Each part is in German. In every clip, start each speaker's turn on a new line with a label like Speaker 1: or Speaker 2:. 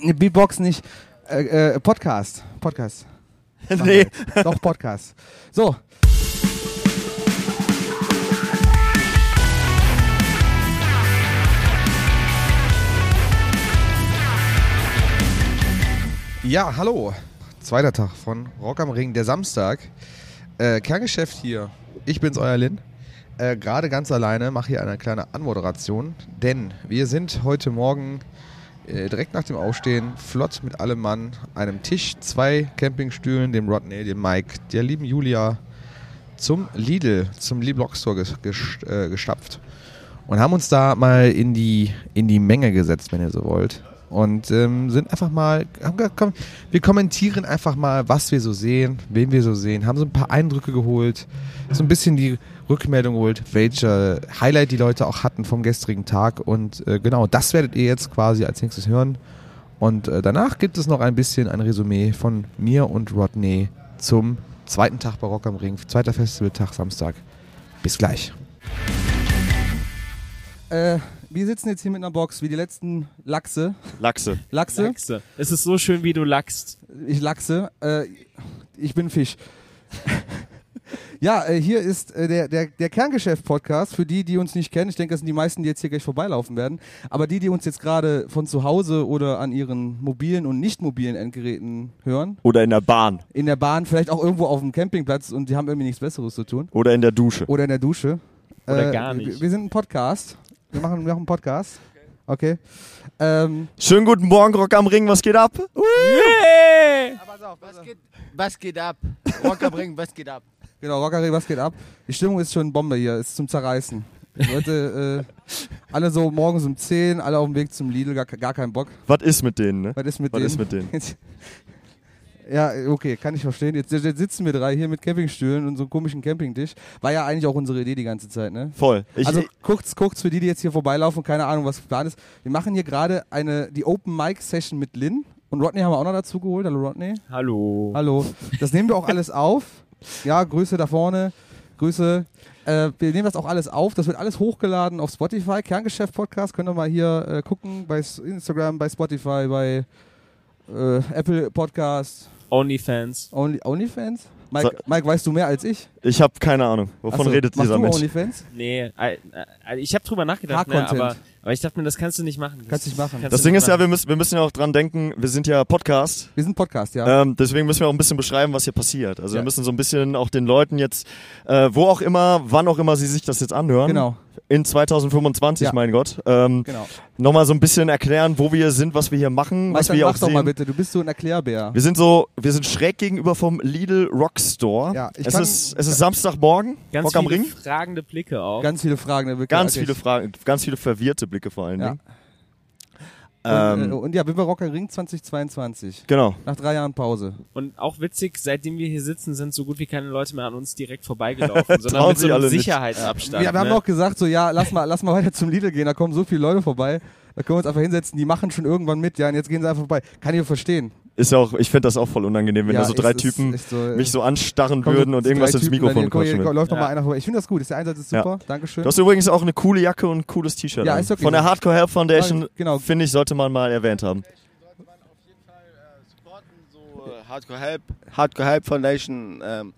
Speaker 1: Ne, Beatbox nicht. Äh, äh, Podcast. Podcast. Machen
Speaker 2: Nee.
Speaker 1: wir. Doch, Podcast. So. Ja, hallo. Zweiter Tag von Rock am Ring, der Samstag. Äh, Kerngeschäft hier. Ich bin's, euer Lin. Äh, Gerade ganz alleine mache hier eine kleine Anmoderation, denn wir sind heute Morgen äh, direkt nach dem Aufstehen flott mit allem Mann, einem Tisch, zwei Campingstühlen, dem Rodney, dem Mike, der lieben Julia zum Lidl, zum Lidl Blockstore ges ges äh, gestapft und haben uns da mal in die, in die Menge gesetzt, wenn ihr so wollt. Und ähm, sind einfach mal, haben gesagt, komm, wir kommentieren einfach mal, was wir so sehen, wen wir so sehen, haben so ein paar Eindrücke geholt, so ein bisschen die Rückmeldung geholt, welche Highlight die Leute auch hatten vom gestrigen Tag. Und äh, genau, das werdet ihr jetzt quasi als nächstes hören. Und äh, danach gibt es noch ein bisschen ein Resümee von mir und Rodney zum zweiten Tag bei Rock am Ring, zweiter Festivaltag Samstag. Bis gleich. Äh, wir sitzen jetzt hier mit einer Box, wie die letzten Lachse.
Speaker 2: Lachse.
Speaker 1: Lachse?
Speaker 3: Lachse. Es ist so schön, wie du lachst.
Speaker 1: Ich Lachse. Äh, ich bin Fisch. ja, äh, hier ist äh, der, der, der Kerngeschäft-Podcast für die, die uns nicht kennen. Ich denke, das sind die meisten, die jetzt hier gleich vorbeilaufen werden. Aber die, die uns jetzt gerade von zu Hause oder an ihren mobilen und nicht mobilen Endgeräten hören,
Speaker 2: Oder in der Bahn.
Speaker 1: in der Bahn, vielleicht auch irgendwo auf dem Campingplatz und die haben irgendwie nichts Besseres zu tun.
Speaker 2: Oder in der Dusche.
Speaker 1: Oder in der Dusche. Äh,
Speaker 3: Oder gar nicht.
Speaker 1: Wir, wir sind ein Podcast. Wir machen, wir machen einen Podcast. Okay. Ähm,
Speaker 2: Schönen guten Morgen, Rock am Ring, was geht ab?
Speaker 4: Was geht, was geht ab? Rocker bringen, was geht ab?
Speaker 1: genau, Rockery, was geht ab? Die Stimmung ist schon Bombe hier, ist zum Zerreißen. Die Leute, äh, alle so morgens um 10, alle auf dem Weg zum Lidl, gar, gar keinen Bock.
Speaker 2: Was ist mit denen, ne?
Speaker 1: Was ist mit
Speaker 2: Was
Speaker 1: denen?
Speaker 2: ist mit denen?
Speaker 1: ja, okay, kann ich verstehen. Jetzt, jetzt sitzen wir drei hier mit Campingstühlen und so einem komischen Campingtisch. War ja eigentlich auch unsere Idee die ganze Zeit, ne?
Speaker 2: Voll. Ich,
Speaker 1: also kurz, kurz für die, die jetzt hier vorbeilaufen, und keine Ahnung, was geplant ist. Wir machen hier gerade eine die Open Mic Session mit Lin und Rodney haben wir auch noch dazu geholt. Hallo Rodney.
Speaker 3: Hallo.
Speaker 1: Hallo. Das nehmen wir auch alles auf. Ja, Grüße da vorne. Grüße. Äh, wir nehmen das auch alles auf. Das wird alles hochgeladen auf Spotify. Kerngeschäft Podcast. Könnt ihr mal hier äh, gucken bei S- Instagram, bei Spotify, bei äh, Apple Podcast,
Speaker 3: Onlyfans.
Speaker 1: Only, OnlyFans. Mike,
Speaker 2: Sa-
Speaker 1: Mike, weißt du mehr als ich?
Speaker 2: ich habe keine Ahnung, wovon
Speaker 1: Achso,
Speaker 2: redet
Speaker 1: machst
Speaker 2: dieser
Speaker 1: du
Speaker 2: Mensch?
Speaker 1: OnlyFans?
Speaker 3: Nee, äh, äh, ich habe drüber nachgedacht, ne,
Speaker 1: Haar-Content.
Speaker 3: aber, aber ich dachte mir, das kannst du nicht machen. Das
Speaker 1: Kannst nicht machen.
Speaker 3: kannst
Speaker 2: Das
Speaker 3: du
Speaker 2: Ding
Speaker 3: nicht
Speaker 2: ist ja,
Speaker 3: machen.
Speaker 2: wir müssen, wir müssen ja auch dran denken, wir sind ja Podcast.
Speaker 1: Wir sind Podcast, ja.
Speaker 2: Ähm, deswegen müssen wir auch ein bisschen beschreiben, was hier passiert. Also
Speaker 1: Ja.
Speaker 2: wir müssen so ein bisschen auch den Leuten jetzt, äh, wo auch immer, wann auch immer sie sich das jetzt anhören,
Speaker 1: Genau,
Speaker 2: in 2025,
Speaker 1: Ja.
Speaker 2: mein Gott, ähm,
Speaker 1: genau.
Speaker 2: nochmal so ein bisschen erklären, wo wir sind, was wir hier machen,
Speaker 1: Mike,
Speaker 2: was
Speaker 1: dann
Speaker 2: wir hier
Speaker 1: mach
Speaker 2: auch
Speaker 1: doch
Speaker 2: sehen.
Speaker 1: mal bitte, du bist so ein Erklärbär.
Speaker 2: Wir sind so, wir sind schräg gegenüber vom Lidl Rock Store.
Speaker 1: Ja, ich
Speaker 2: es,
Speaker 1: kann-
Speaker 2: ist, es ist Samstagmorgen,
Speaker 3: Ganz
Speaker 2: Rock am
Speaker 3: viele
Speaker 2: Ring.
Speaker 3: fragende Blicke auch.
Speaker 1: Ganz viele Fragen. ne, wirklich.
Speaker 2: Ganz
Speaker 1: Okay.
Speaker 2: viele Fragen, ganz viele verwirrte Blicke vor allen
Speaker 1: Ja.
Speaker 2: Dingen.
Speaker 1: Und,
Speaker 2: Ähm,
Speaker 1: äh, und ja, wir bei Rock am Ring 2022.
Speaker 2: genau.
Speaker 1: Nach drei Jahren Pause.
Speaker 3: Und auch witzig, seitdem wir hier sitzen, sind so gut wie keine Leute mehr an uns direkt vorbeigelaufen, sondern
Speaker 2: Trauen
Speaker 3: mit so
Speaker 2: sich
Speaker 3: einem
Speaker 2: alle nicht.
Speaker 3: Sicherheitsabstand.
Speaker 1: Ja, wir haben
Speaker 3: ne?
Speaker 1: auch gesagt, so, ja, lass mal, lass mal weiter zum Lidl gehen, da kommen so viele Leute vorbei. Da können wir uns einfach hinsetzen, die machen schon irgendwann mit, ja, und jetzt gehen sie einfach vorbei. Kann ich verstehen.
Speaker 2: Ist ja auch, ich finde das auch voll unangenehm, wenn
Speaker 1: ja,
Speaker 2: da so
Speaker 1: ist-
Speaker 2: drei
Speaker 1: ist-
Speaker 2: Typen
Speaker 1: ist so,
Speaker 2: mich
Speaker 1: äh,
Speaker 2: so anstarren
Speaker 1: kommen so
Speaker 2: würden und
Speaker 1: drei
Speaker 2: irgendwas
Speaker 1: Typen,
Speaker 2: ins
Speaker 1: dann hier,
Speaker 2: Mikrofon
Speaker 1: guck mal, hier
Speaker 2: quatschen würden.
Speaker 1: läuft noch
Speaker 3: Ja.
Speaker 1: mal einer vorbei. Ich finde das gut, ist der Einsatz ist
Speaker 2: Ja.
Speaker 1: super, Dankeschön.
Speaker 2: Du hast übrigens auch eine coole Jacke und ein cooles T-Shirt.
Speaker 1: Ja,
Speaker 2: an.
Speaker 1: ist okay.
Speaker 2: Von der Hardcore Help Foundation,
Speaker 1: Ja, genau.
Speaker 2: finde ich, sollte man mal erwähnt haben.
Speaker 4: Oh, Hardcore Help, Hardcore Help Foundation. ähm,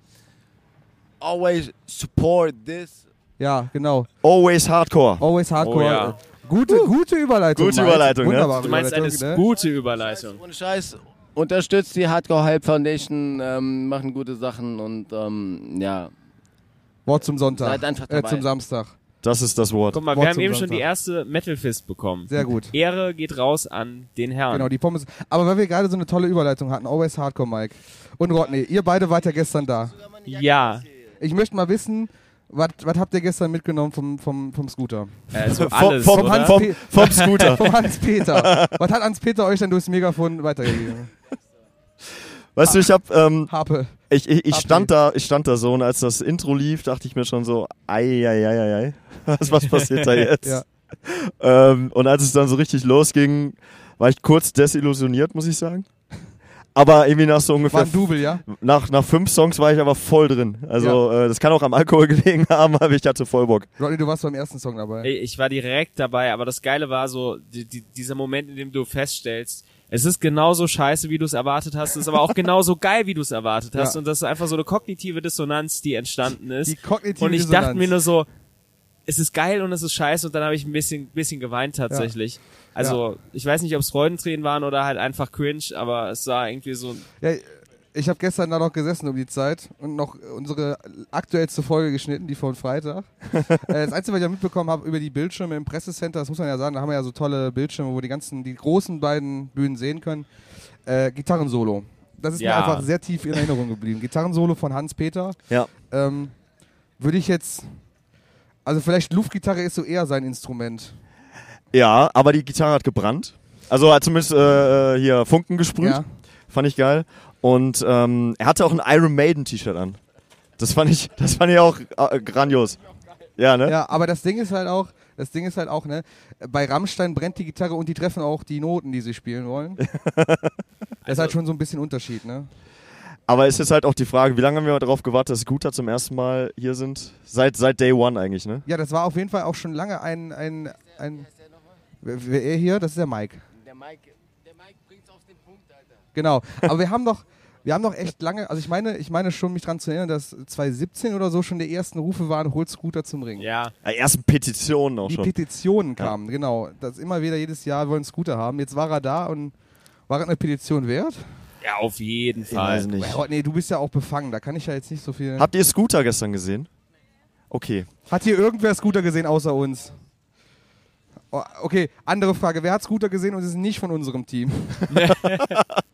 Speaker 4: always support this.
Speaker 1: Ja, genau.
Speaker 2: Always Hardcore.
Speaker 1: Always Hardcore.
Speaker 3: Oh, ja.
Speaker 1: Gute, gute Überleitung.
Speaker 2: Gute
Speaker 1: Mike.
Speaker 2: Überleitung, ne?
Speaker 1: Wunderbare
Speaker 3: Du meinst eine
Speaker 1: Überleitung, ne?
Speaker 3: gute Überleitung.
Speaker 4: Ohne Scheiß. Also. Unterstützt die Hardcore Help Foundation, ähm, machen gute Sachen und ähm, ja.
Speaker 1: Wort zum Sonntag.
Speaker 4: Seid einfach
Speaker 1: äh,
Speaker 4: dabei.
Speaker 1: zum Samstag.
Speaker 2: Das ist das Wort.
Speaker 3: Guck mal,
Speaker 1: Wort
Speaker 3: wir haben
Speaker 1: zum
Speaker 3: eben schon die
Speaker 1: Sonntag.
Speaker 3: erste Metal Fist bekommen.
Speaker 1: Sehr gut.
Speaker 3: Ehre geht raus an den Herrn.
Speaker 1: Genau, die Pommes. Aber weil wir gerade so eine tolle Überleitung hatten, Always Hardcore Mike und Rodney, ihr beide wart ja gestern da.
Speaker 3: ja.
Speaker 1: Ich möchte mal wissen, was habt ihr gestern mitgenommen vom, vom, vom Scooter?
Speaker 3: Also
Speaker 2: Vom-
Speaker 3: alles,
Speaker 2: vom,
Speaker 3: oder?
Speaker 1: Hans-
Speaker 2: vom, vom Scooter.
Speaker 1: Vom Hans-Peter. was hat Hans-Peter euch denn durchs Megafon weitergegeben?
Speaker 2: Weißt du, ich habe ähm,
Speaker 1: Harpe.
Speaker 2: Ich, ich, ich
Speaker 1: Papi.
Speaker 2: stand da, ich stand da so und als das Intro lief, dachte ich mir schon so, ei, ei, ei, ei, ei. Was, was passiert da jetzt?
Speaker 1: Ja.
Speaker 2: ähm, und als es dann so richtig losging, war ich kurz desillusioniert, muss ich sagen. Aber irgendwie nach so
Speaker 1: War
Speaker 2: ungefähr,
Speaker 1: ein Double, ja?
Speaker 2: nach, nach fünf Songs war ich aber voll drin. Also äh, das kann auch am Alkohol gelegen haben, aber ich hatte voll Bock.
Speaker 1: Rodney, du warst beim ersten Song dabei.
Speaker 3: Ey, Ich war direkt dabei, aber das Geile war so, die, die, dieser Moment, in dem du feststellst, Es ist genauso scheiße, wie du es erwartet hast, es ist aber auch genauso geil, wie du es erwartet hast.
Speaker 1: Ja.
Speaker 3: Und das ist einfach so eine kognitive Dissonanz, die entstanden ist.
Speaker 1: Die kognitive
Speaker 3: und ich dachte
Speaker 1: Dissonanz.
Speaker 3: mir nur so, es ist geil und es ist scheiße und dann habe ich ein bisschen, bisschen geweint tatsächlich. Also ich weiß nicht, ob es Freudentränen waren oder halt einfach cringe, aber es war irgendwie so.
Speaker 1: Ja, ich habe gestern da noch gesessen um die Zeit und noch unsere aktuellste Folge geschnitten, die von Freitag. Äh, das Einzige, was ich da mitbekommen habe über die Bildschirme im Pressecenter, das muss man ja sagen, da haben wir ja so tolle Bildschirme, wo die ganzen, die großen beiden Bühnen sehen können. Äh, Gitarrensolo. Das ist
Speaker 3: Ja.
Speaker 1: mir einfach sehr tief in Erinnerung geblieben. Gitarrensolo von Hans-Peter.
Speaker 2: Ja.
Speaker 1: Ähm, Würde ich jetzt. Also vielleicht Luftgitarre ist so eher sein Instrument.
Speaker 2: Ja, aber die Gitarre hat gebrannt. Also hat zumindest äh, äh, hier Funken gesprüht.
Speaker 1: Ja.
Speaker 2: Fand ich geil. Und ähm, er hatte auch ein Iron Maiden T-Shirt an. Das fand ich, das fand ich auch äh, grandios. Ja, ne?
Speaker 1: Ja, aber das Ding ist halt auch, das Ding ist halt auch, ne, bei Rammstein brennt die Gitarre und die treffen auch die Noten, die sie spielen wollen. Das ist halt schon so ein bisschen Unterschied, ne?
Speaker 2: Aber es ist halt auch die Frage, wie lange haben wir darauf gewartet, dass Guter zum ersten Mal hier sind? Seit, seit Day One eigentlich, ne?
Speaker 1: Ja, das war auf jeden Fall auch schon lange ein, ein, ein wer, wer er hier, das ist der Mike.
Speaker 4: Der Mike, der Mike bringt's auf den Punkt, Alter.
Speaker 1: Genau, aber wir haben doch wir haben doch echt lange, also ich meine, ich meine schon mich dran zu erinnern, dass 2017 oder so schon die ersten Rufe waren, hol Scooter zum Ring.
Speaker 3: Ja.
Speaker 2: Äh, ersten Petitionen auch
Speaker 1: die
Speaker 2: schon.
Speaker 1: Petitionen kamen, genau. Das immer wieder jedes Jahr wir wollen Scooter haben. Jetzt war er da und war das eine Petition wert?
Speaker 3: Ja, auf jeden
Speaker 2: Ich weiß
Speaker 3: Fall.
Speaker 2: nicht.
Speaker 1: Ja, nee, du bist ja auch befangen, da kann ich ja jetzt nicht so viel.
Speaker 2: Habt ihr Scooter gestern gesehen? Okay.
Speaker 1: Hat hier irgendwer Scooter gesehen außer uns? Oh, Okay, andere Frage. Wer hat Scooter gesehen und ist nicht von unserem Team?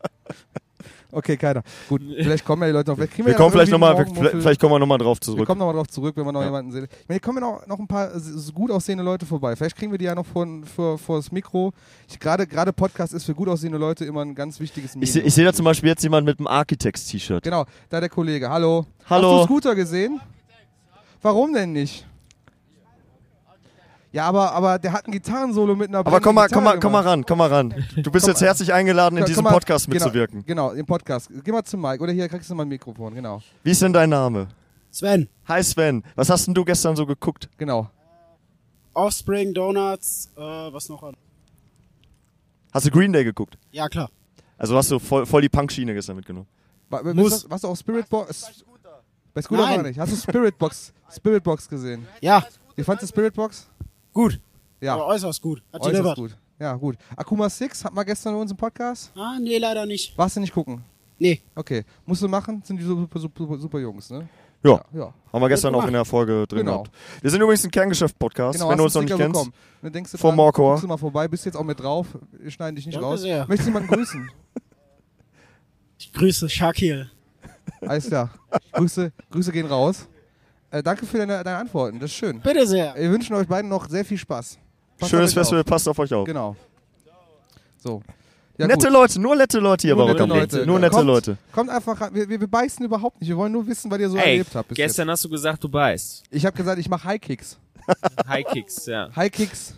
Speaker 1: okay, keiner. Gut, vielleicht kommen ja die Leute noch. Vielleicht kriegen
Speaker 2: Wir
Speaker 1: ja
Speaker 2: kommen vielleicht
Speaker 1: irgendwie
Speaker 2: nochmal,
Speaker 1: einen
Speaker 2: vielleicht,
Speaker 1: Morgenmuffel.
Speaker 2: vielleicht kommen wir nochmal drauf
Speaker 1: Wir
Speaker 2: zurück.
Speaker 1: kommen nochmal drauf zurück, wenn wir noch
Speaker 2: Ja.
Speaker 1: jemanden sehen. Ich meine, hier kommen ja noch, noch ein paar s- s- gut aussehende Leute vorbei. Vielleicht kriegen wir die ja noch vor, vor, vor das Mikro. Ich- Gerade gerade Podcast ist für gut aussehende Leute immer ein ganz wichtiges Medium.
Speaker 2: Ich, seh- ich sehe da zum Beispiel jetzt jemand mit einem Architects-T-Shirt.
Speaker 1: Genau, da der Kollege. Hallo.
Speaker 2: Hallo.
Speaker 1: Hast du Scooter gesehen? Warum denn nicht? Ja, aber, aber der hat ein Gitarrensolo mit einer
Speaker 2: Aber komm mal,
Speaker 1: brennenden
Speaker 2: komm mal,
Speaker 1: Gitarre
Speaker 2: komm mal
Speaker 1: gemacht.
Speaker 2: ran, komm mal ran. Du bist
Speaker 1: Komm
Speaker 2: jetzt
Speaker 1: mal.
Speaker 2: herzlich eingeladen, in
Speaker 1: Komm
Speaker 2: diesem
Speaker 1: mal-
Speaker 2: Podcast
Speaker 1: genau,
Speaker 2: mitzuwirken.
Speaker 1: Genau, im Podcast. Geh mal zum Mike oder hier kriegst du mal ein Mikrofon. Genau,
Speaker 2: Wie ist denn dein Name?
Speaker 5: Sven,
Speaker 2: Hi Sven, was hast denn du gestern so geguckt?
Speaker 1: genau.
Speaker 5: Offspring, Donuts, äh, was noch an?
Speaker 2: Hast du Green Day geguckt?
Speaker 5: Ja, klar.
Speaker 2: Also hast du voll, voll die Punkschiene gestern mitgenommen.
Speaker 1: War,
Speaker 5: Muss.
Speaker 1: Warst, du- warst du auf Spiritbox? Bei Scooter
Speaker 5: Nein.
Speaker 1: war nicht. Hast du Spiritbox Spiritbox gesehen?
Speaker 5: Ja,
Speaker 1: Wie fandst du Spiritbox?
Speaker 5: gut. Aber
Speaker 1: Ja,
Speaker 5: äußerst gut. Hat
Speaker 1: äußerst
Speaker 5: delivered.
Speaker 1: gut. Ja, gut. Akuma Six hatten wir gestern in unserem Podcast.
Speaker 5: Ah, nee, leider nicht.
Speaker 1: Warst du nicht gucken?
Speaker 5: Nee.
Speaker 1: Okay. Musst du machen, sind die super, super, super, super Jungs, ne?
Speaker 2: Ja,
Speaker 1: Ja.
Speaker 2: haben wir gestern auch
Speaker 5: gemacht.
Speaker 2: in der Folge drin
Speaker 1: Genau.
Speaker 2: gehabt. Wir sind übrigens ein Kerngeschäft-Podcast, wenn
Speaker 1: hast
Speaker 2: du uns noch
Speaker 1: einen
Speaker 2: nicht
Speaker 1: Sticker
Speaker 2: kennst.
Speaker 1: bekommen. Dann denkst du
Speaker 2: Vom
Speaker 1: dran,
Speaker 2: Markor.
Speaker 1: guckst du mal vorbei, bist jetzt auch mit drauf, wir schneiden dich nicht
Speaker 5: Danke
Speaker 1: raus.
Speaker 5: sehr.
Speaker 1: Möchtest du jemanden grüßen?
Speaker 5: Ich grüße Shakir.
Speaker 1: Alles klar. Grüße, Grüße gehen raus. Äh, danke für deine, deine Antworten, das ist schön.
Speaker 5: Bitte sehr.
Speaker 1: Wir wünschen euch beiden noch sehr viel Spaß. Passt auf
Speaker 2: Schönes
Speaker 1: euch auf.
Speaker 2: Festival, passt auf euch auf.
Speaker 1: Genau. So. Ja,
Speaker 2: nette
Speaker 1: gut.
Speaker 2: Leute, nur nette Leute hier
Speaker 1: Nur
Speaker 2: bei
Speaker 1: nette
Speaker 2: Rock'n'Roll.
Speaker 1: Leute.
Speaker 2: Nur nette
Speaker 1: kommt,
Speaker 2: Leute.
Speaker 1: Kommt einfach ran. Wir, wir, wir beißen überhaupt nicht. Wir wollen nur wissen, was ihr so
Speaker 3: Ey,
Speaker 1: erlebt habt. Bis
Speaker 3: gestern hast du gesagt, du beißt.
Speaker 1: Jetzt. Ich habe gesagt, ich mache High-Kicks.
Speaker 3: High-Kicks, ja.
Speaker 1: High-Kicks.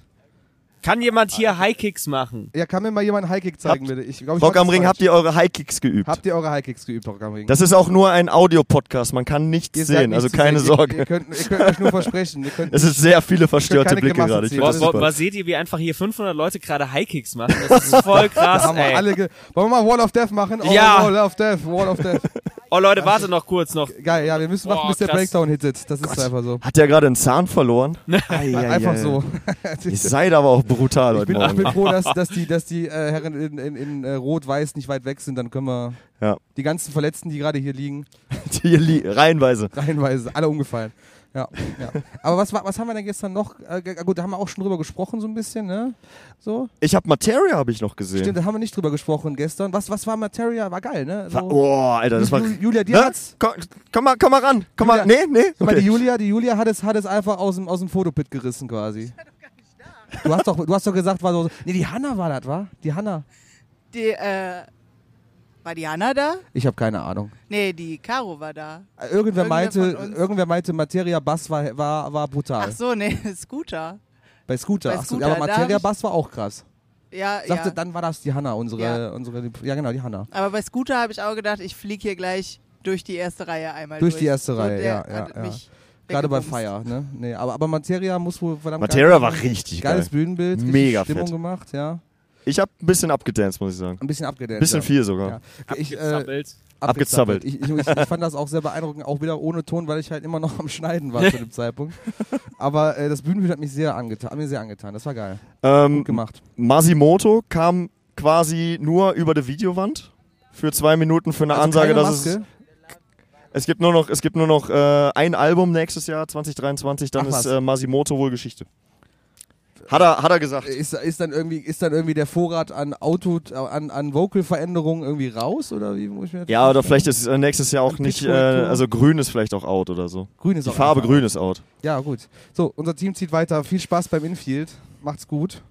Speaker 3: Kann jemand hier High-Kicks machen?
Speaker 1: Ja, kann mir mal jemand einen High-Kick zeigen, bitte? Ich glaub, ich
Speaker 2: Rock
Speaker 1: mach
Speaker 2: am
Speaker 1: das
Speaker 2: Ring,
Speaker 1: falsch.
Speaker 2: habt ihr eure High-Kicks geübt?
Speaker 1: Habt ihr eure High-Kicks geübt, Rock am Ring?
Speaker 2: Das ist auch nur ein Audio-Podcast, man kann nichts
Speaker 1: Ihr seid
Speaker 2: sehen,
Speaker 1: nicht
Speaker 2: also
Speaker 1: zu
Speaker 2: keine
Speaker 1: sehen.
Speaker 2: Sorge.
Speaker 1: Ihr, ihr, könnt, ihr könnt euch nur versprechen. Ihr könnt,
Speaker 2: es ist sehr viele verstörte
Speaker 1: keine
Speaker 2: Blicke
Speaker 1: Grimassen
Speaker 2: gerade. Ich
Speaker 1: ziehen.
Speaker 2: finde das
Speaker 1: Boah,
Speaker 3: Boah,
Speaker 2: super.
Speaker 3: boah, seht ihr, wie einfach hier 500 Leute gerade High-Kicks machen? Das ist voll krass,
Speaker 1: haben wir
Speaker 3: ey.
Speaker 1: alle ge Wollen wir mal Wall of Death machen? Oh,
Speaker 3: Ja.
Speaker 1: Wall of Death, Wall of Death.
Speaker 3: Oh Leute, warte noch kurz noch.
Speaker 1: Geil, ja, wir müssen warten,
Speaker 3: Boah,
Speaker 1: bis der
Speaker 3: krass.
Speaker 1: Breakdown hittet. Das ist einfach so.
Speaker 2: Hat der gerade einen Zahn verloren? Ei, ei,
Speaker 1: einfach
Speaker 2: ei.
Speaker 1: so.
Speaker 2: Ihr seid aber auch brutal
Speaker 1: Ich
Speaker 2: heute
Speaker 1: bin, ich bin
Speaker 2: Morgen.
Speaker 1: froh, dass, dass die, dass die äh, Herren in, in, in äh, Rot-Weiß nicht weit weg sind. Dann können wir
Speaker 2: Ja.
Speaker 1: die ganzen Verletzten, die gerade hier liegen,
Speaker 2: Hier li- Reihenweise.
Speaker 1: reihenweise alle umgefallen. Ja, ja. Aber was, war- was haben wir denn gestern noch? Äh, ge- gut, da haben wir auch schon drüber gesprochen, so ein bisschen, ne? So?
Speaker 2: Ich habe Materia habe ich noch gesehen.
Speaker 1: Stimmt, da haben wir nicht drüber gesprochen gestern. Was, was war Materia? War geil, ne? So.
Speaker 2: Wa- Boah, Alter, das war.
Speaker 1: Ju- Julia
Speaker 2: ne?
Speaker 1: Dieratz?
Speaker 2: Komm, komm mal, komm mal ran. Komm mal. Nee,
Speaker 1: Julia-
Speaker 2: nee.
Speaker 1: Guck mal, die
Speaker 2: Okay.
Speaker 1: Julia, die Julia hat es, hat es einfach aus dem, aus dem Fotopit gerissen quasi. Du hast doch, du hast doch gesagt, war so. Nee, die Hanna war das, war? Die Hanna.
Speaker 6: Die, äh, war die Hanna da?
Speaker 1: Ich habe keine Ahnung.
Speaker 6: Nee, die Caro war da.
Speaker 1: Äh, Irgendwer
Speaker 6: Irgendwer
Speaker 1: meinte,
Speaker 6: von uns.
Speaker 1: irgendwer meinte, Materia Bass war, war, war brutal.
Speaker 6: Ach so, nee, Scooter.
Speaker 1: Bei Scooter.
Speaker 6: Bei
Speaker 1: Ach so,
Speaker 6: Scooter,
Speaker 1: ja, aber
Speaker 6: da
Speaker 1: Materia
Speaker 6: hab ich-
Speaker 1: Bass war auch krass.
Speaker 6: Ja,
Speaker 1: Sagte,
Speaker 6: ja.
Speaker 1: dann war das die Hanna, unsere,
Speaker 6: Ja.
Speaker 1: unsere, ja genau, die Hanna.
Speaker 6: Aber bei Scooter habe ich auch gedacht, ich fliege hier gleich durch die erste Reihe einmal
Speaker 1: Durch
Speaker 6: durch.
Speaker 1: die erste
Speaker 6: So,
Speaker 1: Reihe,
Speaker 6: der
Speaker 1: ja, ja,
Speaker 6: hat
Speaker 1: ja.
Speaker 6: mich
Speaker 1: Gerade bei
Speaker 6: weggebumst.
Speaker 1: Fire, ne? Nee, aber, aber Materia muss wohl verdammt geil
Speaker 2: Materia
Speaker 1: sein.
Speaker 2: war richtig
Speaker 1: Geiles
Speaker 2: geil.
Speaker 1: Bühnenbild, richtig
Speaker 2: Mega
Speaker 1: Stimmung
Speaker 2: fett.
Speaker 1: gemacht, ja.
Speaker 2: ich habe ein bisschen abgedanced, muss ich sagen.
Speaker 1: Ein bisschen abgedanced.
Speaker 2: Ein bisschen viel sogar.
Speaker 1: Ja. Ich, äh,
Speaker 3: Abgezappelt.
Speaker 2: Abgezappelt.
Speaker 1: Ich, ich, ich, ich fand das auch sehr beeindruckend, auch wieder ohne Ton, weil ich halt immer noch am Schneiden war zu dem Zeitpunkt. Aber äh, das Bühnenbild hat mich sehr angetan, hat mir sehr angetan. Das war geil.
Speaker 2: Ähm,
Speaker 1: Gut gemacht.
Speaker 2: Masimoto kam quasi nur über die Videowand für zwei Minuten für eine
Speaker 1: Also
Speaker 2: Ansage,
Speaker 1: keine
Speaker 2: dass es,
Speaker 1: Maske?
Speaker 2: es gibt nur noch, es gibt nur noch äh, ein Album nächstes Jahr, 2023, dann
Speaker 1: Ach was.
Speaker 2: ist äh, Masimoto wohl Geschichte. Hat er, hat er gesagt.
Speaker 1: Ist, ist, dann irgendwie, ist dann irgendwie der Vorrat an Auto, an, an Vocal-Veränderungen irgendwie raus? Oder wie muss ich mir das
Speaker 2: Ja, oder vielleicht ist äh, nächtes Jahr auch
Speaker 1: Ein
Speaker 2: nicht, äh,
Speaker 1: Pitchkorrektur?
Speaker 2: also grün ist vielleicht auch out oder so.
Speaker 1: Grün ist
Speaker 2: Die
Speaker 1: auch
Speaker 2: Farbe
Speaker 1: einfach.
Speaker 2: grün ist out.
Speaker 1: Ja, gut. So, unser Team zieht weiter. Viel Spaß beim Infield. Macht's gut.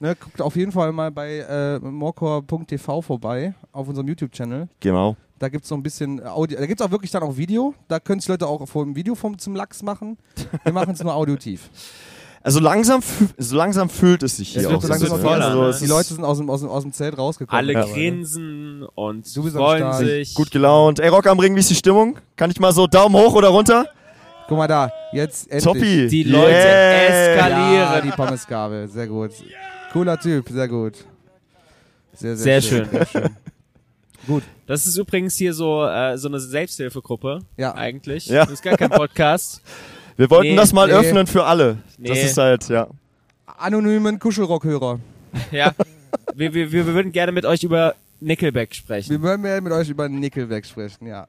Speaker 1: Ne, guckt auf jeden Fall mal bei äh, morcor.tv vorbei auf unserem YouTube-Channel.
Speaker 2: Genau.
Speaker 1: Da gibt's so ein bisschen Audio. Da gibt's auch wirklich dann auch Video. Da können sich Leute auch vor dem Video vom, zum Lachs machen. Wir machen es nur audiotief.
Speaker 2: Also langsam, fü- so langsam fühlt es sich
Speaker 1: Es
Speaker 2: hier
Speaker 1: wird so
Speaker 2: auch. so ein
Speaker 1: langsam
Speaker 3: das
Speaker 1: auf
Speaker 2: bisschen,
Speaker 3: voller,
Speaker 1: die-
Speaker 3: Ernst.
Speaker 2: ne? also,
Speaker 1: also
Speaker 2: es
Speaker 1: Die
Speaker 2: ist
Speaker 1: Leute sind aus dem, aus dem, aus dem Zelt rausgekommen.
Speaker 3: Alle
Speaker 1: mittlerweile.
Speaker 3: grinsen und
Speaker 1: Du bist am
Speaker 3: freuen
Speaker 1: Start.
Speaker 3: sich.
Speaker 2: gut gelaunt. Ey, Rock am Ring, wie ist die Stimmung? Kann ich mal so Daumen hoch oder runter?
Speaker 1: Guck mal da. Jetzt endlich.
Speaker 2: Toppi.
Speaker 3: Die Leute
Speaker 2: Yeah.
Speaker 1: Ja,
Speaker 3: eskalieren.
Speaker 1: die Pommesgabel. Sehr gut. Cooler Typ. Sehr gut. Sehr,
Speaker 3: Sehr schön.
Speaker 1: Sehr schön. gut.
Speaker 3: Das ist übrigens hier so, äh, so eine Selbsthilfegruppe.
Speaker 1: Ja.
Speaker 3: Eigentlich.
Speaker 2: Ja.
Speaker 3: Das ist gar kein Podcast.
Speaker 2: Wir wollten
Speaker 3: Nee,
Speaker 2: das mal
Speaker 1: nee.
Speaker 2: öffnen für alle. Das
Speaker 3: Nee.
Speaker 2: ist halt, ja.
Speaker 1: Anonymen Kuschelrockhörer.
Speaker 3: ja. Wir, wir, wir würden gerne mit euch über Nickelback sprechen.
Speaker 1: Wir wollen mehr mit euch über Nickelback sprechen, ja.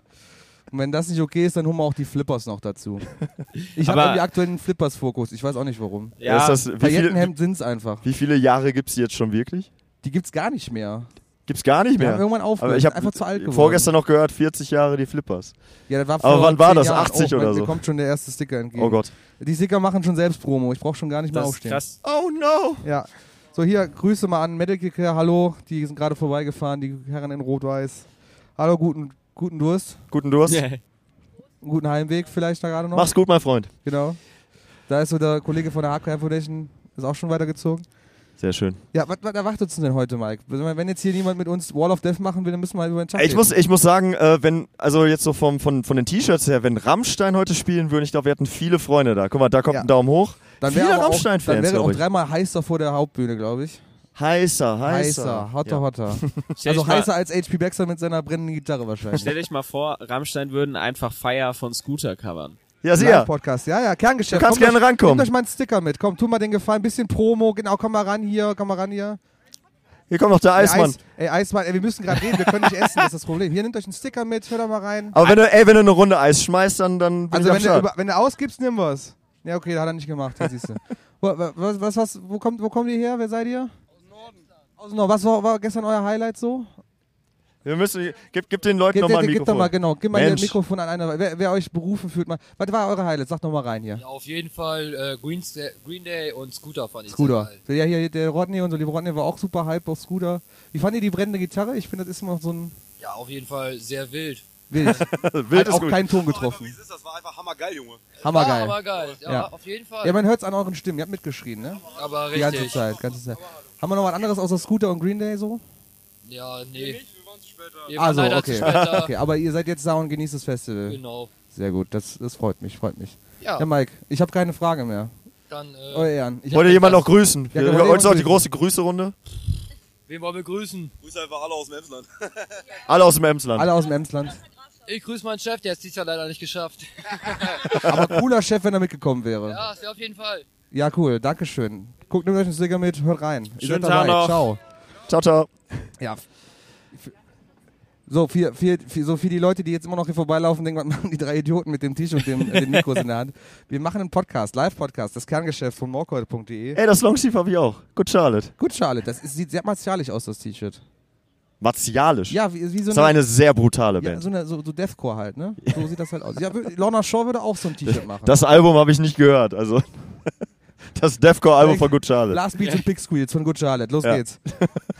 Speaker 1: Und wenn das nicht okay ist, dann holen wir auch die Flippers noch dazu. Ich habe
Speaker 3: Aber-
Speaker 1: irgendwie aktuell einen Flippers-Fokus. Ich weiß auch nicht warum.
Speaker 3: Ja.
Speaker 2: Ist das, wie, viele,
Speaker 1: Paillettenhemd sind's einfach.
Speaker 2: wie viele Jahre gibt's die jetzt schon wirklich?
Speaker 1: Die gibt's gar nicht mehr.
Speaker 2: Gibt's gar nicht
Speaker 1: Die haben
Speaker 2: mehr.
Speaker 1: irgendwann aufgehört.
Speaker 2: Aber ich
Speaker 1: Sind
Speaker 2: habe
Speaker 1: einfach zu alt geworden.
Speaker 2: vorgestern noch gehört, 40 Jahre die Flippers.
Speaker 1: Ja, das war
Speaker 2: Aber
Speaker 1: vor
Speaker 2: wann war
Speaker 1: 10
Speaker 2: das?
Speaker 1: Jahren.
Speaker 2: 80
Speaker 1: oh,
Speaker 2: oder
Speaker 1: mir
Speaker 2: so?
Speaker 1: kommt schon der erste Sticker entgegen.
Speaker 2: Oh Gott.
Speaker 1: Die Sticker machen schon selbst Promo. Ich brauche schon gar nicht mehr
Speaker 3: das ist
Speaker 1: aufstehen.
Speaker 3: krass.
Speaker 2: Oh no.
Speaker 1: Ja. So, hier, Grüße mal an Medical Care. Hallo. Die sind gerade vorbeigefahren, die Herren in Rot-Weiß. Hallo, guten, guten Durst.
Speaker 2: Guten Durst.
Speaker 1: Also Guten Heimweg vielleicht da gerade noch.
Speaker 2: Mach's gut, mein Freund.
Speaker 1: Genau. Da ist so der Kollege von der Hardcore Foundation, ist auch schon weitergezogen.
Speaker 2: Sehr schön.
Speaker 1: Ja, was, was erwartet uns denn heute, Mike? Wenn jetzt hier niemand mit uns Wall of Death machen will, dann müssen wir halt über den Chat
Speaker 2: Ich
Speaker 1: reden.
Speaker 2: muss, ich muss sagen, äh, wenn, also jetzt so vom, von, von den T-Shirts her, wenn Rammstein heute spielen würde, ich glaube, wir hätten viele Freunde da. Guck mal, da kommt
Speaker 1: Ja.
Speaker 2: ein Daumen hoch.
Speaker 1: dann
Speaker 2: viele
Speaker 1: wäre aber auch,
Speaker 2: Rammstein-Fans,
Speaker 1: dann wäre um
Speaker 2: glaub
Speaker 1: auch
Speaker 2: ich.
Speaker 1: dreimal heißer vor der Hauptbühne, glaube ich.
Speaker 2: Heißer, heißer.
Speaker 1: Heißer, hotter,
Speaker 2: Ja.
Speaker 1: hotter.
Speaker 3: Stell
Speaker 1: Also
Speaker 3: dich mal-
Speaker 1: heißer als HP Baxter mit seiner brennenden Gitarre wahrscheinlich.
Speaker 3: Stell dich mal vor, Rammstein würden einfach Fire von Scooter covern.
Speaker 2: Ja,
Speaker 1: Live
Speaker 2: sehr.
Speaker 1: Podcast, ja, ja, Kerngeschäft.
Speaker 2: Du kannst
Speaker 1: Kommt
Speaker 2: gerne
Speaker 1: euch-
Speaker 2: rankommen.
Speaker 1: Nehmt euch mal einen Sticker mit. Komm, tu mal den Gefallen, bisschen Promo, genau, komm mal ran hier, komm mal ran hier.
Speaker 2: Hier kommt noch der
Speaker 1: Ey,
Speaker 2: Eismann.
Speaker 1: Eis, ey, Eismann, ey, wir müssen gerade reden, wir können nicht essen, das ist das Problem. Hier, nehmt euch einen Sticker mit, hört da mal rein.
Speaker 2: Aber wenn du, ey, wenn du eine Runde Eis schmeißt, dann, dann Ah, bin
Speaker 1: Also
Speaker 2: ich am
Speaker 1: wenn du,
Speaker 2: Start.
Speaker 1: über, wenn du ausgibst, nimm was. Ja, okay, da hat er nicht gemacht, das siehst du. Wo- wa- was, was, was, wo, kommt, wo kommt ihr her? Wer seid ihr? Aus dem Norden. Was war, war gestern euer Highlight so?
Speaker 2: Wir müssen, gib, gib den Leuten
Speaker 1: Ge-
Speaker 2: nochmal ein
Speaker 1: ge- gebt doch
Speaker 2: Mikrofon.
Speaker 1: mal, genau, gib mal hier ein
Speaker 2: Mensch.
Speaker 1: Mikrofon an einer. Wer, wer euch berufen fühlt, mal. Was war eure Highlight? Sagt nochmal rein hier.
Speaker 7: Ja, auf jeden Fall äh, Green, Sta- Green Day und Scooter fand ich
Speaker 1: Scooter.
Speaker 7: sehr geil.
Speaker 1: Ja, hier der Rodney, unser lieber Rodney war auch super hype auf Scooter. Wie fand ihr die brennende Gitarre? Ich finde, das ist immer noch so ein
Speaker 7: Ja, auf jeden Fall sehr wild.
Speaker 1: Wild.
Speaker 2: Wild
Speaker 1: Hat
Speaker 2: ist
Speaker 1: auch
Speaker 2: gut.
Speaker 1: keinen Ton getroffen.
Speaker 8: ist, das war einfach hammergeil, Junge.
Speaker 1: Hammergeil.
Speaker 7: Ah, aber geil. Ja,
Speaker 1: Ja.
Speaker 7: auf jeden Fall.
Speaker 1: ja, man hört es an euren Stimmen. Ihr habt mitgeschrien, ne?
Speaker 7: aber
Speaker 1: Die ganze
Speaker 7: richtig.
Speaker 1: Zeit, ganze Zeit. Haben wir noch was anderes außer Scooter und Green Day so?
Speaker 7: Ja, nee. Wir waren
Speaker 1: Also,
Speaker 7: leider
Speaker 1: okay.
Speaker 7: zu spät da.
Speaker 1: okay. Aber ihr seid jetzt da und genießt das Festival.
Speaker 7: Genau.
Speaker 1: Sehr gut, das, das freut mich, freut mich.
Speaker 7: Ja,
Speaker 1: Ja, Mike, ich habe keine Frage mehr.
Speaker 7: dann,
Speaker 1: Euer
Speaker 7: äh,
Speaker 1: Ehren. Ich
Speaker 2: Wollte jemand noch grüßen?
Speaker 1: Ja,
Speaker 2: wir,
Speaker 1: wollte
Speaker 2: wir
Speaker 1: jemand
Speaker 2: uns auch die
Speaker 1: grüßen.
Speaker 2: große Grüße-Runde.
Speaker 7: wen wollen wir grüßen?
Speaker 8: Grüße einfach alle aus dem Emsland.
Speaker 2: Alle aus dem Emsland.
Speaker 1: alle aus dem Emsland.
Speaker 7: Ich grüße meinen Chef, der hat es dieses Jahr leider nicht geschafft.
Speaker 1: Aber cooler Chef, wenn er mitgekommen wäre.
Speaker 7: Ja, ist ja auf jeden Fall.
Speaker 1: Ja, cool, Dankeschön. Guckt, nehmt euch einen Sticker mit, hört rein. Ihr
Speaker 3: Schönen
Speaker 1: seid dabei.
Speaker 3: Tag noch.
Speaker 1: Ciao.
Speaker 2: Ciao, ciao.
Speaker 1: Ja. So, für, für, für, so für die Leute, die jetzt immer noch hier vorbeilaufen, denken, was machen die drei Idioten mit dem Tisch und dem, äh, den Mikros in der Hand? Wir machen einen Podcast, Live-Podcast, das Kerngeschäft von morcoil.de.
Speaker 2: Ey, das Longsleeve habe ich auch. Gut, Charlotte.
Speaker 1: Gut, Charlotte, das ist, sieht sehr martialisch aus, das T-Shirt.
Speaker 2: Martialisch.
Speaker 1: Ja, wie, wie so
Speaker 2: Das ist aber eine sehr brutale
Speaker 1: Ja,
Speaker 2: Band.
Speaker 1: so, eine, so, so Deathcore halt, ne? So sieht das halt aus. Ja, wür- Lorna Shaw würde auch so ein T-Shirt machen.
Speaker 2: Das Album habe ich nicht gehört. Also das Deathcore-Album von Good Charlotte.
Speaker 1: Last Beats and Big Squeals von Good Charlotte. Los
Speaker 2: Ja.
Speaker 1: geht's.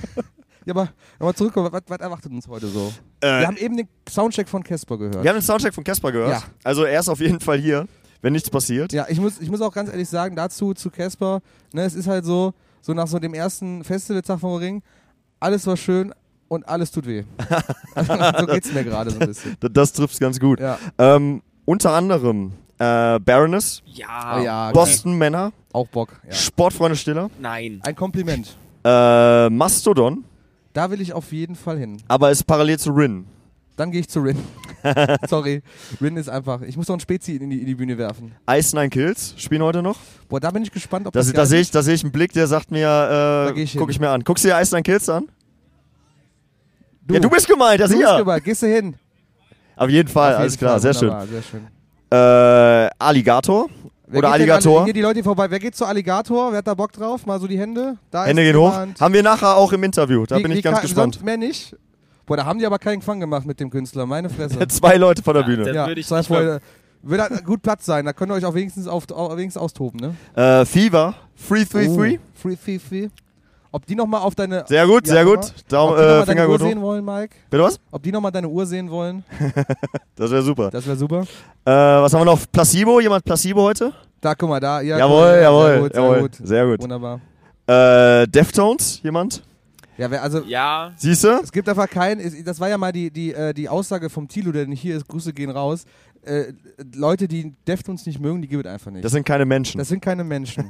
Speaker 1: ja, aber, aber zurückkommen, was, was erwartet uns heute so?
Speaker 2: Äh,
Speaker 1: Wir haben eben den Soundcheck von Casper gehört.
Speaker 2: Wir haben den Soundcheck von Casper gehört.
Speaker 1: Ja.
Speaker 2: Also er ist auf jeden Fall hier, wenn nichts passiert.
Speaker 1: Ja, ich muss, ich muss auch ganz ehrlich sagen, dazu zu Casper, ne, es ist halt so, so nach so dem ersten Festivaltag vom Ring, alles war schön und alles tut weh. Also, so geht's mir gerade so ein bisschen.
Speaker 2: D- Das trifft's ganz gut.
Speaker 1: Ja,
Speaker 2: Ähm, unter anderem äh, Baroness,
Speaker 3: Ja.
Speaker 9: Ah,
Speaker 1: Oh ja, geil.
Speaker 2: Boston Männer,
Speaker 1: auch Bock. Ja.
Speaker 2: Sportfreunde Stiller,
Speaker 3: Nein.
Speaker 1: Ein Kompliment.
Speaker 2: Äh, Mastodon,
Speaker 1: Da will ich auf jeden Fall hin.
Speaker 2: aber ist parallel zu Rin.
Speaker 1: Dann gehe ich zu Rin. Sorry. Rin ist einfach. Ich muss noch einen Spezi in die, in die Bühne werfen.
Speaker 2: Ice Nine Kills spielen heute noch.
Speaker 1: Boah, da bin ich gespannt, ob
Speaker 2: Das,
Speaker 1: das.
Speaker 2: da
Speaker 1: geil
Speaker 2: sehe
Speaker 1: ist.
Speaker 2: ich, da sehe ich einen Blick, der sagt mir,
Speaker 1: geh
Speaker 2: äh,
Speaker 1: ich hin.
Speaker 2: guck ich mir an. Guckst du dir Ice Nine Kills an?
Speaker 1: Du,
Speaker 2: Ja, du bist gemeint, das
Speaker 1: du bist
Speaker 2: ja.
Speaker 1: gemeint. Gehst du hin?
Speaker 2: Auf jeden Fall, alles klar, sehr schön.
Speaker 1: schön. Sehr schön.
Speaker 2: Äh, Alligator
Speaker 1: Wer
Speaker 2: oder
Speaker 1: geht denn
Speaker 2: Alligator.
Speaker 1: Alle, hier die Leute hier vorbei. Wer geht zu Alligator? Wer hat da Bock drauf? Mal so die Hände. Da
Speaker 2: Hände
Speaker 1: ist
Speaker 2: gehen hoch.
Speaker 1: jemand.
Speaker 2: Haben wir nachher auch im Interview. Da
Speaker 1: Die-
Speaker 2: bin ich
Speaker 1: die
Speaker 2: ganz
Speaker 1: kann-
Speaker 2: gespannt.
Speaker 1: Sonst mehr nicht. Boah, da haben die aber keinen Fang gemacht mit dem Künstler. Meine Fresse.
Speaker 2: Zwei Leute von der
Speaker 9: Ja,
Speaker 2: Bühne.
Speaker 9: der-
Speaker 1: ja,
Speaker 9: würde ich
Speaker 1: sei
Speaker 9: nicht mal-
Speaker 1: Freude. Wird da gut Platz sein. Da könnt ihr euch auch wenigstens, auf, au- wenigstens austoben, ne?
Speaker 2: Äh, Fever, Free Free Free.
Speaker 1: Oh. Free, free, free. Ob die nochmal auf deine.
Speaker 2: Sehr gut,
Speaker 1: Ja,
Speaker 2: sehr
Speaker 1: guck
Speaker 2: gut.
Speaker 1: mal.
Speaker 2: Daumen,
Speaker 1: ob die noch mal
Speaker 2: äh,
Speaker 1: deine
Speaker 2: Finger
Speaker 1: Uhr
Speaker 2: gut
Speaker 1: sehen
Speaker 2: hoch.
Speaker 1: wollen, Mike?
Speaker 2: Bitte was?
Speaker 1: Ob die nochmal deine Uhr sehen wollen?
Speaker 2: Das wäre super.
Speaker 1: Das wäre super.
Speaker 2: Äh, was haben wir noch? Placebo? Jemand Placebo heute?
Speaker 1: Da, guck mal, da. Ja,
Speaker 2: jawohl,
Speaker 1: cool, ja,
Speaker 2: jawohl,
Speaker 1: sehr gut,
Speaker 2: jawohl.
Speaker 1: Sehr gut.
Speaker 2: Sehr gut.
Speaker 1: Wunderbar.
Speaker 2: Äh, Deftones? Jemand?
Speaker 1: Ja, wer, also,
Speaker 9: Ja,
Speaker 2: Siehst du?
Speaker 1: Es gibt einfach keinen, es- das war ja mal die, die, äh, die Aussage vom Tilo, der nicht hier ist, Grüße gehen raus. Äh, Leute, die Deftones nicht mögen, die gibt es einfach nicht.
Speaker 2: Das
Speaker 1: Das,
Speaker 2: sind keine Menschen.
Speaker 1: sind keine Menschen.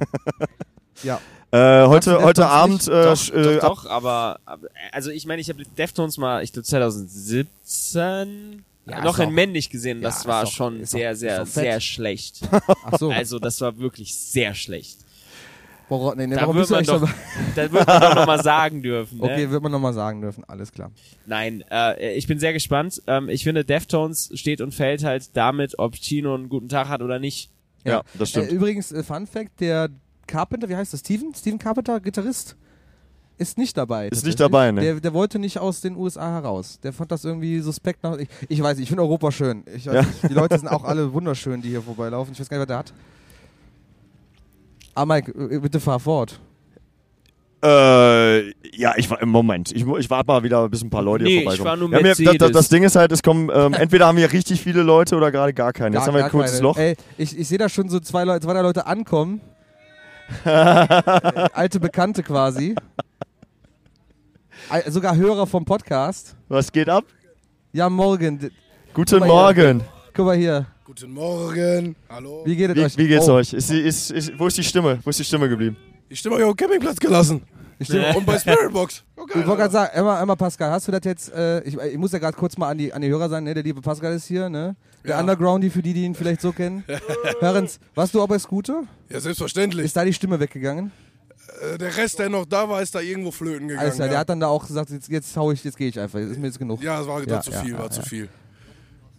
Speaker 1: ja.
Speaker 2: Äh,
Speaker 1: du
Speaker 2: heute
Speaker 1: Deftones
Speaker 2: heute
Speaker 1: nicht?
Speaker 2: Abend. Äh,
Speaker 9: doch,
Speaker 2: sch- äh, ab-
Speaker 9: doch, doch aber, aber also ich meine, ich habe Deftones mal, ich glaube 2017
Speaker 1: Ja,
Speaker 9: noch
Speaker 1: ist
Speaker 9: in
Speaker 1: auch-
Speaker 9: männlich gesehen. Das
Speaker 1: ist
Speaker 9: war
Speaker 1: auch-
Speaker 9: schon
Speaker 1: ist
Speaker 9: sehr,
Speaker 1: auch-
Speaker 9: sehr,
Speaker 1: ist auch fett.
Speaker 9: sehr schlecht.
Speaker 1: Ach so.
Speaker 9: Also das war wirklich sehr schlecht.
Speaker 1: Warum- nee, nee,
Speaker 9: Da
Speaker 1: warum
Speaker 9: wird
Speaker 1: bist du
Speaker 9: man
Speaker 1: eigentlich
Speaker 9: doch,
Speaker 1: dabei?
Speaker 9: da wird man doch nochmal sagen dürfen. Ne?
Speaker 1: Okay, wird man nochmal sagen dürfen. Alles klar.
Speaker 9: Nein, äh, ich bin sehr gespannt. Ähm, ich finde, Deftones steht und fällt halt damit, ob Chino einen guten Tag hat oder nicht.
Speaker 2: ja, das
Speaker 1: Äh,
Speaker 2: stimmt.
Speaker 1: übrigens, äh, Fun Fact, der Carpenter, wie heißt das? Steven? Steven Carpenter, Gitarrist? Ist nicht dabei.
Speaker 2: Ist nicht
Speaker 1: tatsächlich.
Speaker 2: dabei, ne?
Speaker 1: Der, der wollte nicht aus den USA heraus. Der fand das irgendwie suspekt. Nach, ich, ich weiß, nicht, ich finde Europa schön. Ich, weiß
Speaker 2: Ja.
Speaker 1: nicht, die Leute sind auch alle wunderschön, die hier vorbeilaufen. Ich weiß gar nicht, was der hat. Ah, Mike, äh, bitte fahr fort.
Speaker 2: Äh, ja, ich war im Moment. Ich, mu- ich warte mal wieder, bis ein paar Leute hier
Speaker 9: Nee, ich
Speaker 2: vorbeikommen.
Speaker 9: war nur
Speaker 2: wir haben hier- das, das,
Speaker 9: Mercedes.
Speaker 2: das Ding ist halt, es kommen, ähm, entweder haben wir richtig viele Leute oder gerade gar keine. Jetzt
Speaker 1: Gar-
Speaker 2: haben wir
Speaker 1: gar
Speaker 2: ein kurzes
Speaker 1: keine.
Speaker 2: Loch.
Speaker 1: Ey, ich, ich sehe da schon so zwei, Leute, zwei drei Leute ankommen. äh, alte Bekannte quasi. Al- Sogar Hörer vom Podcast.
Speaker 2: Was geht ab?
Speaker 1: Ja, morgen. D- Guck
Speaker 2: Guten
Speaker 1: mal hier.
Speaker 2: Morgen.
Speaker 1: Guck mal hier.
Speaker 10: Guten Morgen. Hallo.
Speaker 1: Wie geht es euch?
Speaker 2: Wie, wie geht's
Speaker 1: oh,
Speaker 2: euch? Ist, die- ist, ist, wo ist die Stimme? Wo ist die Stimme geblieben?
Speaker 11: Ich stimme euch auf dem Campingplatz gelassen.
Speaker 1: Ich stimme-
Speaker 11: Und bei Spiritbox.
Speaker 1: Ich wollte gerade sagen, Emma, Emma Pascal, hast du das jetzt, äh, ich, ich muss ja gerade kurz mal an die, an die Hörer sagen, ne, der liebe Pascal ist hier, ne? Der
Speaker 11: Ja.
Speaker 1: Undergroundy, für die, die ihn vielleicht so kennen. Hörens, warst du auch bei Scooter?
Speaker 11: Ja, selbstverständlich.
Speaker 1: Ist da die Stimme weggegangen?
Speaker 11: Äh, der Rest, der noch da war, ist da irgendwo flöten gegangen.
Speaker 1: Alles klar, der
Speaker 11: ja.
Speaker 1: hat dann da auch gesagt, jetzt, jetzt hau ich, jetzt gehe ich einfach, das ist mir jetzt genug.
Speaker 11: ja, es war
Speaker 1: Ja,
Speaker 11: zu
Speaker 1: ja,
Speaker 11: viel,
Speaker 1: ja,
Speaker 11: war
Speaker 1: ja.
Speaker 11: zu viel.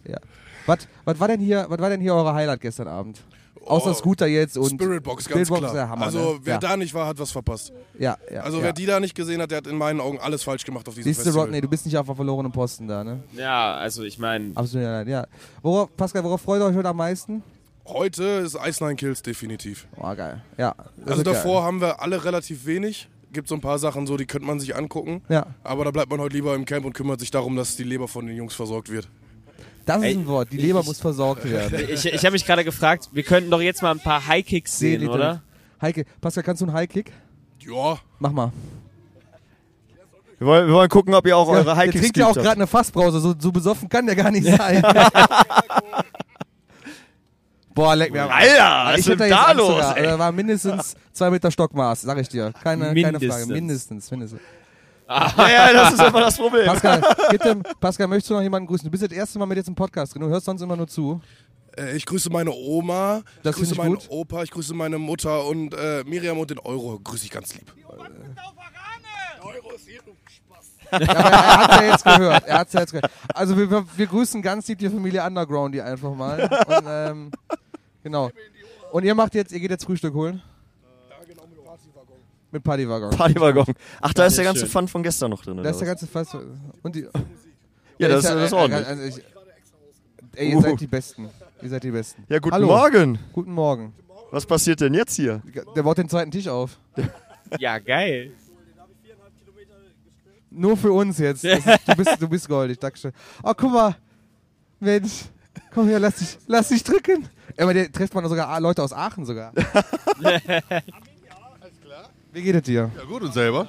Speaker 1: Ja. Was, was war denn hier, was war denn hier eure Highlight gestern Abend? Außer
Speaker 11: Oh,
Speaker 1: Scooter jetzt und
Speaker 11: Spiritbox, ganz
Speaker 1: Spiritbox
Speaker 11: klar.
Speaker 1: ist der Hammer,
Speaker 11: also,
Speaker 1: ne?
Speaker 11: wer
Speaker 1: ja.
Speaker 11: da nicht war, hat was verpasst.
Speaker 1: ja, ja,
Speaker 11: Also,
Speaker 1: ja.
Speaker 11: wer die da nicht gesehen hat, der hat in meinen Augen alles falsch gemacht auf diesem
Speaker 1: Siehst du,
Speaker 11: Festival.
Speaker 1: Rodney, du bist nicht auf dem verlorenen Posten da, ne?
Speaker 9: Ja, also ich meine,
Speaker 1: Absolut, ja, ja. Worauf, Pascal, worauf freut ihr euch heute am meisten?
Speaker 11: Heute ist Ice Nine Kills definitiv.
Speaker 1: Oh, geil. Ja. das
Speaker 11: Also,
Speaker 1: wird geil.
Speaker 11: davor haben wir alle relativ wenig. Gibt so ein paar Sachen so, die könnte man sich angucken.
Speaker 1: Ja.
Speaker 11: Aber da bleibt man heute lieber im Camp und kümmert sich darum, dass die Leber von den Jungs versorgt wird.
Speaker 1: Das
Speaker 9: Ey,
Speaker 1: ist ein Wort. Die
Speaker 9: ich-
Speaker 1: Leber
Speaker 9: ich-
Speaker 1: muss versorgt werden.
Speaker 9: ich, ich habe mich gerade gefragt, wir könnten doch jetzt mal ein paar High-Kicks sehen,
Speaker 1: Seelieder.
Speaker 9: oder?
Speaker 1: Heike, Pascal, kannst du einen High-Kick?
Speaker 11: Ja,
Speaker 1: Mach mal.
Speaker 2: Wir wollen, wir wollen gucken, ob ihr auch eure
Speaker 1: der
Speaker 2: High Kicks
Speaker 1: trinkt ja auch
Speaker 2: geübt
Speaker 1: gerade
Speaker 2: habt.
Speaker 1: eine Fassbrause. So, so besoffen kann der gar nicht sein. Boah, leck mir am Arsch.
Speaker 2: Alter, was
Speaker 1: ich
Speaker 2: ist denn
Speaker 1: hätte jetzt
Speaker 2: da
Speaker 1: Angst
Speaker 2: los?
Speaker 1: sogar.
Speaker 2: ey?
Speaker 1: Da war mindestens zwei Meter Stockmaß, sag ich dir. Keine, keine Frage.
Speaker 9: Mindestens.
Speaker 1: Mindestens, mindestens.
Speaker 2: Ja, Ah, ja, das ist einfach das Problem.
Speaker 1: Pascal, gib dem, Pascal, möchtest du noch jemanden grüßen? Du bist das erste Mal mit jetzt im Podcast drin. Du hörst sonst immer nur zu.
Speaker 11: Äh, Ich grüße meine Oma,
Speaker 1: Das
Speaker 11: ich grüße
Speaker 1: find ich
Speaker 11: meinen
Speaker 1: gut.
Speaker 11: Opa, ich grüße meine Mutter und äh, Miriam und den Euro grüße ich ganz lieb.
Speaker 1: Ja, aber er hat's ja jetzt gehört. Er hat's ja jetzt gehört. Also wir, wir- wir grüßen ganz lieb die Familie Underground die einfach mal. Und, ähm, genau. Und ihr macht jetzt, ihr geht jetzt Frühstück holen? Mit Partywaggon.
Speaker 2: Partywaggon. Ach, da ist der ganze
Speaker 9: schön.
Speaker 2: Fun von gestern noch drin.
Speaker 1: Da
Speaker 2: Oder
Speaker 1: ist der
Speaker 2: was?
Speaker 1: ganze Fass. Und die,
Speaker 2: Ja, das ist, das ist ordentlich.
Speaker 1: Also ich, ey, ihr
Speaker 2: Uh.
Speaker 1: seid die Besten. Ihr seid die Besten.
Speaker 2: Ja, guten
Speaker 1: Hallo.
Speaker 2: Morgen.
Speaker 1: Guten Morgen.
Speaker 2: Was passiert denn jetzt hier?
Speaker 1: Der baut den zweiten Tisch auf.
Speaker 9: Ja, geil.
Speaker 1: Nur für uns jetzt. Das ist, du, bist, du bist goldig, Dankeschön. Oh, guck mal. Mensch, komm her, lass dich, lass dich drücken. Ey, Aber der trifft man sogar A- Leute aus Aachen sogar. Wie geht es dir?
Speaker 12: Ja gut, und selber?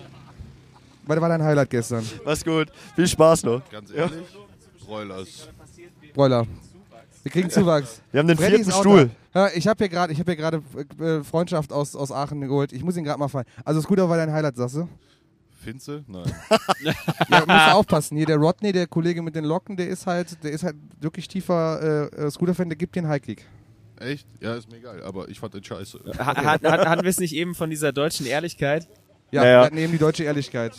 Speaker 1: Was war dein Highlight gestern?
Speaker 2: Was gut. Viel Spaß noch.
Speaker 12: Ganz ehrlich? Broilers.
Speaker 1: Broiler. Wir kriegen Zuwachs.
Speaker 2: Wir haben den
Speaker 1: Freddy
Speaker 2: vierten
Speaker 1: ist auch
Speaker 2: Stuhl.
Speaker 1: da. Hör, ich habe hier gerade ich hab hier gerade, äh, Freundschaft aus, aus Aachen geholt. Ich muss ihn gerade mal fallen. Also Scooter war dein Highlight, sagst du?
Speaker 11: Finze? Nein.
Speaker 1: Ja, musst du aufpassen. Hier, der Rodney, der Kollege mit den Locken, der ist halt, der ist halt wirklich tiefer äh, äh, Scooter-Fan, der gibt den Highkick.
Speaker 11: Echt? Ja, ist mir egal, aber ich fand den scheiße.
Speaker 9: Ha- hat- hat- Hatten wir es nicht eben von dieser deutschen Ehrlichkeit?
Speaker 1: Ja,
Speaker 2: Ja, ja.
Speaker 1: wir hatten eben die deutsche Ehrlichkeit.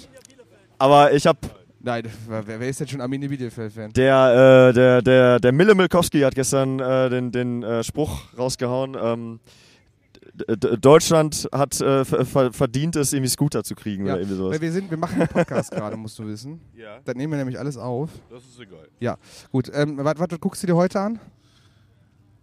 Speaker 2: Aber ich habe
Speaker 1: Nein, wer, wer ist denn schon Arminia Bielefeld-Fan?
Speaker 2: der, äh, der, der, der Mille Milkowski hat gestern äh, den, den äh, Spruch rausgehauen. Ähm, D- D Deutschland hat äh, ver- ver verdient es, irgendwie Scooter zu kriegen
Speaker 1: Ja,
Speaker 2: oder irgendwie sowas.
Speaker 1: weil wir, sind, wir machen einen Podcast gerade, musst du wissen.
Speaker 11: Ja,
Speaker 1: Dann nehmen wir nämlich alles auf.
Speaker 11: das ist egal.
Speaker 1: Gut, ähm, was, was guckst du dir heute an?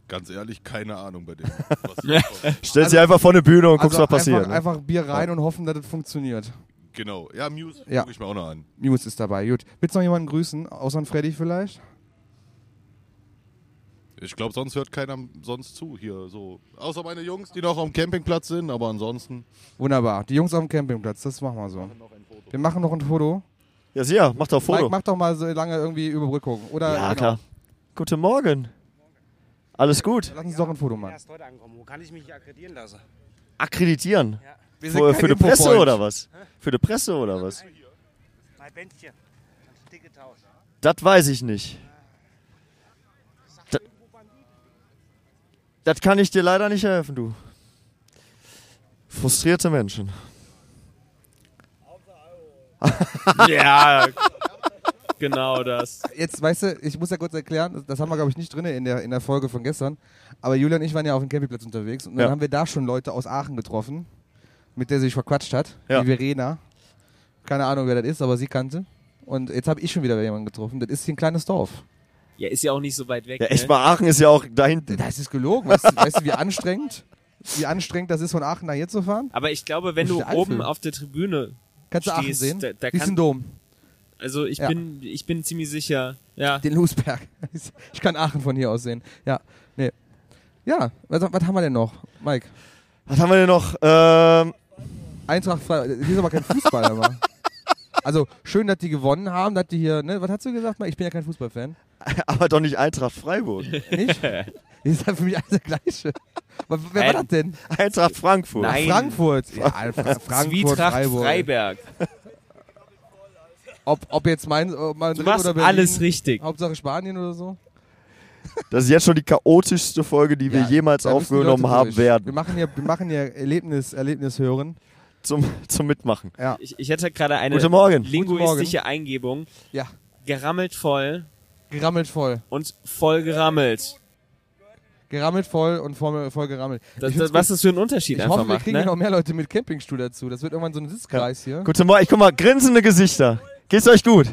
Speaker 11: Ganz ehrlich, keine Ahnung bei dem. Was jetzt kommt.
Speaker 2: Stell sie einfach vor eine Bühne und guckst, was passiert.
Speaker 1: also
Speaker 2: ne?
Speaker 1: Einfach, einfach Bier rein und hoffen, dass es funktioniert.
Speaker 11: genau. Ja, Muse
Speaker 1: Ja.
Speaker 11: gucke ich mir auch noch an.
Speaker 1: Muse ist dabei. Gut. Willst du noch jemanden grüßen? Außer an Freddy vielleicht?
Speaker 11: Ich glaube, sonst hört keiner sonst zu hier so. Außer meine Jungs, die noch am Campingplatz sind, aber ansonsten.
Speaker 1: Wunderbar. Die Jungs auf dem Campingplatz, das machen wir so. Wir machen noch ein Foto.
Speaker 2: ne? Ja, sicher, mach doch ein
Speaker 1: Mike,
Speaker 2: Foto.
Speaker 1: mach doch mal so lange irgendwie Überbrückung. Oder
Speaker 2: ja,
Speaker 1: genau.
Speaker 2: klar. Guten Morgen. Alles gut.
Speaker 1: Lass uns doch ein Foto machen.
Speaker 13: erst heute angekommen. Wo kann ich mich akkreditieren lassen?
Speaker 2: Akkreditieren.
Speaker 1: Wir
Speaker 2: Für,
Speaker 1: kein
Speaker 2: für die
Speaker 1: Infopoint.
Speaker 2: Presse oder was? Für die Presse oder was?
Speaker 13: Mein Bändchen. Ein dicke Tausch.
Speaker 2: Das weiß ich nicht. Da- Das kann ich dir leider nicht helfen, du. Frustrierte Menschen.
Speaker 9: Ja, genau das.
Speaker 1: Jetzt, weißt du, ich muss ja kurz erklären, das- das haben wir, glaube ich, nicht drin in der, in der Folge von gestern. Aber Julian und ich waren ja auf dem Campingplatz unterwegs und dann
Speaker 2: Ja.
Speaker 1: haben wir da schon Leute aus Aachen getroffen, mit der sie sich verquatscht hat.
Speaker 2: Ja.
Speaker 1: Die Verena. Keine Ahnung, wer das ist, aber sie kannte. Und jetzt habe ich schon wieder jemanden getroffen. Das ist hier ein kleines Dorf.
Speaker 9: Ja, ist ja auch nicht so weit weg.
Speaker 2: Ja, echt
Speaker 9: ne?
Speaker 2: mal, Aachen ist ja auch da hinten.
Speaker 1: Das ist gelogen. Weißt du, weißt du wie anstrengend? Wie anstrengend das ist, von Aachen nach hier zu fahren?
Speaker 9: Aber ich glaube, wenn du
Speaker 1: Muss ich
Speaker 9: oben
Speaker 1: einfühlen.
Speaker 9: auf der Tribüne,
Speaker 1: Kannst du Aachen
Speaker 9: Stehst,
Speaker 1: sehen?
Speaker 9: da- da
Speaker 1: Siehst
Speaker 9: kann-
Speaker 1: den Dom,
Speaker 9: also ich
Speaker 1: Ja.
Speaker 9: bin, ich bin ziemlich sicher, ja.
Speaker 1: den Lusberg. Ich kann Aachen von hier aus sehen. Ja, nee. Ja, was, was haben wir denn noch, Mike?
Speaker 2: Was haben wir denn noch? Ähm,
Speaker 1: Eintracht Freiburg. Hier ist aber kein Fußball, aber. Also schön, dass die gewonnen haben, dass die hier, ne, was hast du gesagt? Mike? Ich bin ja kein Fußballfan.
Speaker 2: aber doch nicht Eintracht Freiburg.
Speaker 1: Nicht? ist ja für mich alles der gleiche. Aber wer war
Speaker 9: Ähm,
Speaker 1: das denn?
Speaker 2: Eintracht Frankfurt.
Speaker 9: Nein.
Speaker 1: Frankfurt. Ja, Fra Frankfurt,
Speaker 9: Zwietracht
Speaker 1: Freiburg.
Speaker 9: Freiberg.
Speaker 1: Ob, ob jetzt mein, ob mein
Speaker 9: Du machst
Speaker 1: oder Berlin,
Speaker 9: alles richtig.
Speaker 1: Hauptsache Spanien oder so.
Speaker 2: Das ist jetzt schon die chaotischste Folge, die wir
Speaker 1: Ja,
Speaker 2: jemals
Speaker 1: da müssen die
Speaker 2: aufgenommen
Speaker 1: Leute
Speaker 2: haben
Speaker 1: durch. Wir
Speaker 2: werden.
Speaker 1: machen hier, wir machen hier Erlebnis, Erlebnis hören.
Speaker 2: Zum, zum Mitmachen.
Speaker 9: Ich, ich hätte gerade eine
Speaker 2: Guten Morgen.
Speaker 9: linguistische Eingebung.
Speaker 1: Ja.
Speaker 9: Gerammelt voll
Speaker 1: Gerammelt voll.
Speaker 9: und voll gerammelt.
Speaker 1: Gerammelt voll und voll, voll gerammelt.
Speaker 9: Das,
Speaker 1: find's
Speaker 9: das, was das für ein Unterschied
Speaker 1: Ich
Speaker 9: einfach
Speaker 1: hoffe, wir
Speaker 9: macht,
Speaker 1: kriegen
Speaker 9: ne?
Speaker 1: hier noch mehr Leute mit Campingstuhl dazu. Das wird irgendwann so ein Sitzkreis hier.
Speaker 2: Guten Morgen. Ich guck mal, grinsende Gesichter. Geht's euch gut?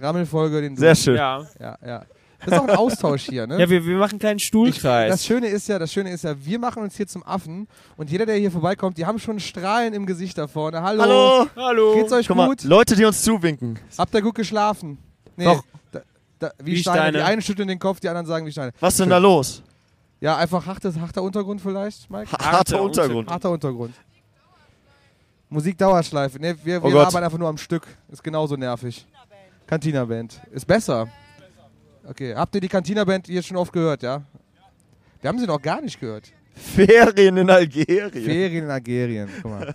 Speaker 1: Rammelfolge, den du.
Speaker 2: Sehr schön.
Speaker 9: Ja,
Speaker 1: Ja, ja. Das ist auch ein Austausch hier, ne?
Speaker 9: ja wir, wir machen einen kleinen Stuhlkreis.
Speaker 1: das Schöne ist ja, das Schöne ist ja, wir machen uns hier zum Affen und jeder, der hier vorbeikommt, die haben schon Strahlen im Gesicht da vorne. Hallo.
Speaker 2: Hallo.
Speaker 9: Hallo.
Speaker 1: Geht's euch
Speaker 2: Guck mal,
Speaker 1: gut?
Speaker 2: Leute, die uns zuwinken.
Speaker 1: Habt ihr gut geschlafen? Nee.
Speaker 2: Doch.
Speaker 1: Da, da, wie,
Speaker 9: Wie
Speaker 1: Steine.
Speaker 9: Steine.
Speaker 1: Die einen schütteln den Kopf, die anderen sagen wie Steine.
Speaker 2: Was ist denn da los?
Speaker 1: Ja, einfach hartes, harter Untergrund vielleicht, Mike?
Speaker 2: Harter Untergrund.
Speaker 1: Harter Untergrund. Musikdauerschleife. Ne, wir
Speaker 2: Oh
Speaker 1: wir
Speaker 2: Gott.
Speaker 1: labern einfach nur am Stück. Ist genauso nervig. Cantina Band. Ist besser. Okay, habt ihr die Cantina Band hier schon oft gehört, ja? Wir haben sie noch gar nicht gehört.
Speaker 2: Ferien in Algerien.
Speaker 1: Ferien in Algerien. Guck mal.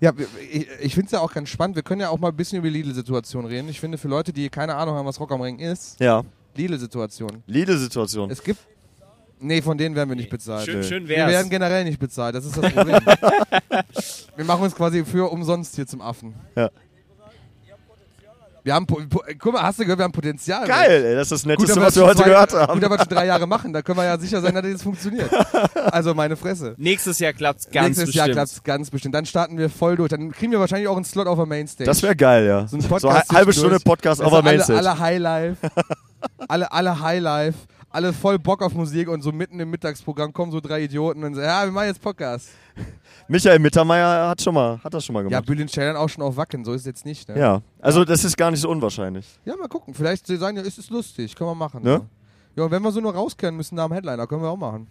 Speaker 1: Ja, wir- ich, ich finde es ja auch ganz spannend. Wir können ja auch mal ein bisschen über die Lidl-Situation reden. Ich finde, für Leute, die keine Ahnung haben, was Rock am Ring ist,
Speaker 2: ja,
Speaker 1: Lidl-Situation.
Speaker 2: Lidl-Situation.
Speaker 1: Es gibt. Nee, von denen werden wir nicht bezahlt.
Speaker 9: schön, schön
Speaker 1: Wir
Speaker 9: wär's.
Speaker 1: werden generell nicht bezahlt, das ist das Problem. wir machen uns quasi für umsonst hier zum Affen.
Speaker 2: Ja.
Speaker 1: Wir haben po po Guck mal, hast du gehört, wir haben Potenzial.
Speaker 2: Geil, ey, das ist das
Speaker 1: Gut,
Speaker 2: Netteste,
Speaker 1: aber
Speaker 2: was wir
Speaker 1: schon
Speaker 2: heute
Speaker 1: zwei-
Speaker 2: gehört haben.
Speaker 1: Gut, aber schon drei Jahre machen, da können wir ja sicher sein, dass das jetzt funktioniert. Also meine Fresse.
Speaker 9: Nächstes Jahr klappt's ganz
Speaker 1: Nächstes Jahr
Speaker 9: bestimmt.
Speaker 1: klappt es ganz bestimmt. Dann starten wir voll durch. Dann kriegen wir wahrscheinlich auch einen Slot auf der Mainstage.
Speaker 2: Das wäre geil, ja.
Speaker 1: So ein
Speaker 2: so
Speaker 1: Podcast
Speaker 2: eine halbe
Speaker 1: zwischendurch.
Speaker 2: Stunde Podcast
Speaker 1: Weißt
Speaker 2: auf
Speaker 1: du,
Speaker 2: der
Speaker 1: alle,
Speaker 2: Mainstage.
Speaker 1: alle Highlife. alle, alle Highlife. Alle voll Bock auf Musik und so mitten im Mittagsprogramm kommen so drei Idioten und sagen, ja, wir machen jetzt Podcast.
Speaker 2: Michael Mittermeier hat, schon mal, hat das schon mal
Speaker 1: Ja,
Speaker 2: gemacht.
Speaker 1: Bülent Ceylan auch schon auf Wacken, so ist es jetzt nicht. Ne?
Speaker 2: Ja, also das ist gar nicht so unwahrscheinlich.
Speaker 1: Ja, mal gucken. Vielleicht sie sagen, ja, es ist lustig, können wir machen.
Speaker 2: Ne?
Speaker 1: so. Ja, und wenn wir so nur rauskehren müssen nach dem Headliner, können wir auch machen.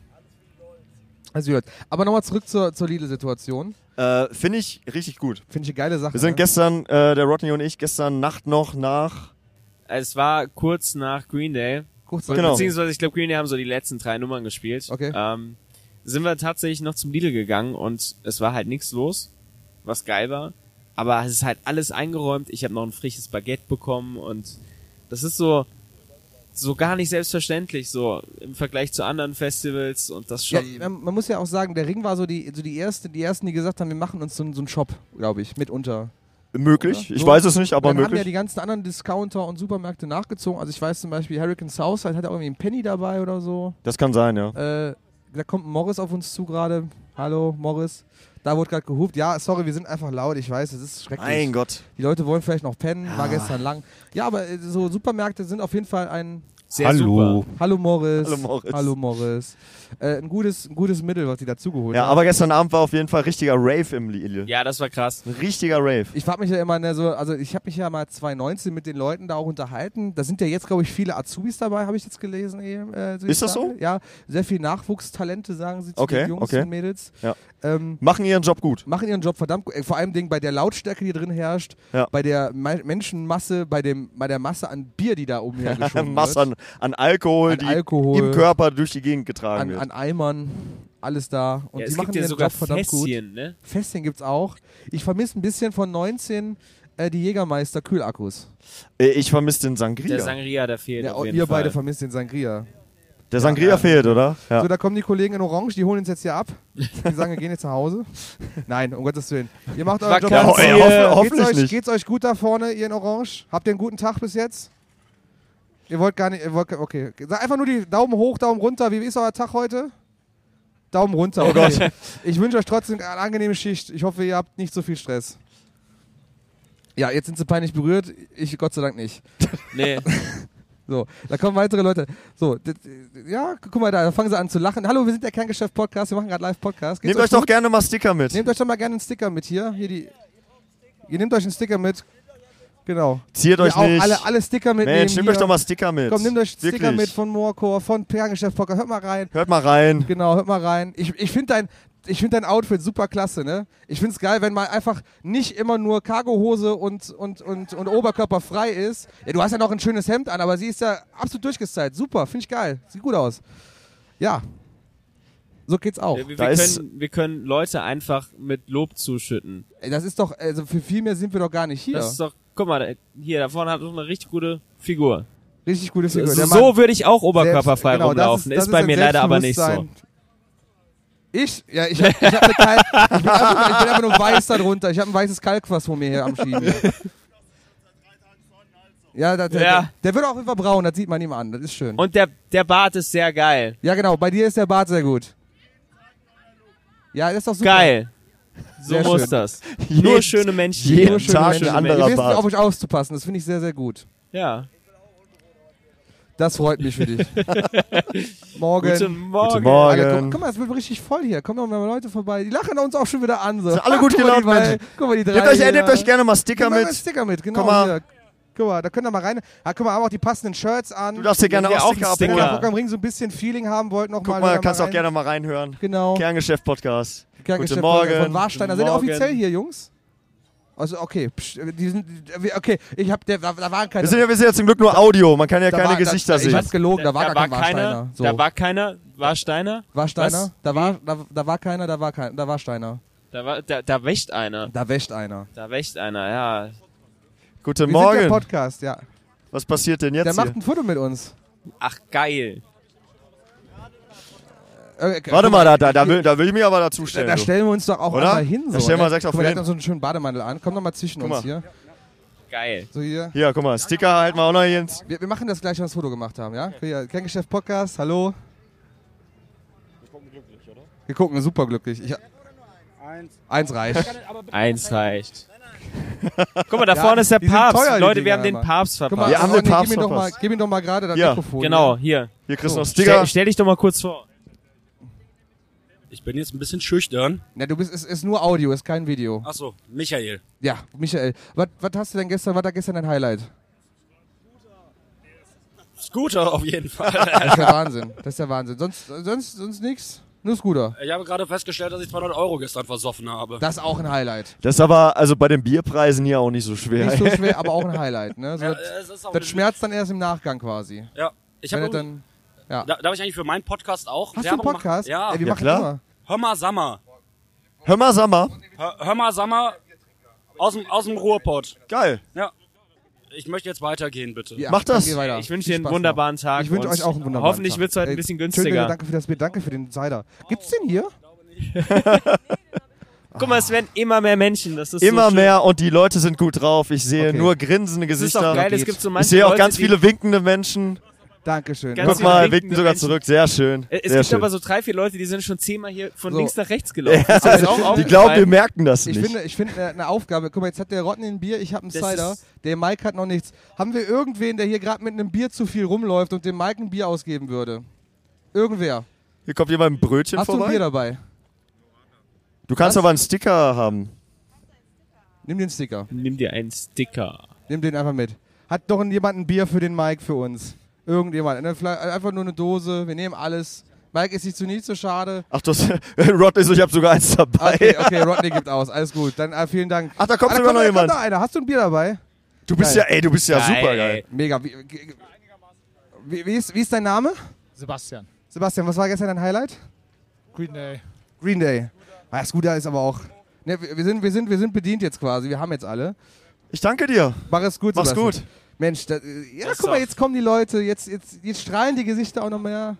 Speaker 1: Also gut. Aber nochmal zurück zur, zur Lidl-Situation.
Speaker 2: Äh, Finde ich richtig gut.
Speaker 1: Finde ich eine geile Sache.
Speaker 2: Wir sind
Speaker 1: ne?
Speaker 2: gestern, äh, der Rodney und ich, gestern Nacht noch nach.
Speaker 9: Es war kurz nach Green Day.
Speaker 1: Kurz
Speaker 2: Genau.
Speaker 9: Beziehungsweise, ich glaube, Green Day haben so die letzten drei Nummern gespielt.
Speaker 1: Okay.
Speaker 9: Ähm, sind wir tatsächlich noch zum Lidl gegangen und es war halt nichts los, was geil war. Aber es ist halt alles eingeräumt. Ich habe noch ein frisches Baguette bekommen und das ist so so gar nicht selbstverständlich so im Vergleich zu anderen Festivals und das
Speaker 1: Ja,
Speaker 9: schon.
Speaker 1: man, man muss ja auch sagen, der Ring war so die, so die, erste, die ersten, die gesagt haben, wir machen uns so, einen- so einen Shop, glaube ich, mitunter.
Speaker 2: Möglich,
Speaker 1: Oder?
Speaker 2: ich
Speaker 1: So.
Speaker 2: weiß es nicht, aber
Speaker 1: dann haben
Speaker 2: möglich.
Speaker 1: ja die ganzen anderen Discounter und Supermärkte nachgezogen. Also ich weiß zum Beispiel, Hurricane Southside hat auch irgendwie einen Penny dabei oder so.
Speaker 2: das kann sein, ja.
Speaker 1: Äh, da kommt ein Morris auf uns zu gerade. Hallo, Morris. Da wurde gerade gehupt. Ja, sorry, wir sind einfach laut. Ich weiß, es ist schrecklich.
Speaker 2: Mein Gott.
Speaker 1: Die Leute wollen vielleicht noch pennen. War gestern lang. Ja, aber äh, so Supermärkte sind auf jeden Fall ein...
Speaker 9: Sehr Hallo. super.
Speaker 1: Hallo Morris.
Speaker 2: Hallo, Morris.
Speaker 1: Hallo Morris. Äh, ein, gutes, ein gutes Mittel, was die dazugeholt
Speaker 2: Ja,
Speaker 1: haben.
Speaker 2: aber gestern Abend war auf jeden Fall richtiger Rave im Lille.
Speaker 9: Ja, das war krass.
Speaker 2: Ein richtiger Rave.
Speaker 1: Ich frage mich ja immer, ne, so, also ich habe mich ja mal 2019 mit den Leuten da auch unterhalten. Da sind ja jetzt, glaube ich, viele Azubis dabei, habe ich jetzt gelesen. Eben, äh, so
Speaker 2: Ist das
Speaker 1: sagen.
Speaker 2: so?
Speaker 1: Ja, sehr viel Nachwuchstalente, sagen sie zu
Speaker 2: Okay,
Speaker 1: den Jungs
Speaker 2: okay.
Speaker 1: und Mädels.
Speaker 2: Ja.
Speaker 1: Ähm,
Speaker 2: Machen ihren Job gut.
Speaker 1: machen ihren Job verdammt gut. Äh, Vor allem Dingen bei der Lautstärke, die drin herrscht,
Speaker 2: Ja.
Speaker 1: bei der Me- Menschenmasse, bei, dem, bei der Masse an Bier, die da oben hergeschoben
Speaker 2: Mass
Speaker 1: wird.
Speaker 2: an, an Alkohol,
Speaker 1: An
Speaker 2: die
Speaker 1: Alkohol.
Speaker 2: im Körper durch die Gegend getragen
Speaker 1: An,
Speaker 2: wird.
Speaker 1: an Eimern, alles da. Und
Speaker 9: Ja,
Speaker 1: die
Speaker 9: es
Speaker 1: machen
Speaker 9: gibt ja
Speaker 1: ihren
Speaker 9: sogar
Speaker 1: Job verdammt
Speaker 9: Fässchen,
Speaker 1: gut.
Speaker 9: ne?
Speaker 1: Fässchen gibt's auch. Ich vermisse ein bisschen von 19 äh, die Jägermeister-Kühlakkus.
Speaker 2: Äh, Ich vermisse den Sangria.
Speaker 9: Der
Speaker 2: Der,
Speaker 9: Sangria, der fehlt.
Speaker 1: Ja, oh,
Speaker 9: auf jeden
Speaker 1: ihr
Speaker 9: Fall.
Speaker 1: beide vermisst den Sangria.
Speaker 2: Sangria fehlt, oder? Ja.
Speaker 1: So, da kommen die Kollegen in Orange, die holen uns jetzt hier ab. Die sagen, wir gehen jetzt nach Hause. Nein, um Gottes Willen. Ihr macht euren Job.
Speaker 2: Ja, ho- ja, hoff-
Speaker 1: geht's,
Speaker 2: Oh, hoffentlich
Speaker 1: euch,
Speaker 2: nicht.
Speaker 1: geht's euch gut da vorne, ihr in Orange? Habt ihr einen guten Tag bis jetzt? Ihr wollt gar nicht, ihr wollt, okay. Sag einfach nur die Daumen hoch, Daumen runter. Wie ist euer Tag heute? Daumen runter. Okay.
Speaker 2: Oh Gott.
Speaker 1: Ich wünsche euch trotzdem eine angenehme Schicht. Ich hoffe, ihr habt nicht so viel Stress. Ja, jetzt sind sie peinlich berührt. Ich Gott sei Dank nicht.
Speaker 9: Nee.
Speaker 1: So, da kommen weitere Leute. So, d- d- ja, guck mal da, da fangen sie an zu lachen. Hallo, wir sind der Kerngeschäft-Podcast, wir machen gerade Live-Podcast. Geht's
Speaker 2: Nehmt euch doch
Speaker 1: gut?
Speaker 2: gerne mal Sticker mit.
Speaker 1: Nehmt euch doch mal gerne einen Sticker mit hier. hier die, ihr nehmt euch einen Sticker mit. Genau.
Speaker 2: Ziert
Speaker 1: Hier
Speaker 2: euch
Speaker 1: auch
Speaker 2: nicht.
Speaker 1: alle, alle Sticker mitnehmen.
Speaker 2: Mensch, nehmt
Speaker 1: hier.
Speaker 2: euch doch mal Sticker mit.
Speaker 1: Komm, nehmt euch Sticker
Speaker 2: Wirklich.
Speaker 1: mit von Moorcore, von Kerngeschäft-Podcast. Hört mal rein.
Speaker 2: Hört mal rein.
Speaker 1: Genau, hört mal rein. Ich, ich finde dein, ich find dein Outfit super klasse, ne? Ich finde es geil, wenn mal einfach nicht immer nur Cargohose und, und, und, und Oberkörper frei ist. Ja, du hast ja noch ein schönes Hemd an, aber sie ist ja absolut durchgestylt. Super, finde ich geil. Sieht gut aus. Ja. So geht's auch.
Speaker 9: Wir, wir,
Speaker 2: Da ist-
Speaker 9: können, wir können Leute einfach mit Lob zuschütten.
Speaker 1: Ey, Das ist doch, also für viel mehr sind wir doch gar nicht hier.
Speaker 9: Das ist doch, guck mal, da- hier, da vorne hat doch eine richtig gute Figur.
Speaker 1: Richtig gute Figur.
Speaker 9: So,
Speaker 1: Der Mann-
Speaker 9: so würde ich auch oberkörperfrei
Speaker 1: Selbst- genau, das
Speaker 9: rumlaufen.
Speaker 1: das
Speaker 9: ist, bei
Speaker 1: ein
Speaker 9: mir leider aber nicht so.
Speaker 1: Selbstbewusstsein. Ich? Ja, ich, hab, ich, hab eine Kalk, ich, bin einfach, ich bin einfach nur weiß darunter. Ich habe ein weißes Kalkfass vor mir hier am Schienen. Ja, da, der,
Speaker 9: Ja.
Speaker 1: der wird auch immer braun, das sieht man ihm an, das ist schön.
Speaker 9: Und der, der Bart ist sehr geil.
Speaker 1: ja, genau, bei dir ist der Bart sehr gut. Ja, das ist doch super.
Speaker 9: Geil. So
Speaker 1: Sehr
Speaker 9: muss
Speaker 1: schön.
Speaker 9: das. Nur
Speaker 2: Jeden-
Speaker 9: schönen Menschen.
Speaker 2: jeden
Speaker 9: Nur schöne
Speaker 2: Tag ein
Speaker 9: Menschen.
Speaker 2: anderer
Speaker 1: Ihr wisst
Speaker 2: Bart.
Speaker 1: auf euch aufzupassen, das finde ich sehr, sehr gut.
Speaker 9: Ja.
Speaker 1: Das freut mich für dich. Morgen.
Speaker 9: Guten Morgen.
Speaker 2: Guten Morgen.
Speaker 1: Alle, guck, guck mal, es wird richtig voll hier. Kommen doch mal Leute vorbei. Die lachen uns auch schon wieder an. So.
Speaker 2: Sind alle gut
Speaker 1: Guck mal,
Speaker 2: gelaunt,
Speaker 1: die beiden.
Speaker 2: Mensch.
Speaker 1: Guck mal, die drei.
Speaker 2: Nehmt euch,
Speaker 1: hier.
Speaker 2: äh, nehmt euch gerne mal Sticker
Speaker 1: Guck mal,
Speaker 2: mit.
Speaker 1: Sticker mit, genau.
Speaker 2: Guck mal.
Speaker 1: Hier. Guck mal, da könnt ihr mal rein. Ah, guck mal, haben auch die passenden Shirts an.
Speaker 2: Du darfst dir gerne
Speaker 9: Ja,
Speaker 2: auch
Speaker 9: auch
Speaker 2: Sticker
Speaker 9: ein
Speaker 1: Wenn
Speaker 2: abholen.
Speaker 1: ihr
Speaker 9: Sticker.
Speaker 1: Bock am Ring so ein bisschen Feeling haben wollt, noch
Speaker 2: Guck
Speaker 1: mal
Speaker 2: mal,
Speaker 1: wieder
Speaker 2: kannst
Speaker 1: rein.
Speaker 2: auch gerne mal reinhören.
Speaker 1: Genau.
Speaker 2: Kerngeschäft Podcast.
Speaker 1: Kerngeschäft
Speaker 2: Guten Morgen.
Speaker 1: Von Warstein. Da
Speaker 2: Guten
Speaker 1: seid ihr
Speaker 2: Morgen.
Speaker 1: offiziell hier, Jungs. Also, okay. Psch, die sind, die- okay, ich hab, der, da, da waren keine.
Speaker 2: Wir sind ja, wir sind ja zum Glück nur Audio, man kann ja
Speaker 1: da
Speaker 2: keine
Speaker 1: war-
Speaker 2: Gesichter
Speaker 1: da, Ich
Speaker 2: sehen.
Speaker 1: hab's gelogen, da, war gar kein
Speaker 9: keiner.
Speaker 1: Warsteiner. So.
Speaker 9: Da war keiner. War Steiner?
Speaker 1: Warsteiner?
Speaker 9: Was?
Speaker 1: Da war, da, da war keiner, da war kein, da war Steiner.
Speaker 9: Da, war, da, da wächt einer.
Speaker 1: Da wäscht einer.
Speaker 9: Da wächt einer, ja.
Speaker 2: Guten
Speaker 1: Wir sind der
Speaker 2: Morgen.
Speaker 1: Podcast, ja.
Speaker 2: Was passiert denn
Speaker 1: Der
Speaker 2: jetzt
Speaker 1: macht
Speaker 2: hier?
Speaker 1: ein Foto mit uns.
Speaker 9: Ach, geil.
Speaker 1: Äh, äh,
Speaker 2: Warte
Speaker 1: guck
Speaker 2: mal, da, da, da, will, da will ich mich aber dazu
Speaker 1: Da,
Speaker 2: stellen.
Speaker 1: da
Speaker 2: du.
Speaker 1: stellen wir uns doch auch
Speaker 2: Oder?
Speaker 1: mal hin. So,
Speaker 2: Da stellen wir
Speaker 1: ne?
Speaker 2: sechs auf
Speaker 1: Guck mal, der hat
Speaker 2: den.
Speaker 1: noch so einen schönen Bademantel an. Komm doch mal zwischen
Speaker 2: Guck
Speaker 1: uns
Speaker 2: mal.
Speaker 1: hier.
Speaker 9: Geil.
Speaker 1: So hier.
Speaker 2: Hier, guck mal, Sticker halten wir auch noch jetzt.
Speaker 1: Wir, wir machen das gleich, wenn wir das Foto gemacht haben, ja? Hier, Kerngeschäft Podcast, hallo. Wir gucken glücklich, oder? Wir gucken super glücklich. Ich,
Speaker 14: Eins.
Speaker 1: eins reicht.
Speaker 9: Eins reicht. Guck mal, da
Speaker 1: Ja,
Speaker 9: vorne ist der
Speaker 1: die sind
Speaker 9: Papst.
Speaker 1: teuer, die
Speaker 9: Leute, wir
Speaker 1: Dinger
Speaker 9: haben den
Speaker 1: immer.
Speaker 9: Papst
Speaker 1: Guck
Speaker 9: verpasst.
Speaker 1: mal,
Speaker 2: Wir haben den
Speaker 1: Ronny,
Speaker 2: Papst
Speaker 1: gib, ihm doch mal,
Speaker 2: verpasst.
Speaker 1: gib ihm doch mal gerade das
Speaker 2: Ja,
Speaker 1: Mikrofon.
Speaker 9: Genau, hier.
Speaker 2: Hier kriegst du noch Sticker.
Speaker 9: Stell, stell dich doch mal kurz vor.
Speaker 11: Ich bin jetzt ein bisschen schüchtern.
Speaker 1: Na, du bist, es ist nur Audio, ist kein Video.
Speaker 11: Achso, Michael.
Speaker 1: Ja, Michael, was was hast du denn gestern, was war gestern dein Highlight?
Speaker 11: Scooter auf jeden Fall.
Speaker 1: Das ist der Wahnsinn. Das ist der Wahnsinn. Sonst, sonst, sonst nichts. Nur Scooter.
Speaker 11: Ich habe gerade festgestellt, dass ich 200 Euro gestern versoffen habe.
Speaker 1: Das ist auch ein Highlight.
Speaker 2: Das ist aber also bei den Bierpreisen hier auch nicht so schwer.
Speaker 1: Nicht so schwer, aber auch ein Highlight. Ne? So,
Speaker 11: Ja,
Speaker 1: das,
Speaker 11: es ist auch
Speaker 1: das schmerzt dann erst im Nachgang quasi.
Speaker 11: Ja, ich
Speaker 1: Wenn
Speaker 11: habe
Speaker 1: das dann, ja.
Speaker 11: Da, darf ich eigentlich für meinen Podcast auch
Speaker 1: Hast du einen
Speaker 11: Werbung
Speaker 1: Podcast?
Speaker 11: Machen? Ja,
Speaker 1: Ey, wir
Speaker 2: Ja,
Speaker 1: machen
Speaker 2: klar.
Speaker 1: immer.
Speaker 11: Hör mal Sammer.
Speaker 2: Hör mal, sag mal.
Speaker 11: Hör, hör mal Sammer. Aus dem, aus dem Ruhrpott.
Speaker 2: Geil.
Speaker 11: Ja. Ich möchte jetzt weitergehen, bitte.
Speaker 1: Ja,
Speaker 2: Mach das.
Speaker 1: dann geh weiter.
Speaker 9: Ich wünsche
Speaker 1: Viel
Speaker 9: dir einen
Speaker 1: Spaß
Speaker 9: wunderbaren Tag.
Speaker 1: Ich wünsche
Speaker 9: und
Speaker 1: euch auch einen wunderbaren
Speaker 9: Hoffentlich
Speaker 1: Tag.
Speaker 9: wird's heute
Speaker 1: Ey,
Speaker 9: ein bisschen
Speaker 1: Schön,
Speaker 9: günstiger.
Speaker 1: danke für das Bier, danke für den Cider. Gibt's den hier?
Speaker 9: Guck mal, es werden immer mehr Menschen. Das ist
Speaker 2: Immer
Speaker 9: so schön.
Speaker 2: mehr und die Leute sind gut drauf. Ich sehe
Speaker 1: Okay.
Speaker 2: nur grinsende
Speaker 9: Das ist auch
Speaker 2: Gesichter.
Speaker 9: geil. Es gibt so
Speaker 2: ich
Speaker 9: manche
Speaker 2: sehe auch
Speaker 9: Leute,
Speaker 2: ganz
Speaker 9: die-
Speaker 2: viele winkende Menschen.
Speaker 1: Dankeschön.
Speaker 9: Ganz
Speaker 2: Guck
Speaker 9: viele
Speaker 2: mal,
Speaker 9: winkende
Speaker 2: winken sogar
Speaker 9: Menschen.
Speaker 2: zurück. Sehr schön.
Speaker 9: Äh, Es
Speaker 2: Sehr
Speaker 9: gibt
Speaker 2: schön.
Speaker 9: aber so drei, vier Leute, die sind schon zehnmal hier von
Speaker 1: So.
Speaker 9: links nach rechts gelaufen.
Speaker 2: Ja,
Speaker 9: Ist das auch
Speaker 2: die
Speaker 9: aufgefallen?
Speaker 2: glauben, wir merken das
Speaker 1: Ich
Speaker 2: nicht.
Speaker 1: finde, ich finde äh, eine Aufgabe. Guck mal, jetzt hat der Rotten ein Bier, ich habe einen
Speaker 9: Das
Speaker 1: Cider,
Speaker 9: ist-
Speaker 1: der Mike hat noch nichts. Haben wir irgendwen, der hier gerade mit einem Bier zu viel rumläuft und dem Mike ein Bier ausgeben würde? Irgendwer.
Speaker 2: Hier kommt jemand mit einem Brötchen
Speaker 1: Hast du ein
Speaker 2: vorbei.
Speaker 1: Bier dabei?
Speaker 2: Du kannst
Speaker 1: Was?
Speaker 2: aber einen Sticker haben.
Speaker 1: Nimm den Sticker.
Speaker 9: Nimm dir einen Sticker.
Speaker 1: Nimm den einfach mit. Hat doch jemand ein Bier für den Mike für uns? Irgendjemand. Ne, vielleicht Einfach nur eine Dose. Wir nehmen alles. Mike ist sich zu nie zu schade.
Speaker 2: Ach, das, Rod ist, ich habe sogar eins dabei.
Speaker 1: Okay, okay, Rodney gibt aus. Alles gut. Dann ah, vielen Dank.
Speaker 2: Ach, da kommt
Speaker 1: Ah,
Speaker 2: sogar noch
Speaker 1: da
Speaker 2: jemand.
Speaker 1: da einer. Hast du ein Bier dabei?
Speaker 2: Du bist ja, ey, du bist ja
Speaker 9: Geil.
Speaker 2: super geil.
Speaker 1: Mega. Wie, ge- wie, wie, ist, wie ist dein Name?
Speaker 3: Sebastian.
Speaker 1: Sebastian, was war gestern dein Highlight?
Speaker 3: Green Day.
Speaker 1: Green Day. Ah, das Gute ist aber auch. Ne, wir, wir sind, wir, sind, wir sind bedient jetzt quasi. Wir haben jetzt alle.
Speaker 2: Ich danke dir.
Speaker 1: Mach es gut,
Speaker 2: Mach's
Speaker 1: Sebastian.
Speaker 2: gut.
Speaker 1: Mensch, da, äh, ja, guck mal, jetzt kommen die Leute. Jetzt, jetzt, jetzt strahlen die Gesichter auch noch mehr.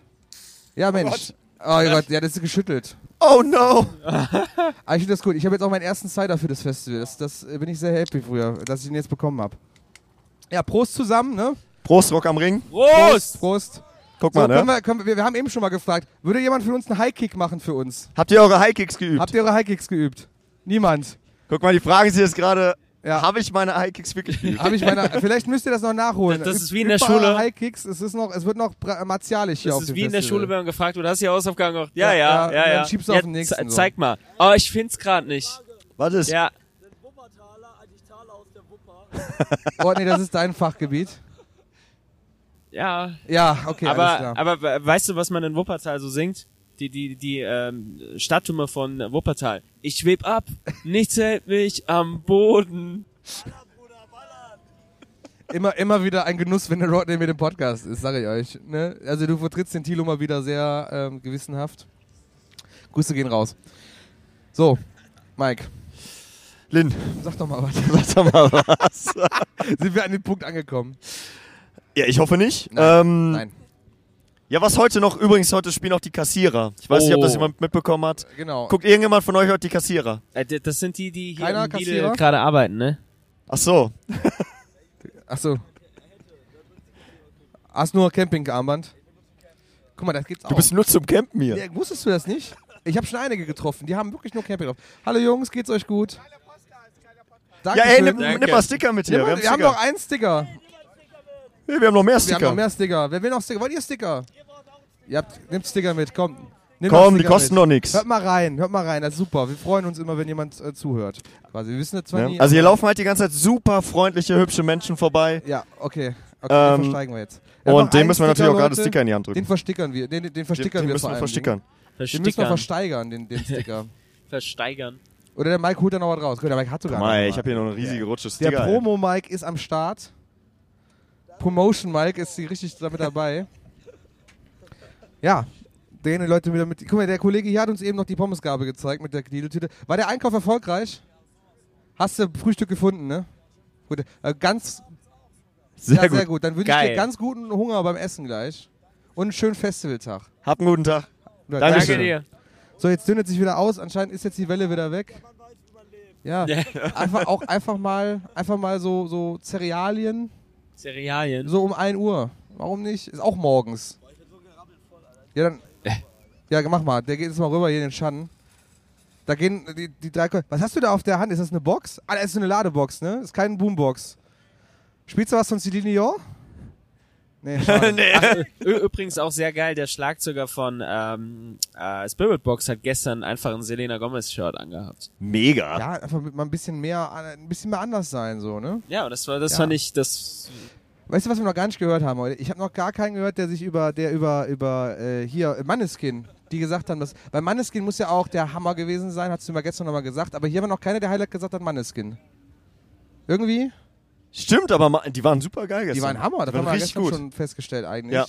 Speaker 1: Ja, Mensch. Oh Gott, ja, das ist geschüttelt.
Speaker 2: Oh no.
Speaker 1: Aber ich finde das gut. Ich habe jetzt auch meinen ersten Cider für das Festival. Das, das äh, bin ich sehr happy früher, dass ich ihn jetzt bekommen habe. Ja, Prost zusammen, ne?
Speaker 2: Prost, Rock am Ring.
Speaker 9: Prost!
Speaker 1: Prost.
Speaker 2: Guck
Speaker 1: So,
Speaker 2: mal,
Speaker 1: können
Speaker 2: ne?
Speaker 1: wir, können wir, wir haben eben schon mal gefragt, würde jemand für uns einen Highkick machen für uns?
Speaker 2: Habt ihr eure Highkicks geübt?
Speaker 1: Habt ihr eure Highkicks geübt? Niemand.
Speaker 2: Guck mal, die fragen sich jetzt gerade,
Speaker 1: Ja.
Speaker 2: habe ich meine Highkicks wirklich geübt?
Speaker 1: Hab ich meine, vielleicht müsst ihr das noch nachholen.
Speaker 9: Das- das ist
Speaker 1: Üb-
Speaker 9: wie in der
Speaker 1: übt mal
Speaker 9: Schule.
Speaker 1: eure Highkicks, es, ist noch, es wird noch bra- martialisch hier
Speaker 9: Das
Speaker 1: auf
Speaker 9: ist
Speaker 1: dem
Speaker 9: wie in der
Speaker 1: Festival.
Speaker 9: Schule, wenn man gefragt wurde, hast du die Hausaufgaben gemacht? Ja,
Speaker 1: Ja,
Speaker 9: ja, ja,
Speaker 1: ja,
Speaker 9: ja.
Speaker 1: dann schiebst du auf den nächsten,
Speaker 9: ze-
Speaker 1: so.
Speaker 9: Zeig mal. Oh, ich find's gerade nicht.
Speaker 2: Was ist?
Speaker 9: Ja,
Speaker 1: Oh, nee, das ist dein Fachgebiet.
Speaker 9: ja.
Speaker 1: Ja, okay, alles
Speaker 9: aber,
Speaker 1: klar.
Speaker 9: aber we- weißt du, was man in Wuppertal so singt? Die, die, die ähm, Stadttumme von Wuppertal. Ich schweb ab, nichts hält mich am Boden.
Speaker 1: immer, immer wieder ein Genuss, wenn der Rodney mit dem Podcast ist, sage ich euch. Ne? Also du vertrittst den Thilo mal wieder sehr ähm, gewissenhaft. Grüße gehen raus. So, Mike,
Speaker 2: Lin,
Speaker 1: sag doch mal was.
Speaker 2: sag mal was.
Speaker 1: Sind wir an den Punkt angekommen?
Speaker 2: ja, ich hoffe nicht.
Speaker 1: Nein,
Speaker 2: ähm,
Speaker 1: Nein.
Speaker 2: Ja, was heute noch? Übrigens, heute spielen auch die Kassierer. Ich weiß nicht, ob das
Speaker 9: Oh.
Speaker 2: jemand mitbekommen hat.
Speaker 1: Genau.
Speaker 2: Guckt irgendjemand von euch heute die Kassierer?
Speaker 9: Äh, d- Das sind die, die hier
Speaker 1: Keiner
Speaker 9: im Lidl
Speaker 1: Kassierer?
Speaker 9: gerade arbeiten, ne?
Speaker 2: Ach so.
Speaker 1: Achso. Hast nur Campingarmband? Guck mal, das gibt's auch.
Speaker 2: Du bist nur zum Campen hier.
Speaker 1: ja, wusstest du das nicht? Ich habe schon einige getroffen, die haben wirklich nur Camping drauf. Hallo Jungs, geht's euch gut?
Speaker 2: Ja, ey, nimm,
Speaker 1: Dankeschön.
Speaker 2: nimm mal Sticker mit hier.
Speaker 1: Nimm mal- wir haben
Speaker 2: Sticker.
Speaker 1: noch einen Sticker.
Speaker 2: Nee, wir haben noch mehr
Speaker 1: Wir
Speaker 2: Sticker.
Speaker 1: haben noch mehr Sticker. Wer will noch Sticker? Wollt ihr Sticker? Ihr habt, nehmt Sticker mit, komm. Nehmt noch
Speaker 2: Komm, die
Speaker 1: Sticker
Speaker 2: kosten
Speaker 1: mit.
Speaker 2: doch nichts.
Speaker 1: Hört mal rein, hört mal rein, das ist super. Wir freuen uns immer, wenn jemand äh, zuhört. Quasi. Wir wissen jetzt zwar nie.
Speaker 2: Ne? Also hier laufen halt die ganze Zeit super freundliche, hübsche Menschen vorbei.
Speaker 1: ja, okay. Okay,
Speaker 2: Ähm,
Speaker 1: den versteigen wir jetzt.
Speaker 2: und dem
Speaker 1: einen
Speaker 2: müssen wir natürlich auch gerade
Speaker 1: Leute.
Speaker 2: Sticker in die Hand
Speaker 1: Den
Speaker 2: drücken.
Speaker 1: verstickern wir. Den, den verstickern
Speaker 2: den
Speaker 1: wir
Speaker 2: müssen
Speaker 1: vor
Speaker 2: wir
Speaker 1: allem.
Speaker 2: verstickern.
Speaker 1: Den müssen wir
Speaker 9: Verstickern.
Speaker 1: versteigern, den, den Sticker.
Speaker 9: Versteigern.
Speaker 1: Oder der Mike holt da noch was raus. Guck, Der Mike hat sogar noch
Speaker 2: Mei,
Speaker 1: was.
Speaker 2: ich habe hier noch eine riesige Rutsche
Speaker 1: Der
Speaker 2: Sticker. ey.
Speaker 1: Promo-Mike ist am Start. Promotion-Mike ist hier richtig damit dabei. ja, den Leute wieder mit. Guck mal, der Kollege hier hat uns eben noch die Pommesgabel gezeigt mit der Kniedeltüte. War der Einkauf erfolgreich? Hast du Frühstück gefunden, ne? Gut, äh, ganz,
Speaker 2: Sehr,
Speaker 1: ja,
Speaker 2: gut.
Speaker 1: sehr gut. Dann wünsche ich dir
Speaker 9: Geil.
Speaker 1: ganz guten Hunger beim Essen gleich. Und einen schönen Festivaltag.
Speaker 2: Hab einen guten Tag.
Speaker 1: Ja,
Speaker 2: Dankeschön.
Speaker 9: Danke dir.
Speaker 1: So, jetzt dünnet sich wieder aus. Anscheinend ist jetzt die Welle wieder weg. Ja, einfach auch einfach mal, einfach mal so, so Cerealien,
Speaker 9: Cerealien.
Speaker 1: so um 1 Uhr. Warum nicht? Ist auch morgens. Ja, dann. Ja, mach mal. Der geht jetzt mal rüber hier in den Schatten. Da gehen die, die drei. Ko- Was hast du da auf der Hand? Ist das eine Box? Ah, das ist so eine Ladebox, ne? Ist kein Boombox. Spielst du was von Celine Dion? Nee, schade.
Speaker 9: Ü- Übrigens auch sehr geil, der Schlagzeuger von ähm, äh, Spirit Box hat gestern einfach ein Selena Gomez-Shirt angehabt.
Speaker 2: Mega.
Speaker 1: Ja, einfach mit mal ein bisschen mehr, äh, ein bisschen mehr anders sein, so, ne?
Speaker 9: Ja, und das war, das
Speaker 1: Ja.
Speaker 9: fand ich, das
Speaker 1: Weißt du, was wir noch gar nicht gehört haben heute? Ich habe noch gar keinen gehört, der sich über, der über, über äh, hier, Manneskin, die gesagt haben, dass, weil Manneskin muss ja auch der Hammer gewesen sein, hast du mir gestern nochmal gesagt, aber hier haben wir noch keiner, der Highlight gesagt hat, Manneskin. Irgendwie?
Speaker 2: Stimmt, aber ma- die waren super geil gestern.
Speaker 1: Die waren Hammer, das
Speaker 2: die waren
Speaker 1: haben wir ja
Speaker 2: richtig
Speaker 1: gestern
Speaker 2: gut.
Speaker 1: schon festgestellt eigentlich.
Speaker 2: Ja.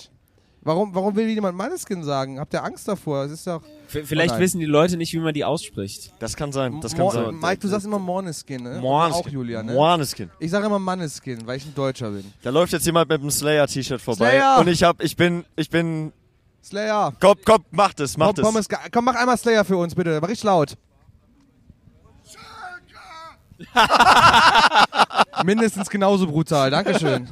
Speaker 3: Warum, warum will jemand Maneskin sagen? Habt ihr Angst davor? Es ist doch.
Speaker 9: V- Vielleicht
Speaker 3: Oh nein.
Speaker 9: wissen die Leute nicht, wie man die ausspricht.
Speaker 2: Das kann sein,
Speaker 3: Mor- Mike, du sagst immer Morneskin, ne?
Speaker 2: Måneskin.
Speaker 3: Auch Julia, ne?
Speaker 2: Måneskin.
Speaker 3: Ich sage immer Manneskin, weil ich ein Deutscher bin.
Speaker 2: Da läuft jetzt jemand mit einem Slayer-T-Shirt vorbei.
Speaker 3: Slayer!
Speaker 2: Und ich hab, ich bin, ich bin.
Speaker 3: Slayer!
Speaker 2: Komm, komm, mach das, mach
Speaker 3: komm, komm,
Speaker 2: das.
Speaker 3: es, komm, mach einmal Slayer für uns, bitte. Aber richtig laut. Mindestens genauso brutal. Dankeschön.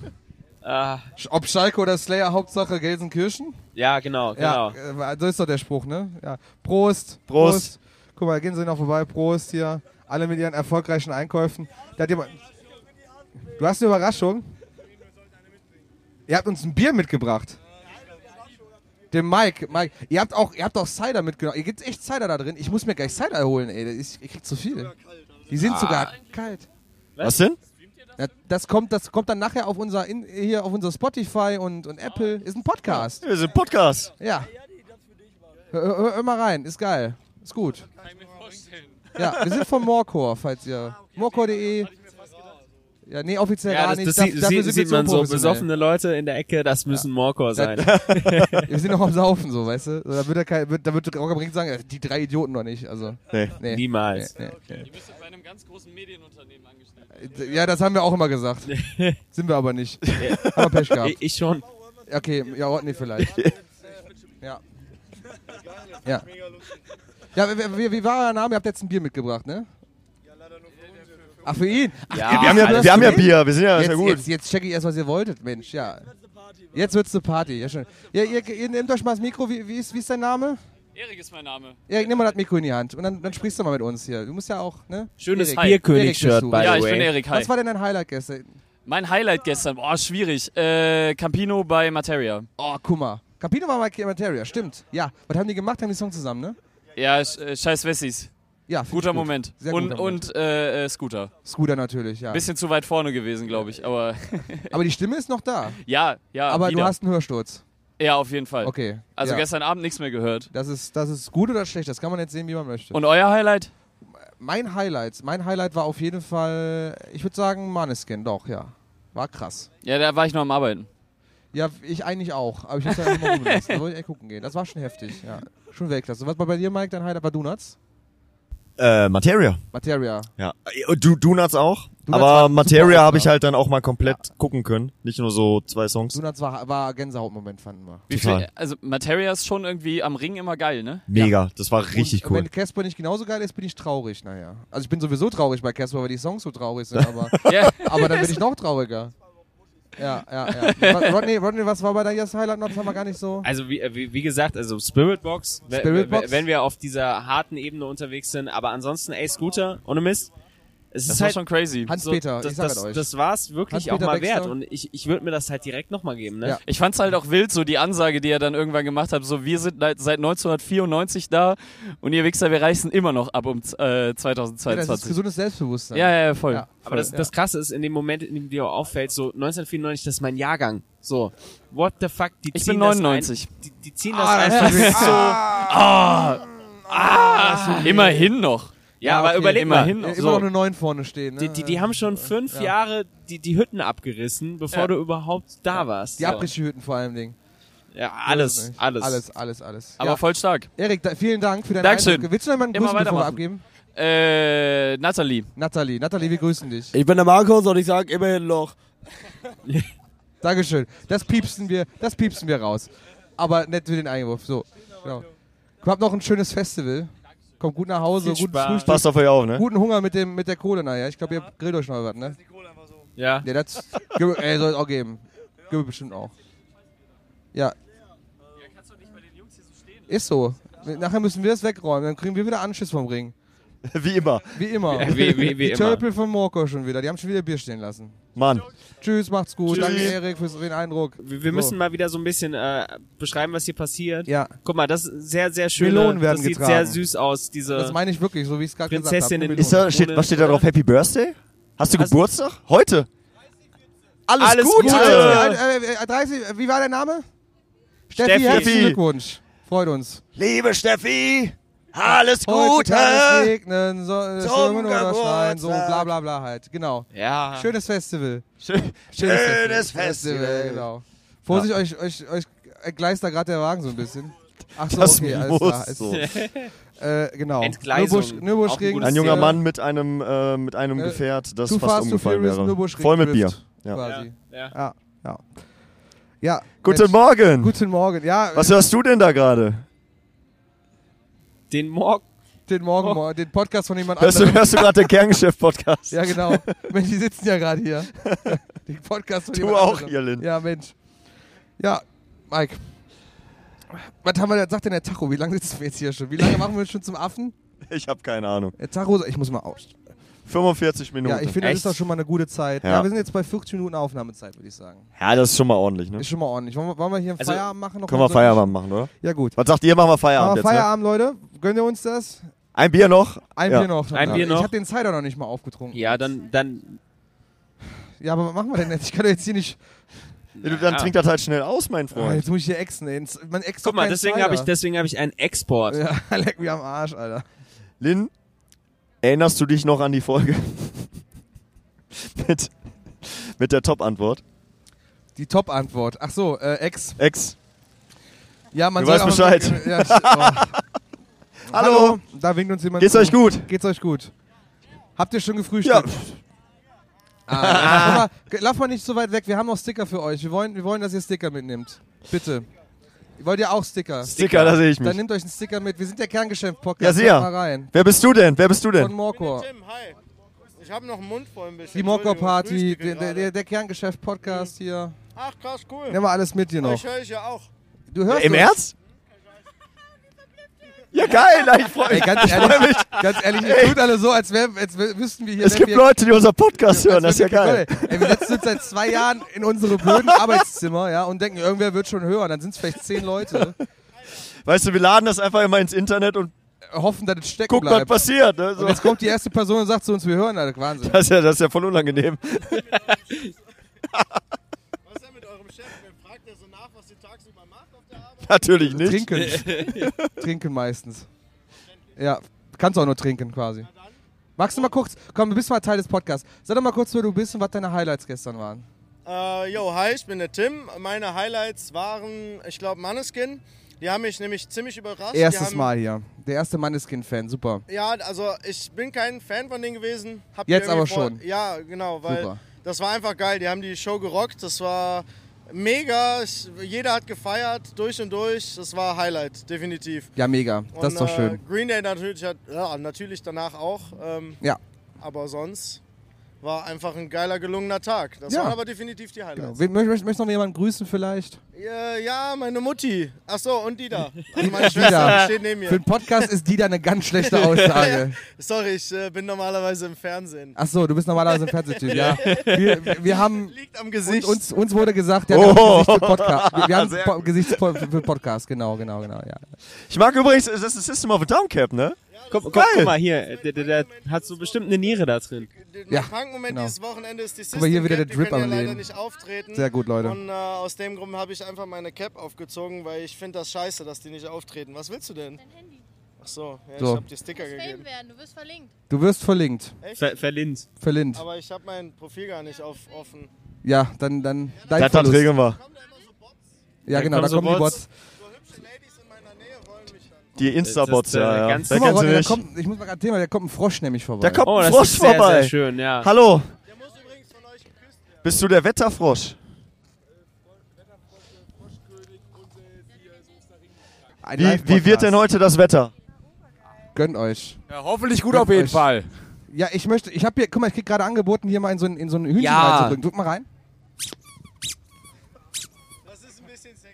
Speaker 9: Ah,
Speaker 3: Ob Schalke oder Slayer, Hauptsache Gelsenkirchen?
Speaker 9: ja, genau, genau.
Speaker 3: Ja, äh, so ist doch der Spruch, ne? Ja. Prost, Prost. Guck mal, gehen Sie noch vorbei. Prost hier. Alle mit ihren erfolgreichen Einkäufen. Da hat jemand du hast eine Überraschung? Ihr habt uns ein Bier mitgebracht. Dem Mike, Mike. Ihr habt auch, ihr habt auch Cider mitgenommen. Ihr gibt echt Cider da drin. Ich muss mir gleich Cider holen, ey. Das ist- Ich krieg zu viel. Die sind
Speaker 2: Ah.
Speaker 3: sogar kalt.
Speaker 2: Was denn?
Speaker 3: Ja, das kommt, das kommt dann nachher auf unser, in, hier auf unser Spotify und, und Apple. Ist ein Podcast.
Speaker 2: Wir sind Podcast.
Speaker 3: Ja. Hör, hör, hör mal rein, ist geil. Ist gut. Ja, wir sind von Morcor, falls
Speaker 11: Ah,
Speaker 3: ihr. Morcor.de. Ja, nee, offiziell
Speaker 9: Ja,
Speaker 3: gar
Speaker 9: das,
Speaker 3: nicht.
Speaker 9: das
Speaker 3: Daf-
Speaker 9: sieht,
Speaker 3: dafür
Speaker 9: sieht,
Speaker 3: sind wir
Speaker 9: sieht man so
Speaker 3: professionell.
Speaker 9: besoffene Leute in der Ecke, das müssen Morkor sein.
Speaker 3: wir sind noch am Saufen, so, weißt du? So, Da wird, er kein, wird, da wird Rock am Ring sagen, äh, die drei Idioten noch nicht. Also,
Speaker 2: Nee.
Speaker 9: Niemals.
Speaker 3: nee.
Speaker 11: Ihr müsst bei einem ganz großen Medienunternehmen angestellt
Speaker 3: D- Ja, das haben wir auch immer gesagt. sind wir aber nicht.
Speaker 9: Ja.
Speaker 3: haben wir Pech gehabt.
Speaker 9: Ich- ich schon.
Speaker 3: Okay, ja, Rodney vielleicht. ja. Ja. Ja, wie, wie, wie war euer Name? Ihr habt jetzt ein Bier mitgebracht, ne? Ach, für ihn? Ach,
Speaker 2: Ja,
Speaker 1: Ah,
Speaker 3: ihr
Speaker 2: wir haben ja-
Speaker 3: habt das
Speaker 2: wir haben ja
Speaker 3: für ihn?
Speaker 2: Bier, wir sind ja- ist
Speaker 3: jetzt,
Speaker 2: ja gut.
Speaker 3: Jetzt, jetzt check ich erst, was ihr wolltet, Mensch, ja. Jetzt wird's eine Party, ja schön. Ja, ihr, ihr nehmt euch mal das Mikro, wie, wie, ist, wie ist dein Name?
Speaker 11: Erik ist mein Name.
Speaker 3: Erik, nimm mal das Mikro in die Hand und dann, dann sprichst du mal mit uns hier. Du musst ja auch, ne?
Speaker 11: Schönes
Speaker 3: Erik,
Speaker 11: Hi.
Speaker 3: Erik bist
Speaker 11: Bierkönig-Shirt,
Speaker 3: du.
Speaker 11: by the Ja, ich way. bin Erik, hi.
Speaker 3: Was war denn dein Highlight gestern?
Speaker 11: Mein Highlight gestern, oh, schwierig. Äh, Campino bei Materia.
Speaker 3: Oh, guck mal. Campino war mal Materia, stimmt. Ja, was haben die gemacht? Haben die Song zusammen, ne?
Speaker 11: Ja, sch äh, scheiß Wessis.
Speaker 3: Ja, find
Speaker 11: guter
Speaker 3: ich gut.
Speaker 11: Moment.
Speaker 3: Sehr
Speaker 11: und
Speaker 3: guter Moment.
Speaker 11: und äh, äh, Scooter.
Speaker 3: Scooter natürlich, ja.
Speaker 11: Bisschen zu weit vorne gewesen, glaube ich, aber
Speaker 3: Aber die Stimme ist noch da.
Speaker 11: ja, ja.
Speaker 3: Aber
Speaker 11: wieder.
Speaker 3: du hast einen Hörsturz.
Speaker 11: Ja, auf jeden Fall.
Speaker 3: Okay,
Speaker 11: Also
Speaker 3: ja.
Speaker 11: gestern Abend nichts mehr gehört.
Speaker 3: Das ist, das ist gut oder schlecht, das kann man jetzt sehen, wie man möchte.
Speaker 11: Und euer Highlight?
Speaker 3: Mein Highlight, mein Highlight war auf jeden Fall, ich würde sagen Maneskin, doch, ja. War krass.
Speaker 11: Ja, da war ich noch am Arbeiten.
Speaker 3: Ja, ich eigentlich auch, aber ich hab's ja immer ruhen lassen. Da wollte ich echt gucken gehen. Das war schon heftig, ja. Schon Weltklasse. Was war bei dir, Mike, dein Highlight? War Donuts?
Speaker 2: Äh, Materia.
Speaker 3: Materia.
Speaker 2: Ja. Äh, Du, Donuts auch.
Speaker 3: Donuts war
Speaker 2: aber Materia
Speaker 3: super,
Speaker 2: habe ich
Speaker 3: ja.
Speaker 2: halt dann auch mal komplett gucken können. Nicht nur so zwei Songs.
Speaker 3: Donuts war, war Gänsehautmoment, fanden wir.
Speaker 11: Wie
Speaker 2: Total.
Speaker 11: viel, also Materia ist schon irgendwie am Ring immer geil, ne?
Speaker 2: Mega. Das war richtig
Speaker 3: Und
Speaker 2: cool.
Speaker 3: Wenn Casper nicht genauso geil ist, bin ich traurig, naja. Also ich bin sowieso traurig bei Casper, weil die Songs so traurig sind, aber,
Speaker 11: Ja.
Speaker 3: aber dann bin ich noch trauriger. Ja, ja, ja. Wa- Rodney, Rodney, was war bei deinem Highlight noch? Das haben wir gar nicht so.
Speaker 9: Also wie, äh, wie, wie gesagt, also Spiritbox, we-
Speaker 3: Spirit
Speaker 9: we-
Speaker 3: Box?
Speaker 9: wenn wir auf dieser harten Ebene unterwegs sind, aber ansonsten ey Scooter, ohne Mist. Es
Speaker 11: Das
Speaker 9: ist
Speaker 11: war
Speaker 9: halt
Speaker 11: schon crazy.
Speaker 3: Hans-Peter,
Speaker 9: das,
Speaker 3: ich sag
Speaker 9: das,
Speaker 3: es euch.
Speaker 9: das war's wirklich auch
Speaker 3: Hans-Peter
Speaker 9: mal wert
Speaker 3: Baxter.
Speaker 9: und ich, ich würde mir das halt direkt nochmal geben, ne?
Speaker 11: Ich fand's halt auch wild, so die Ansage, die er dann irgendwann gemacht hat, so wir sind seit seit 1994 da und ihr Wichser, wir reißen immer noch ab um äh, 2022.
Speaker 3: Ja, das ist gesundes Selbstbewusstsein.
Speaker 11: Ja, ja, ja, voll.
Speaker 3: Ja,
Speaker 9: Aber das, das Krasse ist, in dem Moment, in dem dir auffällt, so 1994, das ist mein Jahrgang. So, what the fuck, die
Speaker 11: Ich
Speaker 9: ziehen
Speaker 11: bin
Speaker 9: Das
Speaker 11: 99.
Speaker 9: ein, die, die ziehen das
Speaker 11: Ah,
Speaker 9: einfach
Speaker 11: das ist
Speaker 9: so.
Speaker 11: Ah. Ah. Immerhin noch.
Speaker 9: Ja, aber überleg
Speaker 11: Immerhin
Speaker 9: mal.
Speaker 11: noch.
Speaker 9: Immer
Speaker 11: So.
Speaker 9: noch
Speaker 3: eine 9 vorne stehen. Ne?
Speaker 9: Die, die, die haben schon fünf
Speaker 3: Ja.
Speaker 9: Jahre die, die Hütten abgerissen, bevor
Speaker 3: Ja.
Speaker 9: du überhaupt da warst.
Speaker 3: Die Abrisschhüten vor allem Dingen.
Speaker 9: Ja, alles, alles.
Speaker 3: Alles, alles, alles.
Speaker 11: Aber
Speaker 3: ja.
Speaker 11: voll stark.
Speaker 3: Erik, da, vielen Dank für deine
Speaker 11: Dankeschön.
Speaker 3: Eindrücke. Willst du noch jemanden
Speaker 11: Immer
Speaker 3: grüßen, bevor wir
Speaker 11: weitermachen.
Speaker 3: abgeben?
Speaker 11: Äh, Nathalie.
Speaker 3: Nathalie, Nathalie, wir grüßen dich.
Speaker 15: Ich bin der Markus und ich sage immerhin noch.
Speaker 3: Dankeschön. Das piepsen wir, das piepsen wir raus. Aber nett für den Einwurf. So. Genau. Habt noch ein schönes Festival. Kommt gut nach Hause,
Speaker 9: Viel
Speaker 3: guten
Speaker 9: Spaß.
Speaker 3: Frühstück.
Speaker 2: Passt auf euch auf, ne?
Speaker 3: Guten Hunger mit, dem, mit der Kohle, naja. Ich glaube, ihr grillt euch noch was, ne?
Speaker 9: Ja.
Speaker 3: Ja, das ge- ey, oh, soll es auch geben. Gibt es bestimmt auch. Ja. Ist so. Nachher müssen wir das wegräumen, dann kriegen wir wieder Anschiss vom Ring.
Speaker 2: Wie immer.
Speaker 3: Wie immer.
Speaker 2: Ja, wie- wie- wie
Speaker 3: die
Speaker 2: immer.
Speaker 3: Tölpel von Morko schon wieder, die haben schon wieder Bier stehen lassen.
Speaker 2: Mann.
Speaker 3: Tschüss, macht's gut.
Speaker 9: Tschüss.
Speaker 3: Danke, Erik, für den Eindruck.
Speaker 9: Wir, wir müssen mal wieder so ein bisschen äh, beschreiben, was hier passiert.
Speaker 3: Ja.
Speaker 9: Guck mal, das ist sehr, sehr schön.
Speaker 3: Melonen werden
Speaker 9: Das sieht
Speaker 3: getragen.
Speaker 9: sehr süß aus, diese.
Speaker 3: Das meine ich wirklich, so wie ich es gerade gesagt habe.
Speaker 9: Prinzessin in-
Speaker 3: Melonen.
Speaker 2: Ist da, steht, was steht da drauf? Happy Birthday? Hast du Geburtstag? Heute? Alles,
Speaker 3: Alles
Speaker 2: Gute!
Speaker 3: Gute! Äh, äh, äh, 30, wie war der Name? Steffi,
Speaker 2: Steffi.
Speaker 3: herzlichen Glückwunsch. Freut uns.
Speaker 2: Liebe Steffi, alles
Speaker 3: Heute
Speaker 2: Gute!
Speaker 3: kann es regnen, so, äh,
Speaker 2: Zum
Speaker 3: stürmen oder schneien, so
Speaker 2: Geburtstag.
Speaker 3: bla bla bla halt. Genau.
Speaker 2: Ja.
Speaker 3: Schönes Festival.
Speaker 2: Schönes Festival.
Speaker 3: Genau. Vorsicht, euch, euch, euch
Speaker 1: entgleist da gerade der Wagen so ein bisschen. Ach so,
Speaker 2: Das
Speaker 1: okay, alles
Speaker 2: muss
Speaker 1: klar. Ist-
Speaker 2: so.
Speaker 1: äh, genau.
Speaker 2: Entgleisung,
Speaker 1: Nürburg- Nürburgring-
Speaker 2: auch ein gutes Ein junger
Speaker 1: äh,
Speaker 2: Mann mit einem, äh, mit einem
Speaker 1: äh,
Speaker 2: Gefährt, das
Speaker 1: Too
Speaker 2: fast
Speaker 1: Fast, Too
Speaker 2: umgefallen
Speaker 1: Furious,
Speaker 2: wäre.
Speaker 1: Nürburgring
Speaker 2: Voll mit Bier.
Speaker 1: Drift
Speaker 2: Ja.
Speaker 1: Quasi.
Speaker 3: Ja.
Speaker 1: ja. ja. Ja,
Speaker 2: Guten
Speaker 1: Mensch.
Speaker 2: Morgen.
Speaker 1: Guten Morgen. Ja,
Speaker 2: Was
Speaker 1: äh,
Speaker 2: hörst du denn da gerade?
Speaker 3: Den Morgen.
Speaker 1: Den Morgen,
Speaker 3: Oh.
Speaker 1: Morgen- den Podcast von jemand
Speaker 2: Hörst du,
Speaker 1: anderem.
Speaker 2: hörst du gerade den Kerngeschäft-Podcast?
Speaker 1: Ja, genau. Mensch, die sitzen ja gerade hier. Den Podcast von
Speaker 2: Du
Speaker 1: jemand
Speaker 2: auch
Speaker 1: anderem.
Speaker 2: hier, Lin.
Speaker 1: Ja, Mensch. Ja, Mike. Was haben wir denn, sagt denn der Tacho? Wie lange sitzen wir jetzt hier schon? Wie lange machen wir uns schon zum Affen?
Speaker 2: Ich habe keine Ahnung.
Speaker 1: Der Tacho, ich muss mal aus.
Speaker 2: 45 Minuten.
Speaker 1: Ja, ich finde, das ist doch schon mal eine gute Zeit. Ja,
Speaker 2: Ja.
Speaker 1: wir sind jetzt bei 40 Minuten Aufnahmezeit, würde ich sagen.
Speaker 2: Ja, das ist schon mal ordentlich, ne?
Speaker 1: Ist schon mal ordentlich. Wollen wir, wollen wir hier einen Feierabend machen? Noch
Speaker 2: Können wir
Speaker 1: mal so-
Speaker 2: Feierabend machen, oder?
Speaker 1: Ja, gut.
Speaker 2: Was sagt ihr, machen wir Feierabend
Speaker 1: Machen wir
Speaker 2: jetzt? Ne?
Speaker 1: Feierabend, Leute. Gönnen wir uns das?
Speaker 2: Ein Bier noch?
Speaker 1: Ein
Speaker 2: Ja.
Speaker 1: Bier noch.
Speaker 3: Ein Bier noch.
Speaker 1: Ich habe den Cider noch nicht mal aufgetrunken.
Speaker 3: Ja, dann, dann.
Speaker 1: Ja, aber was machen wir denn jetzt? Ich kann doch jetzt hier nicht.
Speaker 2: Ja, du, dann
Speaker 3: Ja.
Speaker 2: trink das halt schnell aus, mein Freund.
Speaker 1: Ah, jetzt muss ich hier exen. ey. Jetzt- Man ext
Speaker 3: Guck
Speaker 1: doch
Speaker 3: mal,
Speaker 1: keinen
Speaker 3: deswegen
Speaker 1: Cider.
Speaker 3: habe ich, deswegen hab ich einen Export.
Speaker 1: Ja, leck mich am Arsch, Alter.
Speaker 2: Lin, erinnerst du dich noch an die Folge mit, mit der Top-Antwort?
Speaker 1: Die Top-Antwort. Ach so, äh, Ex.
Speaker 2: Ex.
Speaker 1: Ja, man
Speaker 2: Du
Speaker 1: soll
Speaker 2: weißt
Speaker 1: auch-
Speaker 2: Bescheid.
Speaker 1: Ja, sch- oh.
Speaker 2: Hallo.
Speaker 1: Da winkt uns jemand.
Speaker 2: Geht's
Speaker 1: zu.
Speaker 2: euch gut?
Speaker 1: Geht's euch gut? Habt ihr schon gefrühstückt? Ja. Ah, guck mal, lauf mal nicht so weit weg. Wir haben noch Sticker für euch. Wir wollen, wir wollen dass ihr Sticker mitnimmt. Bitte. Wollt ihr auch Sticker?
Speaker 2: Sticker, da seh ich mich.
Speaker 1: Dann nehmt euch einen Sticker mit. Wir sind der
Speaker 2: Ja,
Speaker 1: Kerngeschäft-Podcast. Hört mal
Speaker 2: sehr.
Speaker 1: rein.
Speaker 2: Wer bist du denn? Wer bist du
Speaker 1: Von
Speaker 2: denn?
Speaker 1: Morkor.
Speaker 11: Tim, hi. Ich habe noch einen Mund voll ein bisschen.
Speaker 1: Die Mokko-Party,
Speaker 11: Entschuldigung,
Speaker 1: der,
Speaker 11: ich frühstücke
Speaker 1: der, der Kerngeschäft-Podcast hier.
Speaker 11: gerade. Ach krass, cool.
Speaker 1: Nimm mal alles mit hier noch.
Speaker 11: Ich höre ich ja auch.
Speaker 1: Du hörst
Speaker 2: Im
Speaker 1: uns.
Speaker 2: Ernst? Ja, geil, ich freue
Speaker 1: Ey,
Speaker 2: mich.
Speaker 1: ganz
Speaker 2: ich freu
Speaker 1: ehrlich,
Speaker 2: mich.
Speaker 1: ganz ehrlich, ihr
Speaker 2: Ey.
Speaker 1: tut alle so, als, wär, als wär, wüssten wir hier.
Speaker 2: Es
Speaker 1: wenn
Speaker 2: gibt
Speaker 1: wir,
Speaker 2: Leute, die unseren Podcast hören, das ist ja geil.
Speaker 1: Leute, Ey, wir sitzen jetzt seit zwei Jahren in unsere blöden Arbeitszimmer ja, und denken, irgendwer wird schon hören. Dann sind es vielleicht zehn Leute.
Speaker 2: Weißt du, wir laden das einfach immer ins Internet und
Speaker 1: hoffen, dass es stecken
Speaker 2: Guck, was
Speaker 1: bleibt.
Speaker 2: passiert. Ne? So.
Speaker 1: Und jetzt kommt die erste Person und sagt zu uns, wir hören alle. Wahnsinn.
Speaker 2: Das ist, ja, das ist ja voll unangenehm.
Speaker 11: Was ist denn mit eurem Chef? Wer fragt der so nach, was ihr tagsüber macht auf der Arbeit?
Speaker 2: Natürlich nicht.
Speaker 1: Trinken. trinken meistens. Ja, kannst auch nur trinken quasi. Magst du mal kurz, komm, du bist mal Teil des Podcasts. Sag doch mal kurz, wer du bist und was deine Highlights gestern waren.
Speaker 11: Äh, yo, hi, ich bin der Tim. Meine Highlights waren, ich glaube, Manneskin. Die haben mich nämlich ziemlich überrascht. Die
Speaker 1: Erstes
Speaker 11: haben,
Speaker 1: Mal hier. Der erste Manneskin-Fan, super.
Speaker 11: Ja, also ich bin kein Fan von denen gewesen. Hab die
Speaker 1: Jetzt
Speaker 11: irgendwie
Speaker 1: aber
Speaker 11: vor-
Speaker 1: schon.
Speaker 11: Ja, genau, weil
Speaker 1: Super.
Speaker 11: das war einfach geil. Die haben die Show gerockt. Das war mega. Ich, jeder hat gefeiert, durch und durch. Das war Highlight, definitiv.
Speaker 1: Ja, mega.
Speaker 11: Und,
Speaker 1: Das ist doch
Speaker 11: Äh,
Speaker 1: schön.
Speaker 11: Green Day natürlich, hat, ja, natürlich danach auch. Ähm,
Speaker 1: Ja.
Speaker 11: Aber sonst war einfach ein geiler, gelungener Tag. Das
Speaker 1: Ja.
Speaker 11: waren aber definitiv die
Speaker 1: Genau.
Speaker 11: Highlights.
Speaker 1: Wen- möcht- möcht- Möchtest du noch jemanden grüßen vielleicht?
Speaker 11: Ja, ja, meine Mutti. Achso, und die da. Also
Speaker 1: Die
Speaker 11: meine Schwester
Speaker 1: da.
Speaker 11: steht neben mir.
Speaker 1: Für den Podcast ist die da eine ganz schlechte Aussage.
Speaker 11: Sorry, ich äh, bin normalerweise im Fernsehen.
Speaker 1: Ach so, du bist normalerweise ein Fernsehtyp, ja. Wir, wir- wir haben
Speaker 11: Liegt am Gesicht.
Speaker 1: Uns, uns wurde gesagt, der hat
Speaker 2: Oh.
Speaker 1: ein Gesicht für Podcast. Wir, wir haben
Speaker 2: Sehr
Speaker 1: po Gesicht für, für Podcast, genau, genau, genau, ja.
Speaker 2: Ich mag übrigens, das ist System of a Down Cap, ne?
Speaker 3: Guck, guck,
Speaker 2: Geil.
Speaker 3: guck mal hier, äh, der, der, der hat so bestimmt eine Niere da drin.
Speaker 11: Mein
Speaker 1: Ja,
Speaker 11: Krankmoment
Speaker 1: genau.
Speaker 11: dieses Wochenende ist die System
Speaker 1: Guck mal, hier wieder
Speaker 11: Cap,
Speaker 1: der
Speaker 11: die
Speaker 1: Drip
Speaker 11: können
Speaker 1: am
Speaker 11: ja leider
Speaker 1: Leben.
Speaker 11: nicht auftreten.
Speaker 1: Sehr gut, Leute.
Speaker 11: Und äh, aus dem Grund habe ich einfach meine Cap aufgezogen, weil ich finde das scheiße, dass die nicht auftreten. Was willst du denn? Dein Handy. Ach so, ja,
Speaker 1: So.
Speaker 11: ich habe dir Sticker gegeben.
Speaker 16: du wirst verlinkt.
Speaker 1: Du wirst verlinkt.
Speaker 11: Echt?
Speaker 3: Ver verlinnt.
Speaker 1: Verlinkt.
Speaker 11: Aber ich habe mein Profil gar nicht auf, offen.
Speaker 1: Ja, dann, dann, dein
Speaker 2: Das, das
Speaker 1: Verlust.
Speaker 2: regeln wir.
Speaker 1: Ja,
Speaker 3: Da
Speaker 1: genau, da
Speaker 3: kommen so
Speaker 1: kommen die Bots.
Speaker 3: Bots.
Speaker 2: Die
Speaker 3: Das
Speaker 2: Insta-Bots,
Speaker 3: ist, äh,
Speaker 2: ja. ja.
Speaker 3: ganz-
Speaker 2: Wer
Speaker 1: Guck mal,
Speaker 2: kennt sie
Speaker 1: Ronny, da
Speaker 2: nicht? Oh,
Speaker 1: kommt, ich muss mal gerade Thema, da kommt ein Frosch nämlich vorbei.
Speaker 2: Da kommt
Speaker 3: Oh,
Speaker 2: ein
Speaker 3: das
Speaker 2: Frosch
Speaker 3: ist sehr,
Speaker 2: vorbei.
Speaker 3: sehr schön, ja.
Speaker 2: Hallo. Bist du der Wetterfrosch?
Speaker 1: Ein
Speaker 2: Wie, wie
Speaker 1: Live-Podcast.
Speaker 2: wird denn heute das Wetter?
Speaker 1: Gönnt euch.
Speaker 17: Ja, hoffentlich gut
Speaker 1: Gönnt
Speaker 17: auf jeden
Speaker 1: euch.
Speaker 17: Fall.
Speaker 1: Ja, ich möchte, ich habe hier, guck mal, ich krieg gerade angeboten, hier mal in so ein, in so ein Hühnchen
Speaker 17: Ja.
Speaker 1: reinzubringen. Drück mal rein.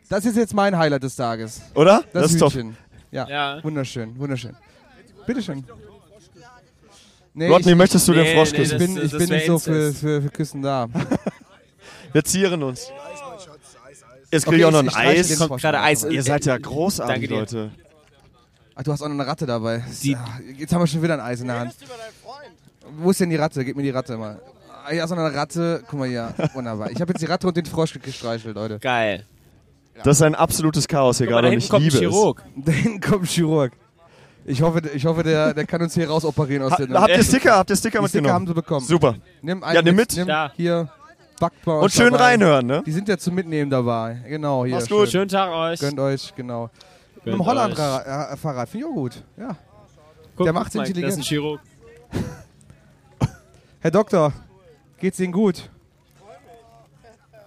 Speaker 1: Das ist jetzt mein Highlight des Tages.
Speaker 2: Oder?
Speaker 1: Das,
Speaker 2: Das ist doch-
Speaker 1: Hühnchen. Ja.
Speaker 3: Ja.
Speaker 1: wunderschön, wunderschön. Bitteschön.
Speaker 2: Rodney, möchtest du den Nee, Frosch nee,
Speaker 1: Ich
Speaker 2: küssen? das-
Speaker 1: bin, ich
Speaker 2: das
Speaker 1: bin
Speaker 2: wär
Speaker 1: nicht so für,
Speaker 2: Inzest.
Speaker 1: für, für Küssen da.
Speaker 2: Wir zieren uns. Jetzt kriege
Speaker 1: Okay,
Speaker 2: ich auch noch ein
Speaker 1: ich streichle
Speaker 2: Eis.
Speaker 1: den Kommt Frosch gerade mal. Eis.
Speaker 2: Ihr seid ja
Speaker 1: Äh,
Speaker 2: großartig,
Speaker 1: danke dir.
Speaker 2: Leute.
Speaker 1: Ach, du hast auch noch eine Ratte dabei. Ah, Jetzt haben wir schon wieder ein Eis in der Hand. Wo ist denn die Ratte? Gib mir die Ratte mal. Ah, Hier ist noch eine Ratte. Guck mal hier. Wunderbar. Ich habe jetzt die Ratte und den Frosch gestreichelt, Leute.
Speaker 3: Geil.
Speaker 2: Das ist ein absolutes Chaos hier
Speaker 3: Guck mal, da
Speaker 2: gerade und
Speaker 3: hinten
Speaker 2: ich
Speaker 3: kommt ein
Speaker 2: liebe
Speaker 3: Chirurg.
Speaker 1: Da hinten kommt ein Chirurg. Ich hoffe, ich hoffe der, der kann uns hier rausoperieren. Aus
Speaker 2: Ha-
Speaker 1: der
Speaker 2: habt ihr Sticker? Habt ihr Sticker
Speaker 1: die Sticker
Speaker 2: mitgenommen?
Speaker 1: haben sie bekommen.
Speaker 2: Super.
Speaker 1: Nimm einen
Speaker 2: Ja, nimm mit.
Speaker 1: Nimm
Speaker 2: Ja.
Speaker 1: hier. backt mal
Speaker 2: Und schön reinhören, ne?
Speaker 1: Die sind ja zum Mitnehmen dabei. Genau, hier.
Speaker 2: Macht's gut.
Speaker 1: schön.
Speaker 2: Schönen Tag euch.
Speaker 1: Gönnt euch, genau. Mit
Speaker 2: Gönnt
Speaker 1: einem Holland-Fahrrad finde ich auch gut. Ja.
Speaker 9: Guck,
Speaker 1: Der macht's
Speaker 9: guck mal,
Speaker 1: intelligent.
Speaker 9: Das ist ein Chirurg.
Speaker 1: Herr Doktor, geht's Ihnen gut?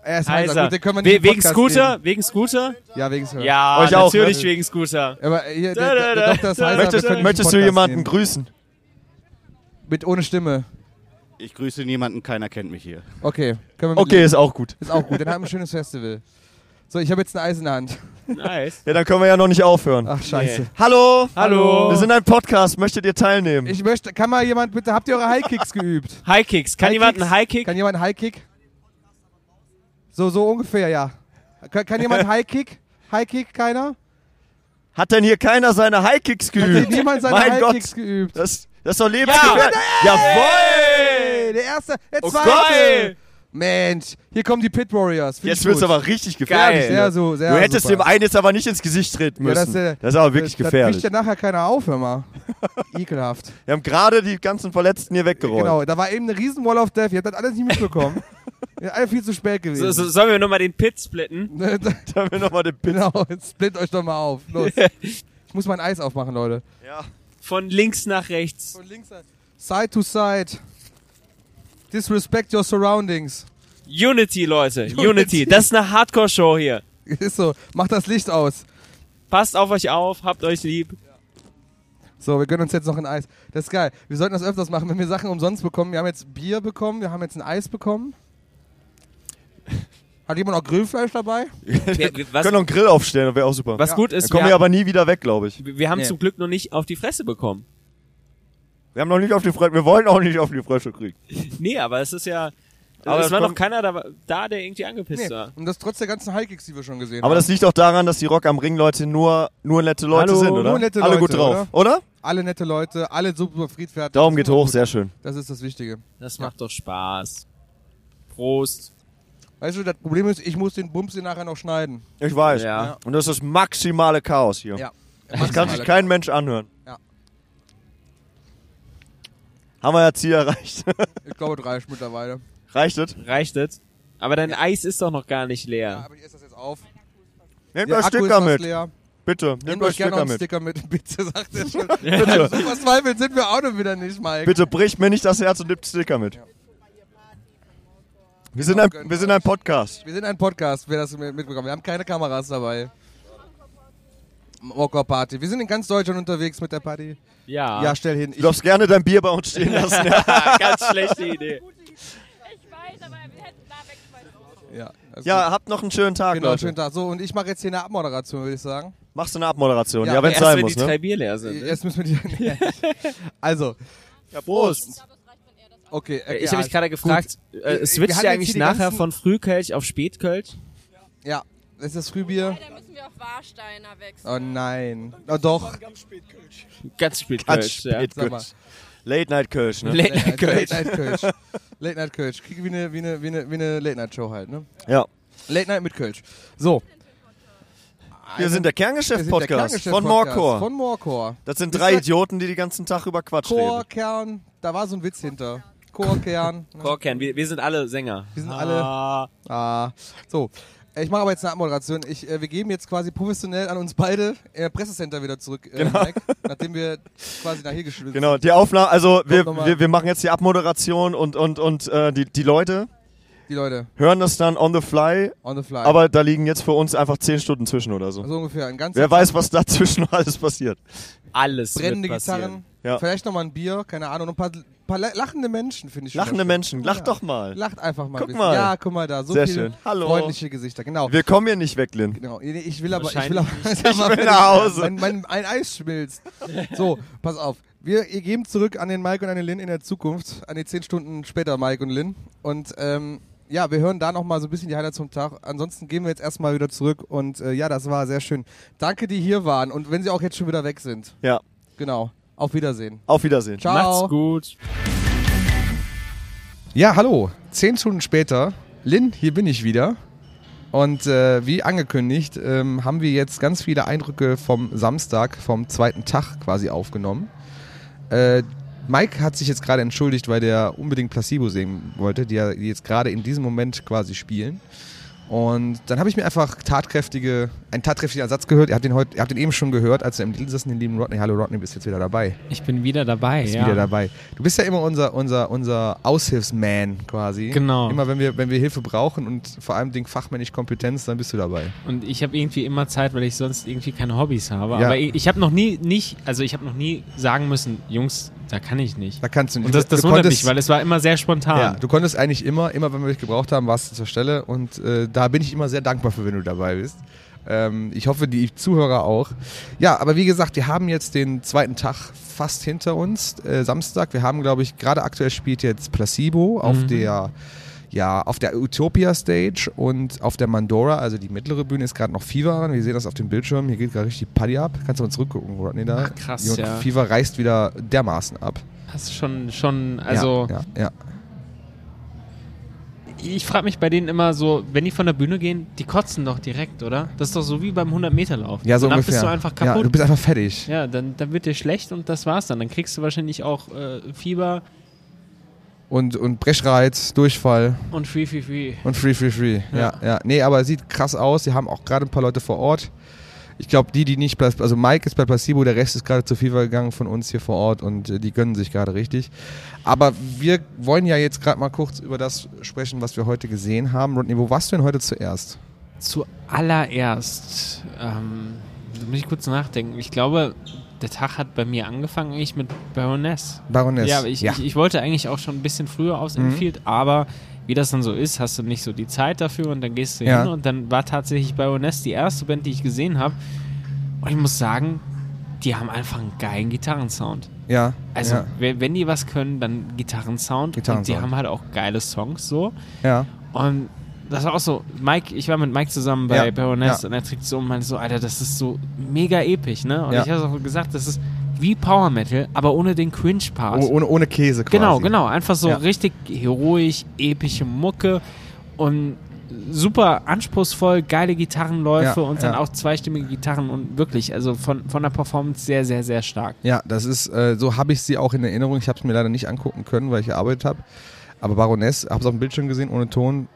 Speaker 1: Er ist heiser.
Speaker 9: Heiser.
Speaker 1: Gut, den können wir
Speaker 9: Also, We-
Speaker 1: nicht im
Speaker 9: wegen
Speaker 1: Podcast
Speaker 9: Scooter?
Speaker 1: nehmen.
Speaker 9: Wegen Scooter?
Speaker 1: Ja, wegen Scooter.
Speaker 9: Ja,
Speaker 1: Euch auch,
Speaker 9: natürlich
Speaker 1: ne?
Speaker 9: wegen Scooter.
Speaker 1: Aber hier, der,
Speaker 9: Da, da,
Speaker 1: der, der
Speaker 9: da,
Speaker 1: Doktor ist
Speaker 9: da,
Speaker 1: heiser. wir
Speaker 9: da, da.
Speaker 1: können nicht
Speaker 2: möchtest du
Speaker 1: im Podcast
Speaker 2: jemanden
Speaker 1: nehmen.
Speaker 2: grüßen?
Speaker 1: Mit ohne Stimme.
Speaker 11: Ich grüße niemanden, keiner kennt mich hier.
Speaker 1: Okay. Können wir
Speaker 2: Okay, ist auch gut.
Speaker 1: Ist auch gut. Dann haben wir ein schönes Festival. So, ich habe jetzt eine Eis in der Hand.
Speaker 9: Nice.
Speaker 2: Ja, dann können wir ja noch nicht aufhören.
Speaker 1: Ach, scheiße. Nee.
Speaker 2: Hallo!
Speaker 1: Ah. Hallo.
Speaker 2: Wir sind ein Podcast, möchtet ihr teilnehmen?
Speaker 1: Ich möchte, kann mal jemand bitte, habt ihr eure Highkicks geübt?
Speaker 9: Highkicks. Kann jemand einen Highkick?
Speaker 1: Kann jemand einen Highkick? So, so ungefähr, ja. Kann, kann jemand Highkick? Highkick, keiner?
Speaker 2: Hat denn hier keiner seine Highkicks geübt?
Speaker 1: hier niemand seine
Speaker 2: mein
Speaker 1: Highkicks
Speaker 2: Gott.
Speaker 1: geübt?
Speaker 2: Das, das ist doch lebensgefährlich.
Speaker 1: Ja.
Speaker 2: Jawohl!
Speaker 1: Der erste, der
Speaker 2: Oh,
Speaker 1: zweite.
Speaker 2: geil.
Speaker 1: Mensch, hier kommen die Pit Warriors. Find
Speaker 2: Jetzt
Speaker 1: ich
Speaker 2: wird's
Speaker 1: gut.
Speaker 2: aber richtig gefährlich.
Speaker 1: Geil.
Speaker 2: ne?
Speaker 1: Sehr so, sehr
Speaker 2: du hättest
Speaker 1: super.
Speaker 2: dem einen jetzt aber nicht ins Gesicht treten
Speaker 1: Ja,
Speaker 2: müssen.
Speaker 1: das,
Speaker 2: das,
Speaker 1: äh,
Speaker 2: ist aber wirklich
Speaker 1: das,
Speaker 2: gefährlich.
Speaker 1: Das kriegt ja nachher keiner auf, hör mal. Ekelhaft.
Speaker 2: Wir haben gerade die ganzen Verletzten hier weggeräumt.
Speaker 1: Genau, da war eben eine riesen Wall of Death. Ihr habt das alles nicht mitbekommen. Ihr seid alle viel zu spät gewesen.
Speaker 9: So, so, sollen wir nochmal den Pit splitten?
Speaker 2: Sollen wir nochmal den
Speaker 1: Pit Genau, jetzt splittet euch doch mal auf. Los. ich muss mein Eis aufmachen, Leute.
Speaker 2: Ja.
Speaker 9: Von links nach rechts.
Speaker 1: Von links nach Side to side. Disrespect your surroundings.
Speaker 9: Unity, Leute. Unity.
Speaker 1: Unity.
Speaker 9: Das ist eine Hardcore-Show hier.
Speaker 1: Ist so. Macht das Licht aus.
Speaker 9: Passt auf euch auf, habt euch lieb.
Speaker 1: So, wir gönnen uns jetzt noch ein Eis. Das ist geil. Wir sollten das öfters machen, wenn wir Sachen umsonst bekommen. Wir haben jetzt Bier bekommen, wir haben jetzt ein Eis bekommen. Hat jemand noch Grillfleisch dabei?
Speaker 2: Wir können noch einen Grill aufstellen, das wäre auch super.
Speaker 9: Was Ja. gut ist,
Speaker 2: Dann kommen
Speaker 9: wir-
Speaker 2: wir aber nie wieder weg, glaube ich.
Speaker 9: Wir haben zum Glück noch nicht auf die Fresse bekommen.
Speaker 2: Wir haben noch nicht auf die Frösche, wir wollen auch nicht auf die Frösche kriegen.
Speaker 1: Genau.
Speaker 9: Nee, aber es ist ja.
Speaker 2: Aber
Speaker 9: es
Speaker 2: es
Speaker 9: war noch
Speaker 2: kommt-
Speaker 9: keiner da, da der irgendwie angepisst
Speaker 1: Nee.
Speaker 9: war.
Speaker 1: Und das trotz der ganzen Highkicks, die wir schon gesehen
Speaker 2: Aber
Speaker 1: haben.
Speaker 2: das liegt auch daran, dass die Rock am Ring Leute nur, nur nette Leute
Speaker 1: Hallo,
Speaker 2: sind, oder?
Speaker 1: Nur nette
Speaker 2: Alle
Speaker 1: Leute,
Speaker 2: gut drauf, oder?
Speaker 1: Alle nette Leute, alle super friedfertig.
Speaker 2: Daumen geht
Speaker 1: Super
Speaker 2: hoch,
Speaker 1: gut.
Speaker 2: sehr schön.
Speaker 1: Das ist das Wichtige.
Speaker 9: Das macht doch Spaß. Prost.
Speaker 1: Weißt du, das Problem ist, ich muss den Bums hier nachher noch schneiden.
Speaker 2: Ich weiß.
Speaker 1: Ja.
Speaker 2: Und das ist das maximale Chaos hier.
Speaker 1: Ja.
Speaker 2: Das kann sich kein Mensch anhören.
Speaker 1: Ja.
Speaker 2: Haben wir ja Ziel erreicht.
Speaker 1: Ich glaube, es reicht mittlerweile.
Speaker 2: Reicht es?
Speaker 9: Reicht es? Aber dein Eis ist doch noch gar nicht leer.
Speaker 1: Aber ich esse das jetzt auf.
Speaker 2: Nehmt
Speaker 1: Der
Speaker 2: euch
Speaker 1: Akku
Speaker 2: Sticker
Speaker 1: ist fast
Speaker 2: mit.
Speaker 1: leer.
Speaker 2: Bitte, nehmt euch
Speaker 1: gerne
Speaker 2: Sticker
Speaker 1: noch einen
Speaker 2: mit.
Speaker 1: Sticker mit, bitte, sagt er schon.
Speaker 2: Bitte.
Speaker 1: so verzweifelt sind wir auch noch wieder nicht, Mike.
Speaker 2: Bitte bricht mir nicht das Herz und nehmt Sticker mit. Wir sind, ein,
Speaker 1: Genau,
Speaker 2: wir sind ein Podcast.
Speaker 1: Wir sind ein Podcast, wer das mit- mitbekommen. Wir haben keine Kameras dabei. Mocker Party. Wir sind in ganz Deutschland unterwegs mit der Party.
Speaker 9: Ja.
Speaker 1: Ja, stell hin.
Speaker 2: Du darfst gerne dein Bier bei uns stehen lassen. Ja.
Speaker 9: Ganz schlechte Idee.
Speaker 1: Ja, alles
Speaker 2: Ja,
Speaker 1: gut.
Speaker 2: habt noch einen schönen Tag,
Speaker 1: Genau,
Speaker 2: Leute.
Speaker 1: schönen Tag. So, und ich mache jetzt hier eine Abmoderation, würde ich sagen.
Speaker 2: Machst du eine Abmoderation? Ja,
Speaker 1: aber
Speaker 2: wenn's
Speaker 1: erst,
Speaker 2: sein
Speaker 1: wenn
Speaker 2: muss,
Speaker 1: die
Speaker 2: ne?
Speaker 1: drei
Speaker 9: Bier leer sind.
Speaker 1: Jetzt müssen wir die. Ja. also.
Speaker 2: Ja, Prost.
Speaker 1: Okay, äh,
Speaker 9: Ich
Speaker 1: ja,
Speaker 9: habe mich gerade
Speaker 1: gut.
Speaker 9: gefragt,
Speaker 1: Wir-
Speaker 9: äh,
Speaker 1: wir hatten
Speaker 9: switcht ihr
Speaker 1: jetzt
Speaker 9: eigentlich
Speaker 1: hier die
Speaker 9: nachher
Speaker 1: ganzen-
Speaker 9: von Frühkölsch auf Spätkölsch?
Speaker 1: Ja, das ist das Frühbier.
Speaker 6: Da müssen wir auf Warsteiner wechseln.
Speaker 1: Oh nein. Oh doch.
Speaker 9: Ganz spät
Speaker 2: Ganz
Speaker 9: Kölsch, ja.
Speaker 2: spät
Speaker 1: Sag mal.
Speaker 2: Kölsch. Late Night Kölsch, ne?
Speaker 9: Late Night
Speaker 1: Late Night Kölsch. Late Night Kölsch. Krieg wie eine, wie eine, wie eine, wie eine Late Night Show halt, ne?
Speaker 2: Ja.
Speaker 1: Late Night mit Kölsch. So.
Speaker 2: Wir sind der Kerngeschäft-Podcast
Speaker 1: Wir sind der
Speaker 2: von Morcor.
Speaker 1: Von Morcor.
Speaker 2: Das sind
Speaker 1: Wisst
Speaker 2: drei
Speaker 1: ihr,
Speaker 2: Idioten, die den ganzen Tag über Quatsch reden.
Speaker 1: Chorkern. Da war so ein Witz hinter. Chorkern.
Speaker 9: Korkern, wir, wir sind alle Sänger.
Speaker 1: Wir sind alle. Ah. So. Ich mache aber jetzt eine Abmoderation. Ich, äh, wir geben jetzt quasi professionell an uns beide äh, Pressecenter wieder zurück, äh,
Speaker 2: Genau.
Speaker 1: Mike, nachdem wir quasi nach hier geschlüpft
Speaker 2: Genau,
Speaker 1: sind.
Speaker 2: die Aufnahme, also wir,
Speaker 1: nochmal.
Speaker 2: wir, wir machen jetzt die Abmoderation und, und, und äh, die, die Leute
Speaker 1: Die Leute.
Speaker 2: hören das dann on the fly.
Speaker 1: On the fly.
Speaker 2: Aber da liegen jetzt für uns einfach 10 Stunden zwischen oder so.
Speaker 1: So ungefähr, ein ganzer
Speaker 2: Wer
Speaker 1: Tag.
Speaker 2: weiß, was dazwischen alles passiert.
Speaker 9: Alles.
Speaker 1: brennende
Speaker 2: wird passieren.
Speaker 1: Gitarren,
Speaker 2: Ja.
Speaker 1: vielleicht nochmal ein Bier, keine Ahnung, und ein paar, paar la- lachende Menschen, finde ich. schon
Speaker 2: Lachende
Speaker 1: mal schön.
Speaker 2: Menschen, lacht doch mal.
Speaker 1: Lacht einfach mal. ein
Speaker 2: Guck
Speaker 1: bisschen.
Speaker 2: mal.
Speaker 1: Ja, Ah, guck mal da, so
Speaker 2: Sehr
Speaker 1: viele
Speaker 2: schön. Hallo.
Speaker 1: freundliche Gesichter, genau.
Speaker 2: Wir kommen hier nicht weg, Lin.
Speaker 1: Genau. Nee, nee, Ich will aber, ich will
Speaker 2: Wahrscheinlich
Speaker 1: aber,
Speaker 2: nicht.
Speaker 1: sag mal,
Speaker 2: Ich will nach Hause.
Speaker 1: Mein, mein, ein Eis schmilzt. So, pass auf. Wir ihr geben zurück an den Mike und an den Lin in der Zukunft, an die zehn Stunden später Mike und Lin. Und ähm, ja, wir hören da nochmal so ein bisschen die Highlights vom Tag. Ansonsten gehen wir jetzt erstmal wieder zurück. Und äh, ja, das war sehr schön. Danke, die hier waren. Und wenn sie auch jetzt schon wieder weg sind.
Speaker 2: Ja.
Speaker 1: Genau. Auf Wiedersehen.
Speaker 2: Auf Wiedersehen.
Speaker 1: Ciao.
Speaker 9: Macht's gut.
Speaker 1: Ja, hallo. Zehn Stunden später. Lin, hier bin ich wieder. Und äh, wie angekündigt, ähm, haben wir jetzt ganz viele Eindrücke vom Samstag, vom zweiten Tag quasi aufgenommen. Äh,
Speaker 3: Mike hat sich jetzt gerade entschuldigt, weil der unbedingt Placebo sehen wollte, die ja jetzt gerade in diesem Moment quasi spielen. Und dann habe ich mir einfach tatkräftige, einen tatkräftigen Ersatz gehört. Ihr habt den, heute, ihr habt den eben schon gehört, als wir im Titel saßen, den lieben Rodney. Hallo Rodney, bist jetzt wieder dabei.
Speaker 9: Ich bin wieder dabei,
Speaker 3: Bist
Speaker 9: ja.
Speaker 3: wieder dabei. Du bist ja immer unser, unser, unser Aushilfsman quasi.
Speaker 9: Genau.
Speaker 3: Immer wenn wir, wenn wir Hilfe brauchen und vor allem Ding fachmännisch Kompetenz, dann bist du dabei.
Speaker 9: Und ich habe irgendwie immer Zeit, weil ich sonst irgendwie keine Hobbys habe.
Speaker 3: Ja.
Speaker 9: Aber ich, ich habe noch nie nicht, also ich habe noch nie sagen müssen, Jungs, da kann ich nicht.
Speaker 3: Da kannst du nicht.
Speaker 9: Und das, das
Speaker 3: Du
Speaker 9: wundert
Speaker 3: konntest-
Speaker 9: mich, weil es war immer sehr spontan.
Speaker 3: Ja, du konntest eigentlich immer, immer wenn wir dich gebraucht haben, warst du zur Stelle. Und äh, da bin ich immer sehr dankbar für, wenn du dabei bist. Ähm, ich hoffe, die Zuhörer auch. Ja, aber wie gesagt, wir haben jetzt den zweiten Tag fast hinter uns, äh, Samstag. Wir haben, glaube ich, gerade aktuell spielt jetzt Placebo auf
Speaker 9: Mhm.
Speaker 3: der ja, auf der Utopia Stage und auf der Mandora, also die mittlere Bühne, ist gerade noch Fever. Wir sehen das auf dem Bildschirm. Hier geht gerade richtig Paddy ab. Kannst du mal zurückgucken, Rodney? Da.
Speaker 9: Ach, krass,
Speaker 3: Junge,
Speaker 9: ja.
Speaker 3: Fever reißt wieder dermaßen ab.
Speaker 9: Hast du schon, schon, also
Speaker 3: Ja, ja, ja.
Speaker 9: ich frage mich bei denen immer so, wenn die von der Bühne gehen, die kotzen doch direkt, oder? Das ist doch so wie beim 100-Meter-Lauf.
Speaker 3: Ja, so
Speaker 9: Danach
Speaker 3: ungefähr.
Speaker 9: bist du einfach
Speaker 3: Ja,
Speaker 9: kaputt.
Speaker 3: du bist einfach fertig.
Speaker 9: Ja, dann, dann wird dir schlecht und das war's dann. Dann kriegst du wahrscheinlich auch äh, Fieber
Speaker 3: Und, und Brechreiz, Durchfall.
Speaker 9: und Free, Free, Free.
Speaker 3: Und free, free, free. Ja.
Speaker 9: Ja.
Speaker 3: ja, Nee, aber sieht krass aus. Sie haben auch gerade ein paar Leute vor Ort. Ich glaube, die, die nicht, plas- also Mike ist bei Placebo, der Rest ist gerade zu FIFA gegangen von uns hier vor Ort und äh, die gönnen sich gerade richtig. Aber wir wollen ja jetzt gerade mal kurz über das sprechen, was wir heute gesehen haben. Rodney, wo warst du denn heute zuerst?
Speaker 9: Zuallererst, ähm, da muss ich kurz nachdenken. Ich glaube, der Tag hat bei mir angefangen, eigentlich mit Baroness.
Speaker 3: Baroness,
Speaker 9: Ja, aber ich,
Speaker 3: ja.
Speaker 9: Ich, ich wollte eigentlich auch schon ein bisschen früher aufs
Speaker 3: Mhm.
Speaker 9: Infield, aber wie das dann so ist, hast du nicht so die Zeit dafür und dann gehst du
Speaker 3: Ja.
Speaker 9: hin und dann war tatsächlich Baroness die erste Band, die ich gesehen habe. Und ich muss sagen, die haben einfach einen geilen Gitarrensound.
Speaker 3: Ja,
Speaker 9: Also,
Speaker 3: ja.
Speaker 9: we- wenn die was können, dann Gitarrensound. Und die
Speaker 3: Gitarrensound.
Speaker 9: haben halt auch geile Songs so.
Speaker 3: Ja.
Speaker 9: Und das war auch so, Mike, ich war mit Mike zusammen bei
Speaker 3: Ja,
Speaker 9: Baroness
Speaker 3: ja.
Speaker 9: und er trägt so und meinte so, Alter, das ist so mega episch, ne? Und
Speaker 3: Ja.
Speaker 9: ich habe auch gesagt, das ist wie Power Metal, aber ohne den Cringe-Part.
Speaker 3: Oh, ohne, ohne Käse quasi.
Speaker 9: Also Genau, genau. Einfach so
Speaker 3: Ja.
Speaker 9: richtig heroisch, epische Mucke und super anspruchsvoll, geile Gitarrenläufe
Speaker 3: Ja,
Speaker 9: und dann
Speaker 3: ja.
Speaker 9: auch zweistimmige Gitarren und wirklich, also von, von der Performance sehr, sehr, sehr stark.
Speaker 3: Ja, das ist, äh, so habe ich sie auch in Erinnerung. Ich habe es mir leider nicht angucken können, weil ich gearbeitet habe. Aber Baroness, habe es auf dem Bildschirm gesehen, ohne Ton,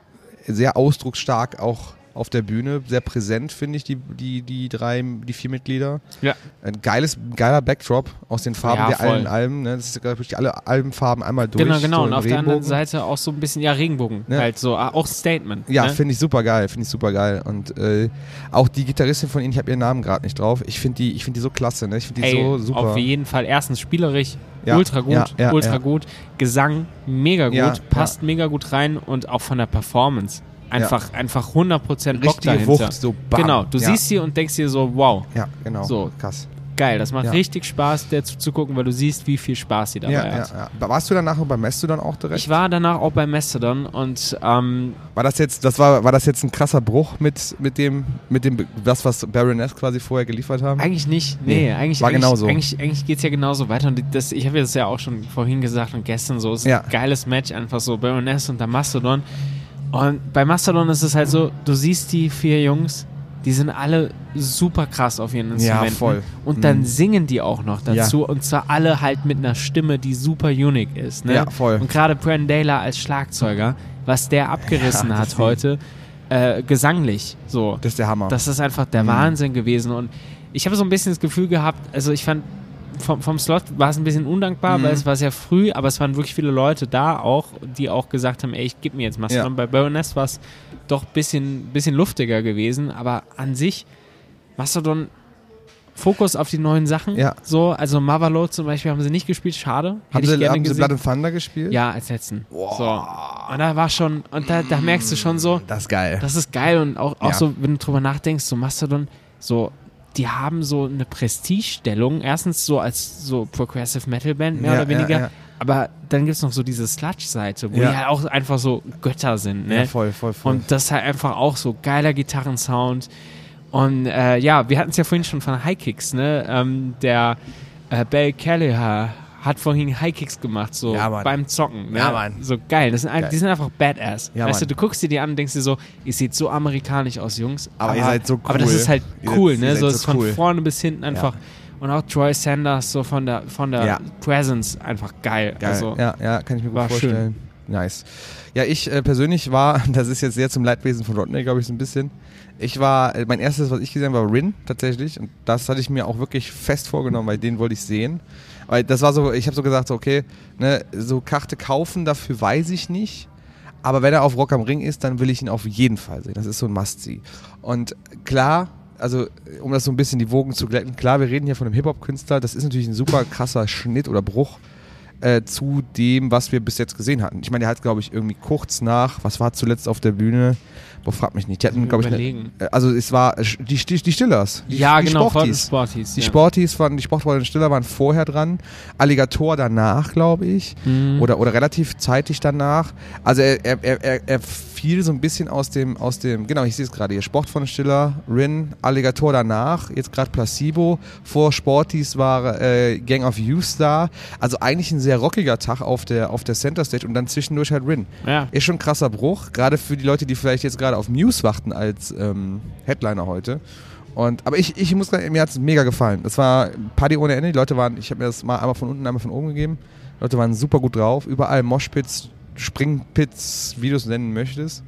Speaker 3: sehr ausdrucksstark auch auf der Bühne, sehr präsent, finde ich, die, die, die drei, die vier Mitglieder.
Speaker 9: Ja.
Speaker 3: Ein geiles, geiler Backdrop aus den Farben
Speaker 9: Ja,
Speaker 3: der
Speaker 9: voll.
Speaker 3: allen Alben. Ne? Das ist, glaube ich, alle Albenfarben einmal durch.
Speaker 9: Genau, genau.
Speaker 3: so
Speaker 9: Und
Speaker 3: im
Speaker 9: auf der anderen
Speaker 3: Regenbogen.
Speaker 9: Seite auch so ein bisschen, ja, Regenbogen.
Speaker 3: Ja.
Speaker 9: Halt so, ah, auch Statement.
Speaker 3: Ja,
Speaker 9: ne?
Speaker 3: finde ich super geil, finde ich super geil. Und äh, auch die Gitarristin von ihnen, ich habe ihren Namen gerade nicht drauf. Ich finde die, ich finde die so klasse, ne? Ich finde die
Speaker 9: Ey,
Speaker 3: so super.
Speaker 9: Auf jeden Fall. Erstens spielerisch,
Speaker 3: Ja,
Speaker 9: ultra gut,
Speaker 3: ja, ja,
Speaker 9: ultra
Speaker 3: ja.
Speaker 9: gut. Gesang mega gut,
Speaker 3: Ja,
Speaker 9: passt mega gut rein und auch von der Performance. Einfach, einfach 100% Bock
Speaker 3: Richtige
Speaker 9: dahinter.
Speaker 3: Wucht, so bam.
Speaker 9: Genau, du
Speaker 3: Ja.
Speaker 9: siehst sie und denkst dir so, wow.
Speaker 3: Ja, genau.
Speaker 9: So.
Speaker 3: Krass.
Speaker 9: Geil, das macht
Speaker 3: Ja.
Speaker 9: richtig Spaß, der zu, zu gucken, weil du siehst, wie viel Spaß sie dabei
Speaker 3: ja,
Speaker 9: hat.
Speaker 3: ja, ja. Warst du danach noch beim Mastodon auch direkt?
Speaker 9: Ich war danach auch bei Mastodon und ähm,
Speaker 3: War das jetzt, das war, war das jetzt ein krasser Bruch mit, mit dem, mit dem, das, was Baroness quasi vorher geliefert haben?
Speaker 9: Eigentlich nicht, nee, eigentlich,
Speaker 3: War
Speaker 9: eigentlich,
Speaker 3: genauso.
Speaker 9: eigentlich, eigentlich geht es ja genauso weiter. Und das, ich habe das ja auch schon vorhin gesagt und gestern so, es ist
Speaker 3: Ja.
Speaker 9: ein geiles Match, einfach so Baroness und der Mastodon. Und bei Mastodon ist es halt so, du siehst die vier Jungs, die sind alle super krass auf ihren Instrumenten.
Speaker 3: voll.
Speaker 9: Und dann
Speaker 3: Mhm.
Speaker 9: singen die auch noch dazu.
Speaker 3: Ja.
Speaker 9: Und zwar alle halt mit einer Stimme, die super unique ist. Ne?
Speaker 3: Ja, voll.
Speaker 9: Und gerade Brandon Daler als Schlagzeuger, was der abgerissen
Speaker 3: Ja, das
Speaker 9: hat
Speaker 3: ist-
Speaker 9: heute, äh, gesanglich, so.
Speaker 3: Das ist der Hammer.
Speaker 9: Das ist einfach der
Speaker 3: Mhm.
Speaker 9: Wahnsinn gewesen. Und ich habe so ein bisschen das Gefühl gehabt, also ich fand, vom, vom Slot war es ein bisschen undankbar,
Speaker 3: Mhm.
Speaker 9: weil es war sehr früh, aber es waren wirklich viele Leute da auch, die auch gesagt haben, ey, ich gebe mir jetzt Mastodon.
Speaker 3: Ja.
Speaker 9: Und Bei Baroness war es doch ein bisschen, bisschen luftiger gewesen, aber an sich, Mastodon, Fokus auf die neuen Sachen.
Speaker 3: Ja.
Speaker 9: So, also Mavalo zum Beispiel haben sie nicht gespielt, schade.
Speaker 3: haben
Speaker 9: Hätte ich
Speaker 3: sie,
Speaker 9: gerne
Speaker 3: haben sie
Speaker 9: gesehen.
Speaker 3: Blood and Thunder gespielt?
Speaker 9: Ja, als letzten. So. Und da war schon, und da, da merkst du schon so.
Speaker 3: Das ist geil.
Speaker 9: Das ist geil und auch, auch
Speaker 3: Ja.
Speaker 9: so, wenn du drüber nachdenkst, so Mastodon, so, die haben so eine Prestigestellung. Erstens so als so Progressive Metal Band, mehr
Speaker 3: Ja,
Speaker 9: oder weniger.
Speaker 3: ja, ja.
Speaker 9: Aber dann gibt es noch so diese Sludge-Seite, wo
Speaker 3: Ja.
Speaker 9: die halt auch einfach so Götter sind. Ne?
Speaker 3: Ja, voll, voll, voll.
Speaker 9: Und das ist halt einfach auch so geiler Gitarrensound. Und äh, ja, wir hatten es ja vorhin schon von High Kicks, ne? Ähm, der äh, Bell Kelleher hat vorhin High Kicks gemacht, so
Speaker 3: Ja, Mann.
Speaker 9: beim Zocken. Ne?
Speaker 3: Ja, Mann.
Speaker 9: So geil. Das sind ein,
Speaker 3: Geil.
Speaker 9: Die sind einfach Badass.
Speaker 3: Ja,
Speaker 9: weißt du,
Speaker 3: Mann.
Speaker 9: du guckst dir die an und denkst dir so, ihr seht so amerikanisch aus, Jungs.
Speaker 3: Aber ihr seid so
Speaker 9: Aber das
Speaker 3: cool.
Speaker 9: ist halt
Speaker 3: Ihr
Speaker 9: cool,
Speaker 3: seid- ihr
Speaker 9: ne?
Speaker 3: seid
Speaker 9: So,
Speaker 3: so
Speaker 9: es ist von
Speaker 3: cool.
Speaker 9: vorne bis hinten einfach. Und auch Troy Sanders so von der von der
Speaker 3: Ja.
Speaker 9: Presence einfach geil.
Speaker 3: Geil.
Speaker 9: Also,
Speaker 3: ja, ja, kann ich mir gut
Speaker 9: war schön.
Speaker 3: vorstellen. Nice. Ja, ich äh, persönlich war, das ist jetzt sehr zum Leidwesen von Rodney, glaube ich, so ein bisschen. Ich war, äh, mein erstes, was ich gesehen habe, war Rin tatsächlich. Und das hatte ich mir auch wirklich fest vorgenommen, weil den wollte ich sehen. Weil das war so, ich habe so gesagt, so, okay, ne, so Karte kaufen, dafür weiß ich nicht. Aber wenn er auf Rock am Ring ist, dann will ich ihn auf jeden Fall sehen. Das ist so ein Must-See. Und klar, also äh, um das so ein bisschen die Wogen zu glätten, klar, wir reden hier von einem Hip-Hop-Künstler. Das ist natürlich ein super krasser Schnitt oder Bruch äh, zu dem, was wir bis jetzt gesehen hatten. Ich meine, der hat, glaube ich, irgendwie kurz nach, was war zuletzt auf der Bühne? Boah, frag mich nicht. Die hatten, glaube ich,
Speaker 9: überlegen.
Speaker 3: äh, also es war äh, die, die, die Stillers. Die,
Speaker 9: Ja,
Speaker 3: die
Speaker 9: genau, vor den
Speaker 3: Sporties.
Speaker 9: Sporties,
Speaker 3: Die
Speaker 9: ja.
Speaker 3: Sporties waren, die Sportfreunde Stiller waren vorher dran. Alligator danach, glaube ich.
Speaker 9: Mhm.
Speaker 3: Oder, oder relativ zeitig danach. Also er, er, er, er- er fiel so ein bisschen aus dem, aus dem, genau, ich sehe es gerade hier. Sportfreunde Stiller, Rin, Alligator danach, jetzt gerade Placebo. Vor Sporties war äh, Gang of Youth da. Also eigentlich ein sehr rockiger Tag auf der, auf der Center Stage und dann zwischendurch halt Rin.
Speaker 9: Ja.
Speaker 3: Ist schon ein krasser Bruch, gerade für die Leute, die vielleicht jetzt gerade auf Muse warten als ähm, Headliner heute. Und, aber ich, ich muss sagen, mir hat es mega gefallen. Das war Party ohne Ende. Die Leute waren, ich habe mir das mal einmal von unten, einmal von oben gegeben. Die Leute waren super gut drauf. Überall Moshpits, Springpits, wie du es nennen möchtest.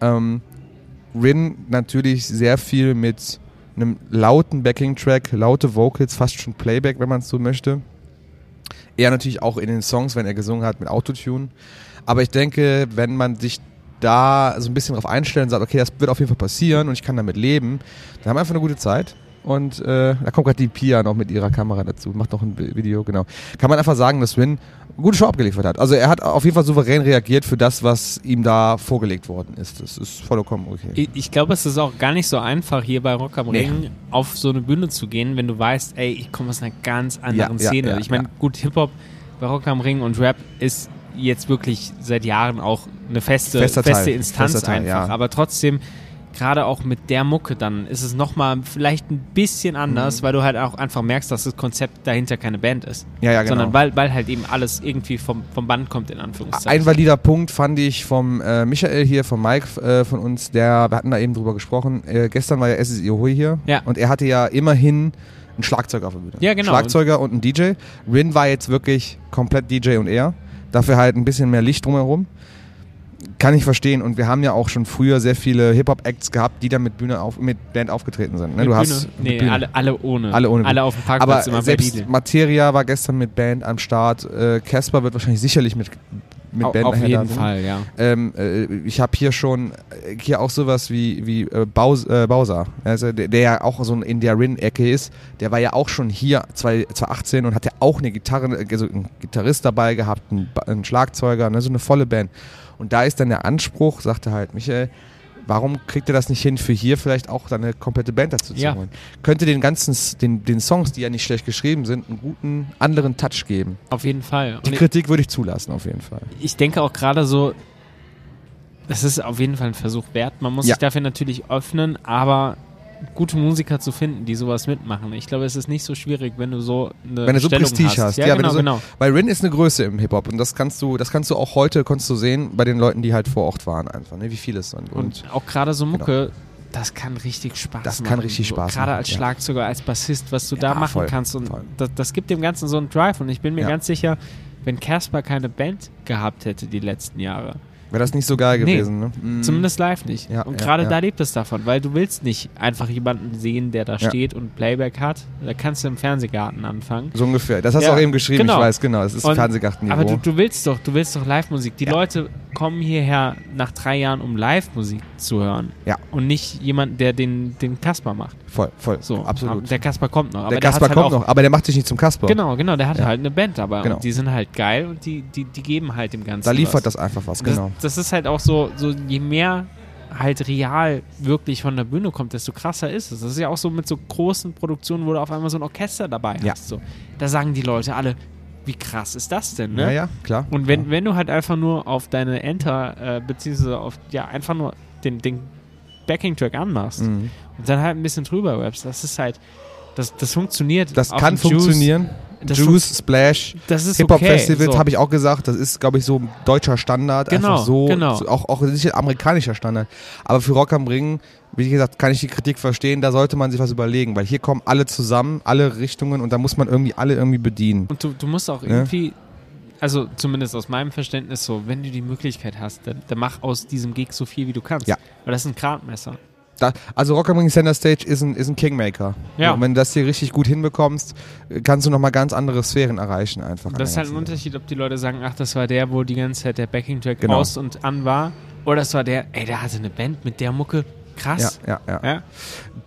Speaker 3: Ähm, Rin natürlich sehr viel mit einem lauten Backing-Track, laute Vocals, fast schon Playback, wenn man es so möchte. Er natürlich auch in den Songs, wenn er gesungen hat, mit Autotune. Aber ich denke, wenn man sich da so ein bisschen drauf einstellen und sagt, okay, das wird auf jeden Fall passieren und ich kann damit leben, dann haben wir einfach eine gute Zeit. Und äh, da kommt gerade die Pia noch mit ihrer Kamera dazu, macht noch ein Bi- Video, genau. Kann man einfach sagen, dass Win eine gute Show abgeliefert hat. Also er hat auf jeden Fall souverän reagiert für das, was ihm da vorgelegt worden ist. Das ist vollkommen okay.
Speaker 9: Ich, ich glaube, es ist auch gar nicht so einfach, hier bei Rock am
Speaker 3: Nee.
Speaker 9: Ring auf so eine Bühne zu gehen, wenn du weißt, ey, ich komme aus einer ganz anderen
Speaker 3: Ja, ja,
Speaker 9: Szene.
Speaker 3: ja,
Speaker 9: ich meine,
Speaker 3: ja.
Speaker 9: gut, Hip-Hop bei Rock am Ring und Rap ist jetzt wirklich seit Jahren auch eine feste,
Speaker 3: Fester Teil,
Speaker 9: feste Instanz
Speaker 3: fester Teil,
Speaker 9: einfach.
Speaker 3: ja.
Speaker 9: Aber trotzdem, gerade auch mit der Mucke, dann ist es nochmal vielleicht ein bisschen anders,
Speaker 3: Mhm.
Speaker 9: weil du halt auch einfach merkst, dass das Konzept dahinter keine Band ist.
Speaker 3: Ja, ja, genau.
Speaker 9: Sondern weil, weil halt eben alles irgendwie vom, vom Band kommt, in Anführungszeichen.
Speaker 3: Ein valider Punkt fand ich vom äh, Michael hier, vom Mike äh, von uns, der, wir hatten da eben drüber gesprochen, äh, gestern war ja SSI Hui hier
Speaker 9: Ja.
Speaker 3: und er hatte ja immerhin einen Schlagzeuger auf der Bühne.
Speaker 9: Ja, genau.
Speaker 3: Schlagzeuger und einen DJ. Rin war jetzt wirklich komplett DJ und er, dafür halt ein bisschen mehr Licht drumherum. Kann ich verstehen und wir haben ja auch schon früher sehr viele Hip-Hop-Acts gehabt, die dann mit Bühne auf, mit Band aufgetreten sind. Ne?
Speaker 9: Mit
Speaker 3: du
Speaker 9: Bühne?
Speaker 3: hast mit
Speaker 9: Nee, alle- alle ohne.
Speaker 3: Alle ohne.
Speaker 9: Alle
Speaker 3: Bühne.
Speaker 9: auf dem Parkplatz
Speaker 3: Aber
Speaker 9: immer bei
Speaker 3: selbst
Speaker 9: Lidl.
Speaker 3: Materia war gestern mit Band am Start. Äh, Casper wird wahrscheinlich sicherlich mit, mit
Speaker 9: Au-
Speaker 3: Band
Speaker 9: auf
Speaker 3: nachher
Speaker 9: jeden
Speaker 3: da sein.
Speaker 9: Fall, ja.
Speaker 3: Ähm, äh, ich habe hier schon äh, hier auch sowas wie, wie äh, Baus, äh, Bowser, also der, der ja auch so ein in der Rin-Ecke ist. Der war ja auch schon hier 2 2018 und hat ja auch eine Gitarre, also einen Gitarrist dabei gehabt, einen, Ba- einen Schlagzeuger, ne, so eine volle Band. Und da ist dann der Anspruch, sagte halt Michael, warum kriegt ihr das nicht hin, für hier vielleicht auch dann eine komplette Band dazu zu
Speaker 9: Ja.
Speaker 3: holen? Könnte den ganzen, S- den, den Songs, die ja nicht schlecht geschrieben sind, einen guten anderen Touch geben.
Speaker 9: Auf jeden Fall. Und
Speaker 3: Die
Speaker 9: ich-
Speaker 3: Kritik würde ich zulassen, auf jeden Fall.
Speaker 9: ich denke auch gerade so, das ist auf jeden Fall ein Versuch wert. Man muss
Speaker 3: Ja.
Speaker 9: sich dafür natürlich öffnen, aber gute Musiker zu finden, die sowas mitmachen. Ich glaube, es ist nicht so schwierig, wenn du so eine
Speaker 3: wenn du so
Speaker 9: Stellung
Speaker 3: Prestige hast.
Speaker 9: Ja,
Speaker 3: wenn
Speaker 9: genau,
Speaker 3: du so,
Speaker 9: genau.
Speaker 3: Weil Rin ist eine Größe im Hip-Hop und das kannst du, das kannst du auch heute konntest du sehen bei den Leuten, die halt vor Ort waren einfach, ne? wie viele es sind.
Speaker 9: Und, auch gerade so Mucke, das kann richtig Spaß
Speaker 3: genau. Das
Speaker 9: machen.
Speaker 3: kann richtig Spaß
Speaker 9: Gerade
Speaker 3: machen,
Speaker 9: als
Speaker 3: ja.
Speaker 9: Schlagzeuger, als Bassist, was du da
Speaker 3: Ja,
Speaker 9: machen
Speaker 3: voll,
Speaker 9: kannst. Und das, das gibt dem Ganzen so einen Drive. Und ich bin mir
Speaker 3: Ja.
Speaker 9: ganz sicher, wenn Casper keine Band gehabt hätte die letzten Jahre,
Speaker 3: Wäre das nicht so geil
Speaker 9: Nee, Mhm.
Speaker 3: gewesen, ne? Mm.
Speaker 9: Zumindest live nicht.
Speaker 3: Ja,
Speaker 9: und
Speaker 3: ja,
Speaker 9: gerade
Speaker 3: ja.
Speaker 9: da lebt es davon, weil du willst nicht einfach jemanden sehen, der da
Speaker 3: Ja.
Speaker 9: steht und Playback hat. Da kannst du im Fernsehgarten anfangen.
Speaker 3: So ungefähr. Das hast du auch eben geschrieben, ich weiß, genau. Es ist
Speaker 9: Und-
Speaker 3: Fernsehgartenniveau.
Speaker 9: Aber du, du willst doch, du willst doch Live-Musik. Die
Speaker 3: Ja.
Speaker 9: Leute kommen hierher nach drei Jahren, um Live-Musik zu hören.
Speaker 3: Ja.
Speaker 9: Und nicht jemand, der den, den Kasper macht.
Speaker 3: Voll, voll,
Speaker 9: So,
Speaker 3: absolut.
Speaker 9: aber Der Kasper kommt noch. Aber
Speaker 3: der
Speaker 9: hat
Speaker 3: Kasper
Speaker 9: halt
Speaker 3: kommt
Speaker 9: auch-
Speaker 3: noch, aber der macht dich nicht zum Kasper.
Speaker 9: Genau, genau, der hat
Speaker 3: Ja.
Speaker 9: halt eine Band dabei
Speaker 3: Genau.
Speaker 9: und die sind halt geil und die, die, die geben halt dem Ganzen
Speaker 3: Da liefert
Speaker 9: was.
Speaker 3: das einfach was,
Speaker 9: Und das,
Speaker 3: genau.
Speaker 9: Das ist halt auch so, so, je mehr halt real wirklich von der Bühne kommt, desto krasser ist es. Das ist ja auch so mit so großen Produktionen, wo du auf einmal so ein Orchester dabei hast.
Speaker 3: Ja.
Speaker 9: So. Da sagen die Leute alle, wie krass ist das denn, ne?
Speaker 3: Ja, ja, klar.
Speaker 9: Und wenn, wenn du halt einfach nur auf deine Enter, äh, beziehungsweise auf, ja, einfach nur den, den Backing-Track anmachst
Speaker 3: Mhm.
Speaker 9: und dann halt ein bisschen drüber rappst, das ist halt, das, das funktioniert.
Speaker 3: Das
Speaker 9: Auf
Speaker 3: kann
Speaker 9: dem Juice.
Speaker 3: funktionieren.
Speaker 9: das
Speaker 3: Juice,
Speaker 9: fun-
Speaker 3: Splash,
Speaker 9: Das ist okay,
Speaker 3: Hip-Hop-Festivals,
Speaker 9: so.
Speaker 3: habe ich auch gesagt. Das ist, glaube ich, so ein deutscher Standard.
Speaker 9: Genau,
Speaker 3: einfach so,
Speaker 9: genau.
Speaker 3: so auch, auch sicher amerikanischer Standard. Aber für Rock am Ring, wie gesagt, kann ich die Kritik verstehen. Da sollte man sich was überlegen, weil hier kommen alle zusammen, alle Richtungen und da muss man irgendwie alle irgendwie bedienen.
Speaker 9: Und du, du musst auch
Speaker 3: Ne?
Speaker 9: irgendwie, also zumindest aus meinem Verständnis so, wenn du die Möglichkeit hast, dann, dann mach aus diesem Gig so viel, wie du kannst.
Speaker 3: Ja.
Speaker 9: Weil das ist ein Gradmesser.
Speaker 3: Da, also Rock am Ring Center Stage ist ein, ist ein Kingmaker.
Speaker 9: Ja.
Speaker 3: Und wenn du das hier richtig gut hinbekommst, kannst du nochmal ganz andere Sphären erreichen einfach. an
Speaker 9: Das ist
Speaker 3: der
Speaker 9: halt ein Unterschied, ob die Leute sagen, ach, das war der, wo die ganze Zeit der Backing-Track
Speaker 3: Genau.
Speaker 9: aus und an war. Oder das war der, ey, der hatte eine Band mit der Mucke. Krass.
Speaker 3: Ja, ja, ja.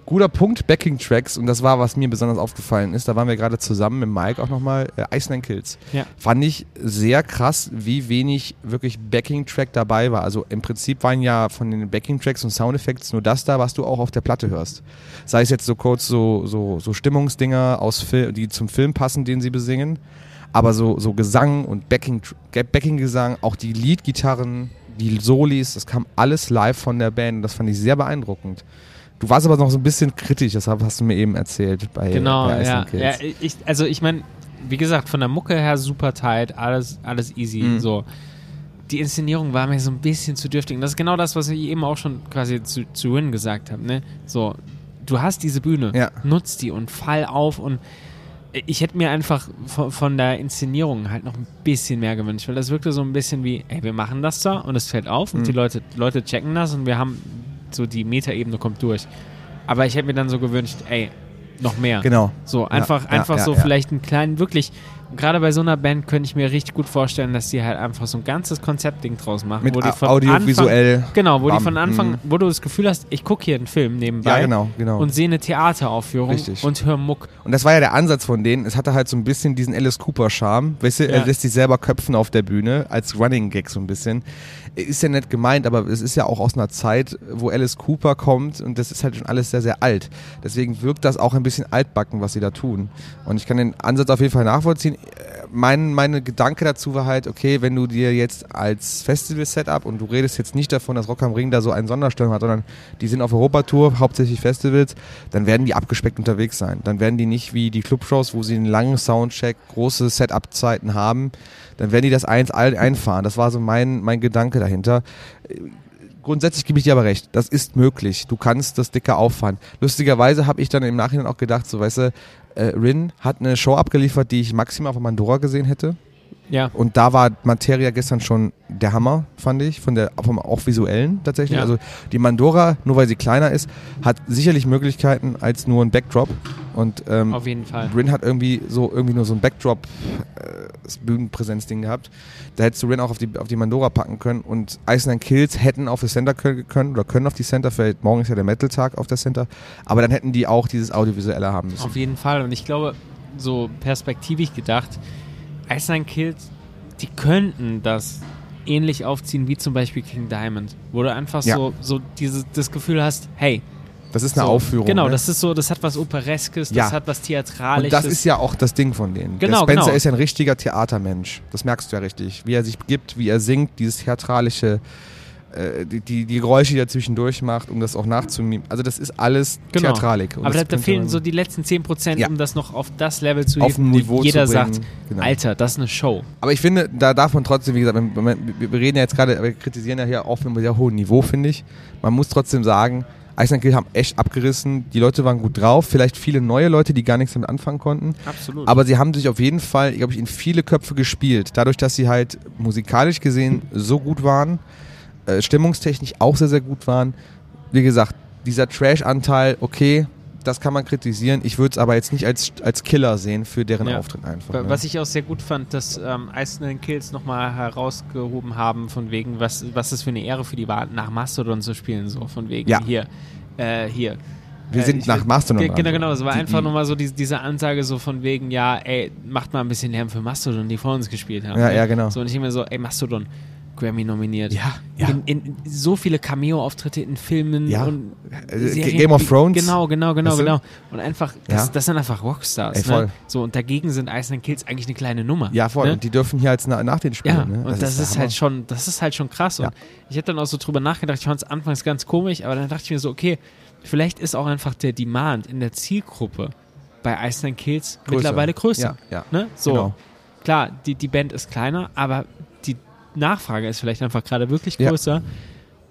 Speaker 3: Guter Punkt, Backing Tracks, und das war, was mir besonders aufgefallen ist. Da waren wir gerade zusammen mit Mike auch nochmal, äh, Iceland Kills.
Speaker 9: Ja.
Speaker 3: Fand ich sehr krass, wie wenig wirklich Backing Track dabei war. Also im Prinzip waren ja von den Backing Tracks und Soundeffekten nur das da, was du auch auf der Platte hörst. Sei es jetzt so kurz so, so, so Stimmungsdinger aus Fil die zum Film passen, den sie besingen. Aber so, so Gesang und Backing, Backing-Gesang, auch die Lead-Gitarren, die Solis, das kam alles live von der Band. Das fand ich sehr beeindruckend. Du warst aber noch so ein bisschen kritisch, das hast du mir eben erzählt bei,
Speaker 9: Genau,
Speaker 3: bei
Speaker 9: ja.
Speaker 3: Iceland
Speaker 9: ja
Speaker 3: Kids.
Speaker 9: ich, also ich meine, wie gesagt, von der Mucke her super tight, alles, alles easy.
Speaker 3: Mhm.
Speaker 9: So. Die Inszenierung war mir so ein bisschen zu dürftig. Und das ist genau das, was ich eben auch schon quasi zu, zu Win gesagt habe. Ne? So, du hast diese Bühne, nutz die und fall auf und ich hätte mir einfach von, von der Inszenierung halt noch ein bisschen mehr gewünscht, weil das wirkte so ein bisschen wie, ey, wir machen das da und es fällt auf und
Speaker 3: Mhm.
Speaker 9: die Leute, Leute checken das und wir haben so die Metaebene kommt durch. Aber ich hätte mir dann so gewünscht, ey, noch mehr.
Speaker 3: Genau.
Speaker 9: So
Speaker 3: Ja,
Speaker 9: einfach,
Speaker 3: ja,
Speaker 9: einfach
Speaker 3: ja,
Speaker 9: so
Speaker 3: ja.
Speaker 9: vielleicht einen kleinen, wirklich. Gerade bei so einer Band könnte ich mir richtig gut vorstellen, dass die halt einfach so ein ganzes Konzeptding draus machen,
Speaker 3: Mit
Speaker 9: wo die
Speaker 3: au-
Speaker 9: von
Speaker 3: audiovisuell.
Speaker 9: Anfang, genau, wo die
Speaker 3: Bam.
Speaker 9: von Anfang,
Speaker 3: Mhm.
Speaker 9: wo du das Gefühl hast, ich gucke hier einen Film nebenbei
Speaker 3: Ja, genau, genau.
Speaker 9: und sehe eine Theateraufführung
Speaker 3: Richtig.
Speaker 9: und höre Muck.
Speaker 3: Und das war ja der Ansatz von denen. Es hatte halt so ein bisschen diesen Alice Cooper-Charme. Weißt du,
Speaker 9: Ja.
Speaker 3: er lässt sich selber köpfen auf der Bühne als Running Gag so ein bisschen. Ist ja nett gemeint, aber es ist ja auch aus einer Zeit, wo Alice Cooper kommt und das ist halt schon alles sehr, sehr alt. Deswegen wirkt das auch ein bisschen altbacken, was sie da tun. Und ich kann den Ansatz auf jeden Fall nachvollziehen. Äh, Mein, meine Gedanke dazu war halt, okay, wenn du dir jetzt als Festival-Setup und du redest jetzt nicht davon, dass Rock am Ring da so einen Sonderstellung hat, sondern die sind auf Europatour, hauptsächlich Festivals, dann werden die abgespeckt unterwegs sein. Dann werden die nicht wie die Clubshows, wo sie einen langen Soundcheck, große Setup-Zeiten haben, dann werden die das eins all einfahren. Das war so mein, mein Gedanke dahinter. Grundsätzlich gebe ich dir aber recht, das ist möglich. Du kannst das dicker auffahren. Lustigerweise habe ich dann im Nachhinein auch gedacht, so weißt du, äh, Rin hat eine Show abgeliefert, die ich maximal auf Mandora gesehen hätte.
Speaker 9: Ja.
Speaker 3: Und da war Materia gestern schon der Hammer, fand ich, von der vom, auch visuellen tatsächlich.
Speaker 9: Ja.
Speaker 3: Also die Mandora, nur weil sie kleiner ist, hat sicherlich Möglichkeiten als nur ein Backdrop. Und ähm,
Speaker 9: Auf jeden Fall.
Speaker 3: Rin hat irgendwie so irgendwie nur so ein Backdrop äh, das Bühnenpräsenzding gehabt. Da hättest du Rin auch auf die, auf die Mandora packen können und Iceland Kills hätten auf das Center können, können oder können auf die Center, vielleicht morgen ist ja der Metal-Tag auf der Center, aber dann hätten die auch dieses Audiovisuelle haben müssen.
Speaker 9: Auf jeden Fall. Und ich glaube, so perspektivisch gedacht, Iceland Kills, die könnten das ähnlich aufziehen wie zum Beispiel King Diamond, wo du einfach
Speaker 3: Ja.
Speaker 9: so, so dieses, das Gefühl hast, hey,
Speaker 3: Das ist eine
Speaker 9: so,
Speaker 3: Aufführung,
Speaker 9: Genau,
Speaker 3: ne?
Speaker 9: das ist so, das hat was Opereskes, das
Speaker 3: Ja.
Speaker 9: hat was
Speaker 3: Und
Speaker 9: Theatralisches.
Speaker 3: das ist ja auch das Ding von denen.
Speaker 9: Genau,
Speaker 3: der Spencer
Speaker 9: genau.
Speaker 3: ist ja ein richtiger Theatermensch. Das merkst du ja richtig. Wie er sich gibt, wie er singt, dieses theatralische, äh, die, die, die Geräusche, die er zwischendurch macht, um das auch nachzumimen. Also das ist alles
Speaker 9: genau.
Speaker 3: Theatralik. Und
Speaker 9: Aber da,
Speaker 3: das
Speaker 9: da
Speaker 3: könnte
Speaker 9: fehlen
Speaker 3: man-
Speaker 9: so die letzten 10%,
Speaker 3: Ja.
Speaker 9: um das noch auf das Level zu
Speaker 3: Auf ein
Speaker 9: wo
Speaker 3: Niveau zu
Speaker 9: jeder
Speaker 3: bringen.
Speaker 9: sagt,
Speaker 3: Genau.
Speaker 9: Alter, das ist eine Show.
Speaker 3: Aber ich finde, da darf man trotzdem, wie gesagt, wenn- wenn- wir wir reden ja jetzt gerade, wir kritisieren ja hier auf einem sehr hohen Niveau, finde ich. Man muss trotzdem sagen, Iceland Kill haben echt abgerissen. Die Leute waren gut drauf. Vielleicht viele neue Leute, die gar nichts damit anfangen konnten.
Speaker 9: Absolut.
Speaker 3: Aber sie haben sich auf jeden Fall, glaube ich, in viele Köpfe gespielt. Dadurch, dass sie halt musikalisch gesehen so gut waren, äh, stimmungstechnisch auch sehr, sehr gut waren. Wie gesagt, dieser Trash-Anteil, okay, das kann man kritisieren. Ich würde es aber jetzt nicht als, als Killer sehen für deren
Speaker 9: Ja.
Speaker 3: Auftritt einfach.
Speaker 9: Wa-
Speaker 3: ne?
Speaker 9: Was ich auch sehr gut fand, dass ähm, Iceland Kills nochmal herausgehoben haben, von wegen, was, was das für eine Ehre für die war, nach Mastodon zu spielen, so von wegen
Speaker 3: Ja.
Speaker 9: hier. Äh, hier.
Speaker 3: Wir sind
Speaker 9: ich-
Speaker 3: nach Mastodon
Speaker 9: Ge- Genau,
Speaker 3: dran.
Speaker 9: genau. Es war
Speaker 3: Die-
Speaker 9: einfach
Speaker 3: die-
Speaker 9: nochmal so die, diese Ansage so von wegen, ja, ey, macht mal ein bisschen Lärm für Mastodon, die vor uns gespielt haben.
Speaker 3: Ja,
Speaker 9: ne?
Speaker 3: ja, genau.
Speaker 9: So, und ich immer so, ey, Mastodon, Grammy nominiert. Ja, ja. In, in so viele Cameo-Auftritte in Filmen
Speaker 3: Ja.
Speaker 9: und
Speaker 3: Äh, Game of
Speaker 9: wie-
Speaker 3: Thrones.
Speaker 9: Genau, genau, genau,
Speaker 3: Weißt du?
Speaker 9: genau. Und einfach, das,
Speaker 3: Ja.
Speaker 9: das sind einfach Rockstars.
Speaker 3: Ey, voll.
Speaker 9: Ne? So, und dagegen sind Iceland Kills eigentlich eine kleine Nummer.
Speaker 3: Ja, voll.
Speaker 9: Ne?
Speaker 3: Und die dürfen hier als na nach den Spielen.
Speaker 9: ja,
Speaker 3: ne?
Speaker 9: und das,
Speaker 3: der
Speaker 9: ist,
Speaker 3: Hammer.
Speaker 9: halt schon, das ist halt schon krass. Und ich hätte dann auch so drüber nachgedacht, ich fand es anfangs ganz komisch, aber dann dachte ich mir so, okay, vielleicht ist auch einfach der Demand in der Zielgruppe bei Iceland Kills
Speaker 3: Größer.
Speaker 9: mittlerweile größer.
Speaker 3: Ja, ja.
Speaker 9: Ne? So.
Speaker 3: Genau.
Speaker 9: Klar, die, die Band ist kleiner, aber die Nachfrage ist vielleicht einfach gerade wirklich
Speaker 3: Ja.
Speaker 9: größer.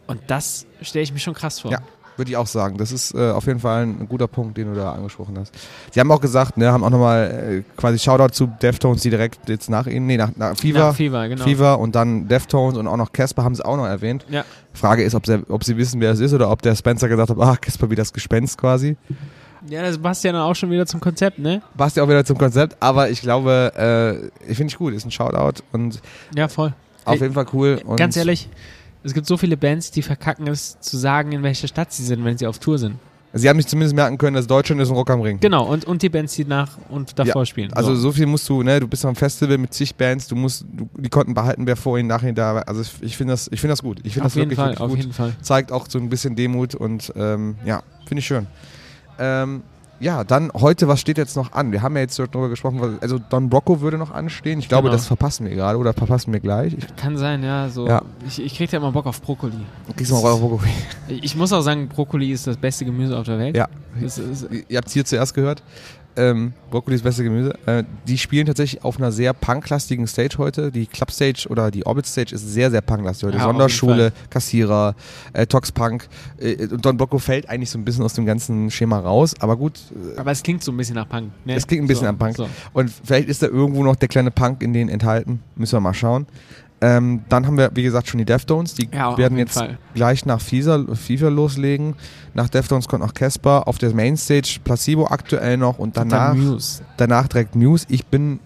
Speaker 9: Und das stelle ich mir schon krass vor.
Speaker 3: Ja, würde ich auch sagen. Das ist äh, auf jeden Fall ein guter Punkt, den du da angesprochen hast. Sie haben auch gesagt, ne, haben auch nochmal äh, quasi Shoutout zu Deftones, die direkt jetzt nach ihnen, nee, nach, nach Fever.
Speaker 9: Nach Fever, genau.
Speaker 3: Fever und dann Deftones und auch noch Casper haben sie auch noch erwähnt.
Speaker 9: Ja.
Speaker 3: Frage ist, ob sie, ob sie wissen, wer es ist oder ob der Spencer gesagt hat, ach, Casper wie das Gespenst quasi.
Speaker 9: Ja, das passt ja dann auch schon wieder zum Konzept, ne?
Speaker 3: Passt ja auch wieder zum Konzept, aber ich glaube, äh, ich finde ich gut, ist ein Shoutout und
Speaker 9: Ja, voll.
Speaker 3: auf jeden Fall cool. Und
Speaker 9: Ganz ehrlich, es gibt so viele Bands, die verkacken es, zu sagen, in welcher Stadt sie sind, wenn sie auf Tour sind.
Speaker 3: Sie haben sich zumindest merken können, dass Deutschland ist ein Rock am Ring.
Speaker 9: Genau, und, und die Bands, die nach und davor spielen.
Speaker 3: Also so viel musst du, ne, du bist am Festival mit zig Bands, du musst, du, die konnten behalten, wer vor ihnen, nachher da war. Also ich- ich finde das, ich finde das gut. Ich finde
Speaker 9: Auf
Speaker 3: das
Speaker 9: jeden
Speaker 3: wirklich,
Speaker 9: Fall,
Speaker 3: wirklich
Speaker 9: auf
Speaker 3: gut.
Speaker 9: jeden Fall.
Speaker 3: Zeigt auch so ein bisschen Demut und ähm, ja, finde ich schön. Ähm, ja, dann heute, was steht jetzt noch an? Wir haben ja jetzt darüber gesprochen, was- also Don Brocco würde noch anstehen. Ich glaube,
Speaker 9: Genau.
Speaker 3: das verpassen wir gerade oder verpassen wir gleich. Ich,
Speaker 9: Kann sein, ja. So.
Speaker 3: Ja.
Speaker 9: Ich, ich krieg da immer Bock auf Brokkoli.
Speaker 3: Kriegst du mal Bock auf Brokkoli.
Speaker 9: Ich muss auch sagen, Brokkoli ist das beste Gemüse auf der Welt.
Speaker 3: Ja.
Speaker 9: Das ist,
Speaker 3: Ihr habt es hier zuerst gehört. Ähm, Brokkoli ist beste Gemüse. Äh, die spielen tatsächlich auf einer sehr punklastigen Stage heute. Die Clubstage oder die Orbit Stage ist sehr, sehr punklastig heute.
Speaker 9: Ja, auf jeden
Speaker 3: Sonderschule, Kassierer, äh, Tox Punk. Äh, und Don Brocco fällt eigentlich so ein bisschen aus dem ganzen Schema raus. Aber gut, äh,
Speaker 9: aber es klingt so ein bisschen nach Punk. Ne?
Speaker 3: es klingt ein bisschen
Speaker 9: so,
Speaker 3: am Punk.
Speaker 9: So.
Speaker 3: Und vielleicht ist da irgendwo noch der kleine Punk in denen enthalten. Müssen wir mal schauen. Ähm, dann haben wir, wie gesagt, schon die Deftones. Die
Speaker 9: Ja, auf
Speaker 3: werden
Speaker 9: jeden
Speaker 3: jetzt
Speaker 9: Fall.
Speaker 3: gleich nach FIFA, FIFA loslegen. Nach Deftones kommt noch Casper. Auf der Mainstage Placebo aktuell noch. Und
Speaker 9: Und dann
Speaker 3: danach,
Speaker 9: Muse.
Speaker 3: danach direkt Muse. Ich bin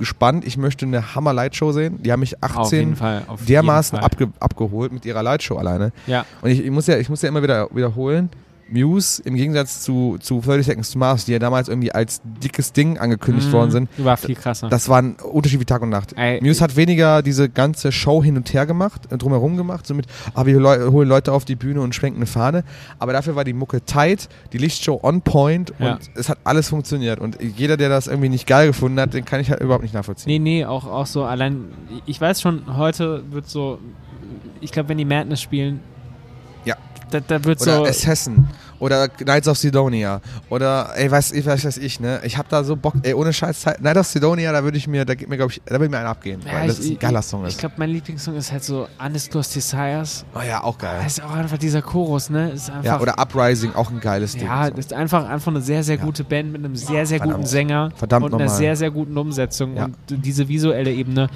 Speaker 3: gespannt. Ich möchte eine Hammer Lightshow sehen. Die haben mich 18
Speaker 9: jeden Fall, auf
Speaker 3: dermaßen
Speaker 9: jeden
Speaker 3: Abge abgeholt mit ihrer Lightshow alleine.
Speaker 9: Ja.
Speaker 3: Und ich, ich, muss ja, ich muss ja immer wieder wiederholen, Muse im Gegensatz zu, zu 30 Seconds to Mars, die ja damals irgendwie als dickes Ding angekündigt
Speaker 9: Mm,
Speaker 3: worden sind.
Speaker 9: war viel krasser.
Speaker 3: Das war ein Unterschied wie Tag und Nacht.
Speaker 9: Ey,
Speaker 3: Muse hat weniger diese ganze Show hin und her gemacht, äh, drumherum gemacht, somit, aber wir leu- holen Leute auf die Bühne und schwenken eine Fahne. Aber dafür war die Mucke tight, die Lichtshow on point und
Speaker 9: Ja.
Speaker 3: es hat alles funktioniert. Und jeder, der das irgendwie nicht geil gefunden hat, den kann ich halt überhaupt nicht nachvollziehen.
Speaker 9: Nee, nee, auch, auch so allein. Ich weiß schon, heute wird so. Ich glaube, wenn die Madness spielen.
Speaker 3: Ja.
Speaker 9: Da, da wird
Speaker 3: oder
Speaker 9: so.
Speaker 3: Assassin oder Knights of Sidonia oder ey weiß ich weiß, weiß ich ne ich hab da so Bock ey ohne Scheiß Zeit Knights of Sidonia da würde ich mir da geht mir glaube ich da würde mir einer abgehen
Speaker 9: Ja,
Speaker 3: weil das
Speaker 9: ich-
Speaker 3: ist ein geiler Song
Speaker 9: Ich
Speaker 3: ist
Speaker 9: glaube, mein Lieblingssong ist halt so Undisclosed Desires.
Speaker 3: oh ja auch geil
Speaker 9: Das ist auch einfach dieser Chorus, ne? Ist einfach,
Speaker 3: ja oder Uprising auch ein geiles Ding
Speaker 9: Ja, das ist einfach, einfach eine sehr, sehr gute Band mit einem sehr, sehr
Speaker 3: Verdammt.
Speaker 9: guten Sänger
Speaker 3: Verdammt
Speaker 9: und einer
Speaker 3: nochmal.
Speaker 9: sehr, sehr guten Umsetzung
Speaker 3: Ja.
Speaker 9: und diese visuelle Ebene.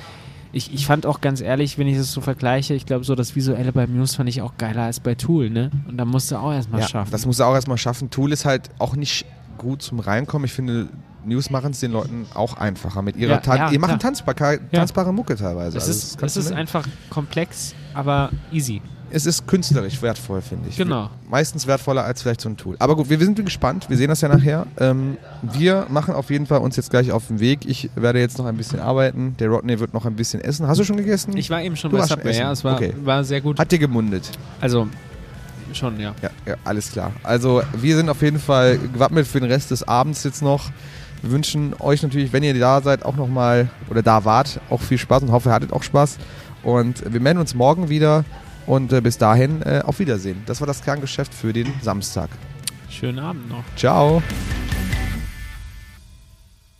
Speaker 9: Ich, ich fand auch ganz ehrlich, wenn ich das so vergleiche, ich glaube so das Visuelle bei Muse fand ich auch geiler als bei Tool, ne? Und da musst du auch erstmal
Speaker 3: ja,
Speaker 9: schaffen.
Speaker 3: das musst du auch erstmal schaffen Tool ist halt auch nicht gut zum reinkommen ich finde News machen es den Leuten auch einfacher mit ihrer
Speaker 9: Ja,
Speaker 3: Tan
Speaker 9: ja,
Speaker 3: ihr macht
Speaker 9: klar.
Speaker 3: tanzbare,
Speaker 9: Ja.
Speaker 3: tanzbare Mucke teilweise
Speaker 9: es
Speaker 3: Also
Speaker 9: ist,
Speaker 3: kannst
Speaker 9: es
Speaker 3: du
Speaker 9: ist
Speaker 3: nehmen.
Speaker 9: einfach komplex, aber easy.
Speaker 3: es ist künstlerisch wertvoll, finde ich.
Speaker 9: Genau.
Speaker 3: Meistens wertvoller als vielleicht so ein Tool. Aber gut, wir sind gespannt. Wir sehen das ja nachher. Ähm, wir machen auf jeden Fall uns jetzt gleich auf den Weg. Ich werde jetzt noch ein bisschen arbeiten. Der Rodney wird noch ein bisschen essen. Hast du schon gegessen?
Speaker 9: Ich war eben schon
Speaker 3: Du
Speaker 9: bei
Speaker 3: warst
Speaker 9: Subway,
Speaker 3: essen.
Speaker 9: ja, es war,
Speaker 3: okay.
Speaker 9: war sehr gut.
Speaker 3: Hat dir gemundet?
Speaker 9: Also, schon, ja.
Speaker 3: Ja, ja, alles klar. Also wir sind auf jeden Fall gewappnet für den Rest des Abends jetzt noch. Wir wünschen euch natürlich, wenn ihr da seid, auch nochmal oder da wart, auch viel Spaß und hoffe, ihr hattet auch Spaß. Und wir melden uns morgen wieder und äh, bis dahin äh, auf Wiedersehen. Das war das Kerngeschäft für den Samstag.
Speaker 9: Schönen Abend noch.
Speaker 3: Ciao.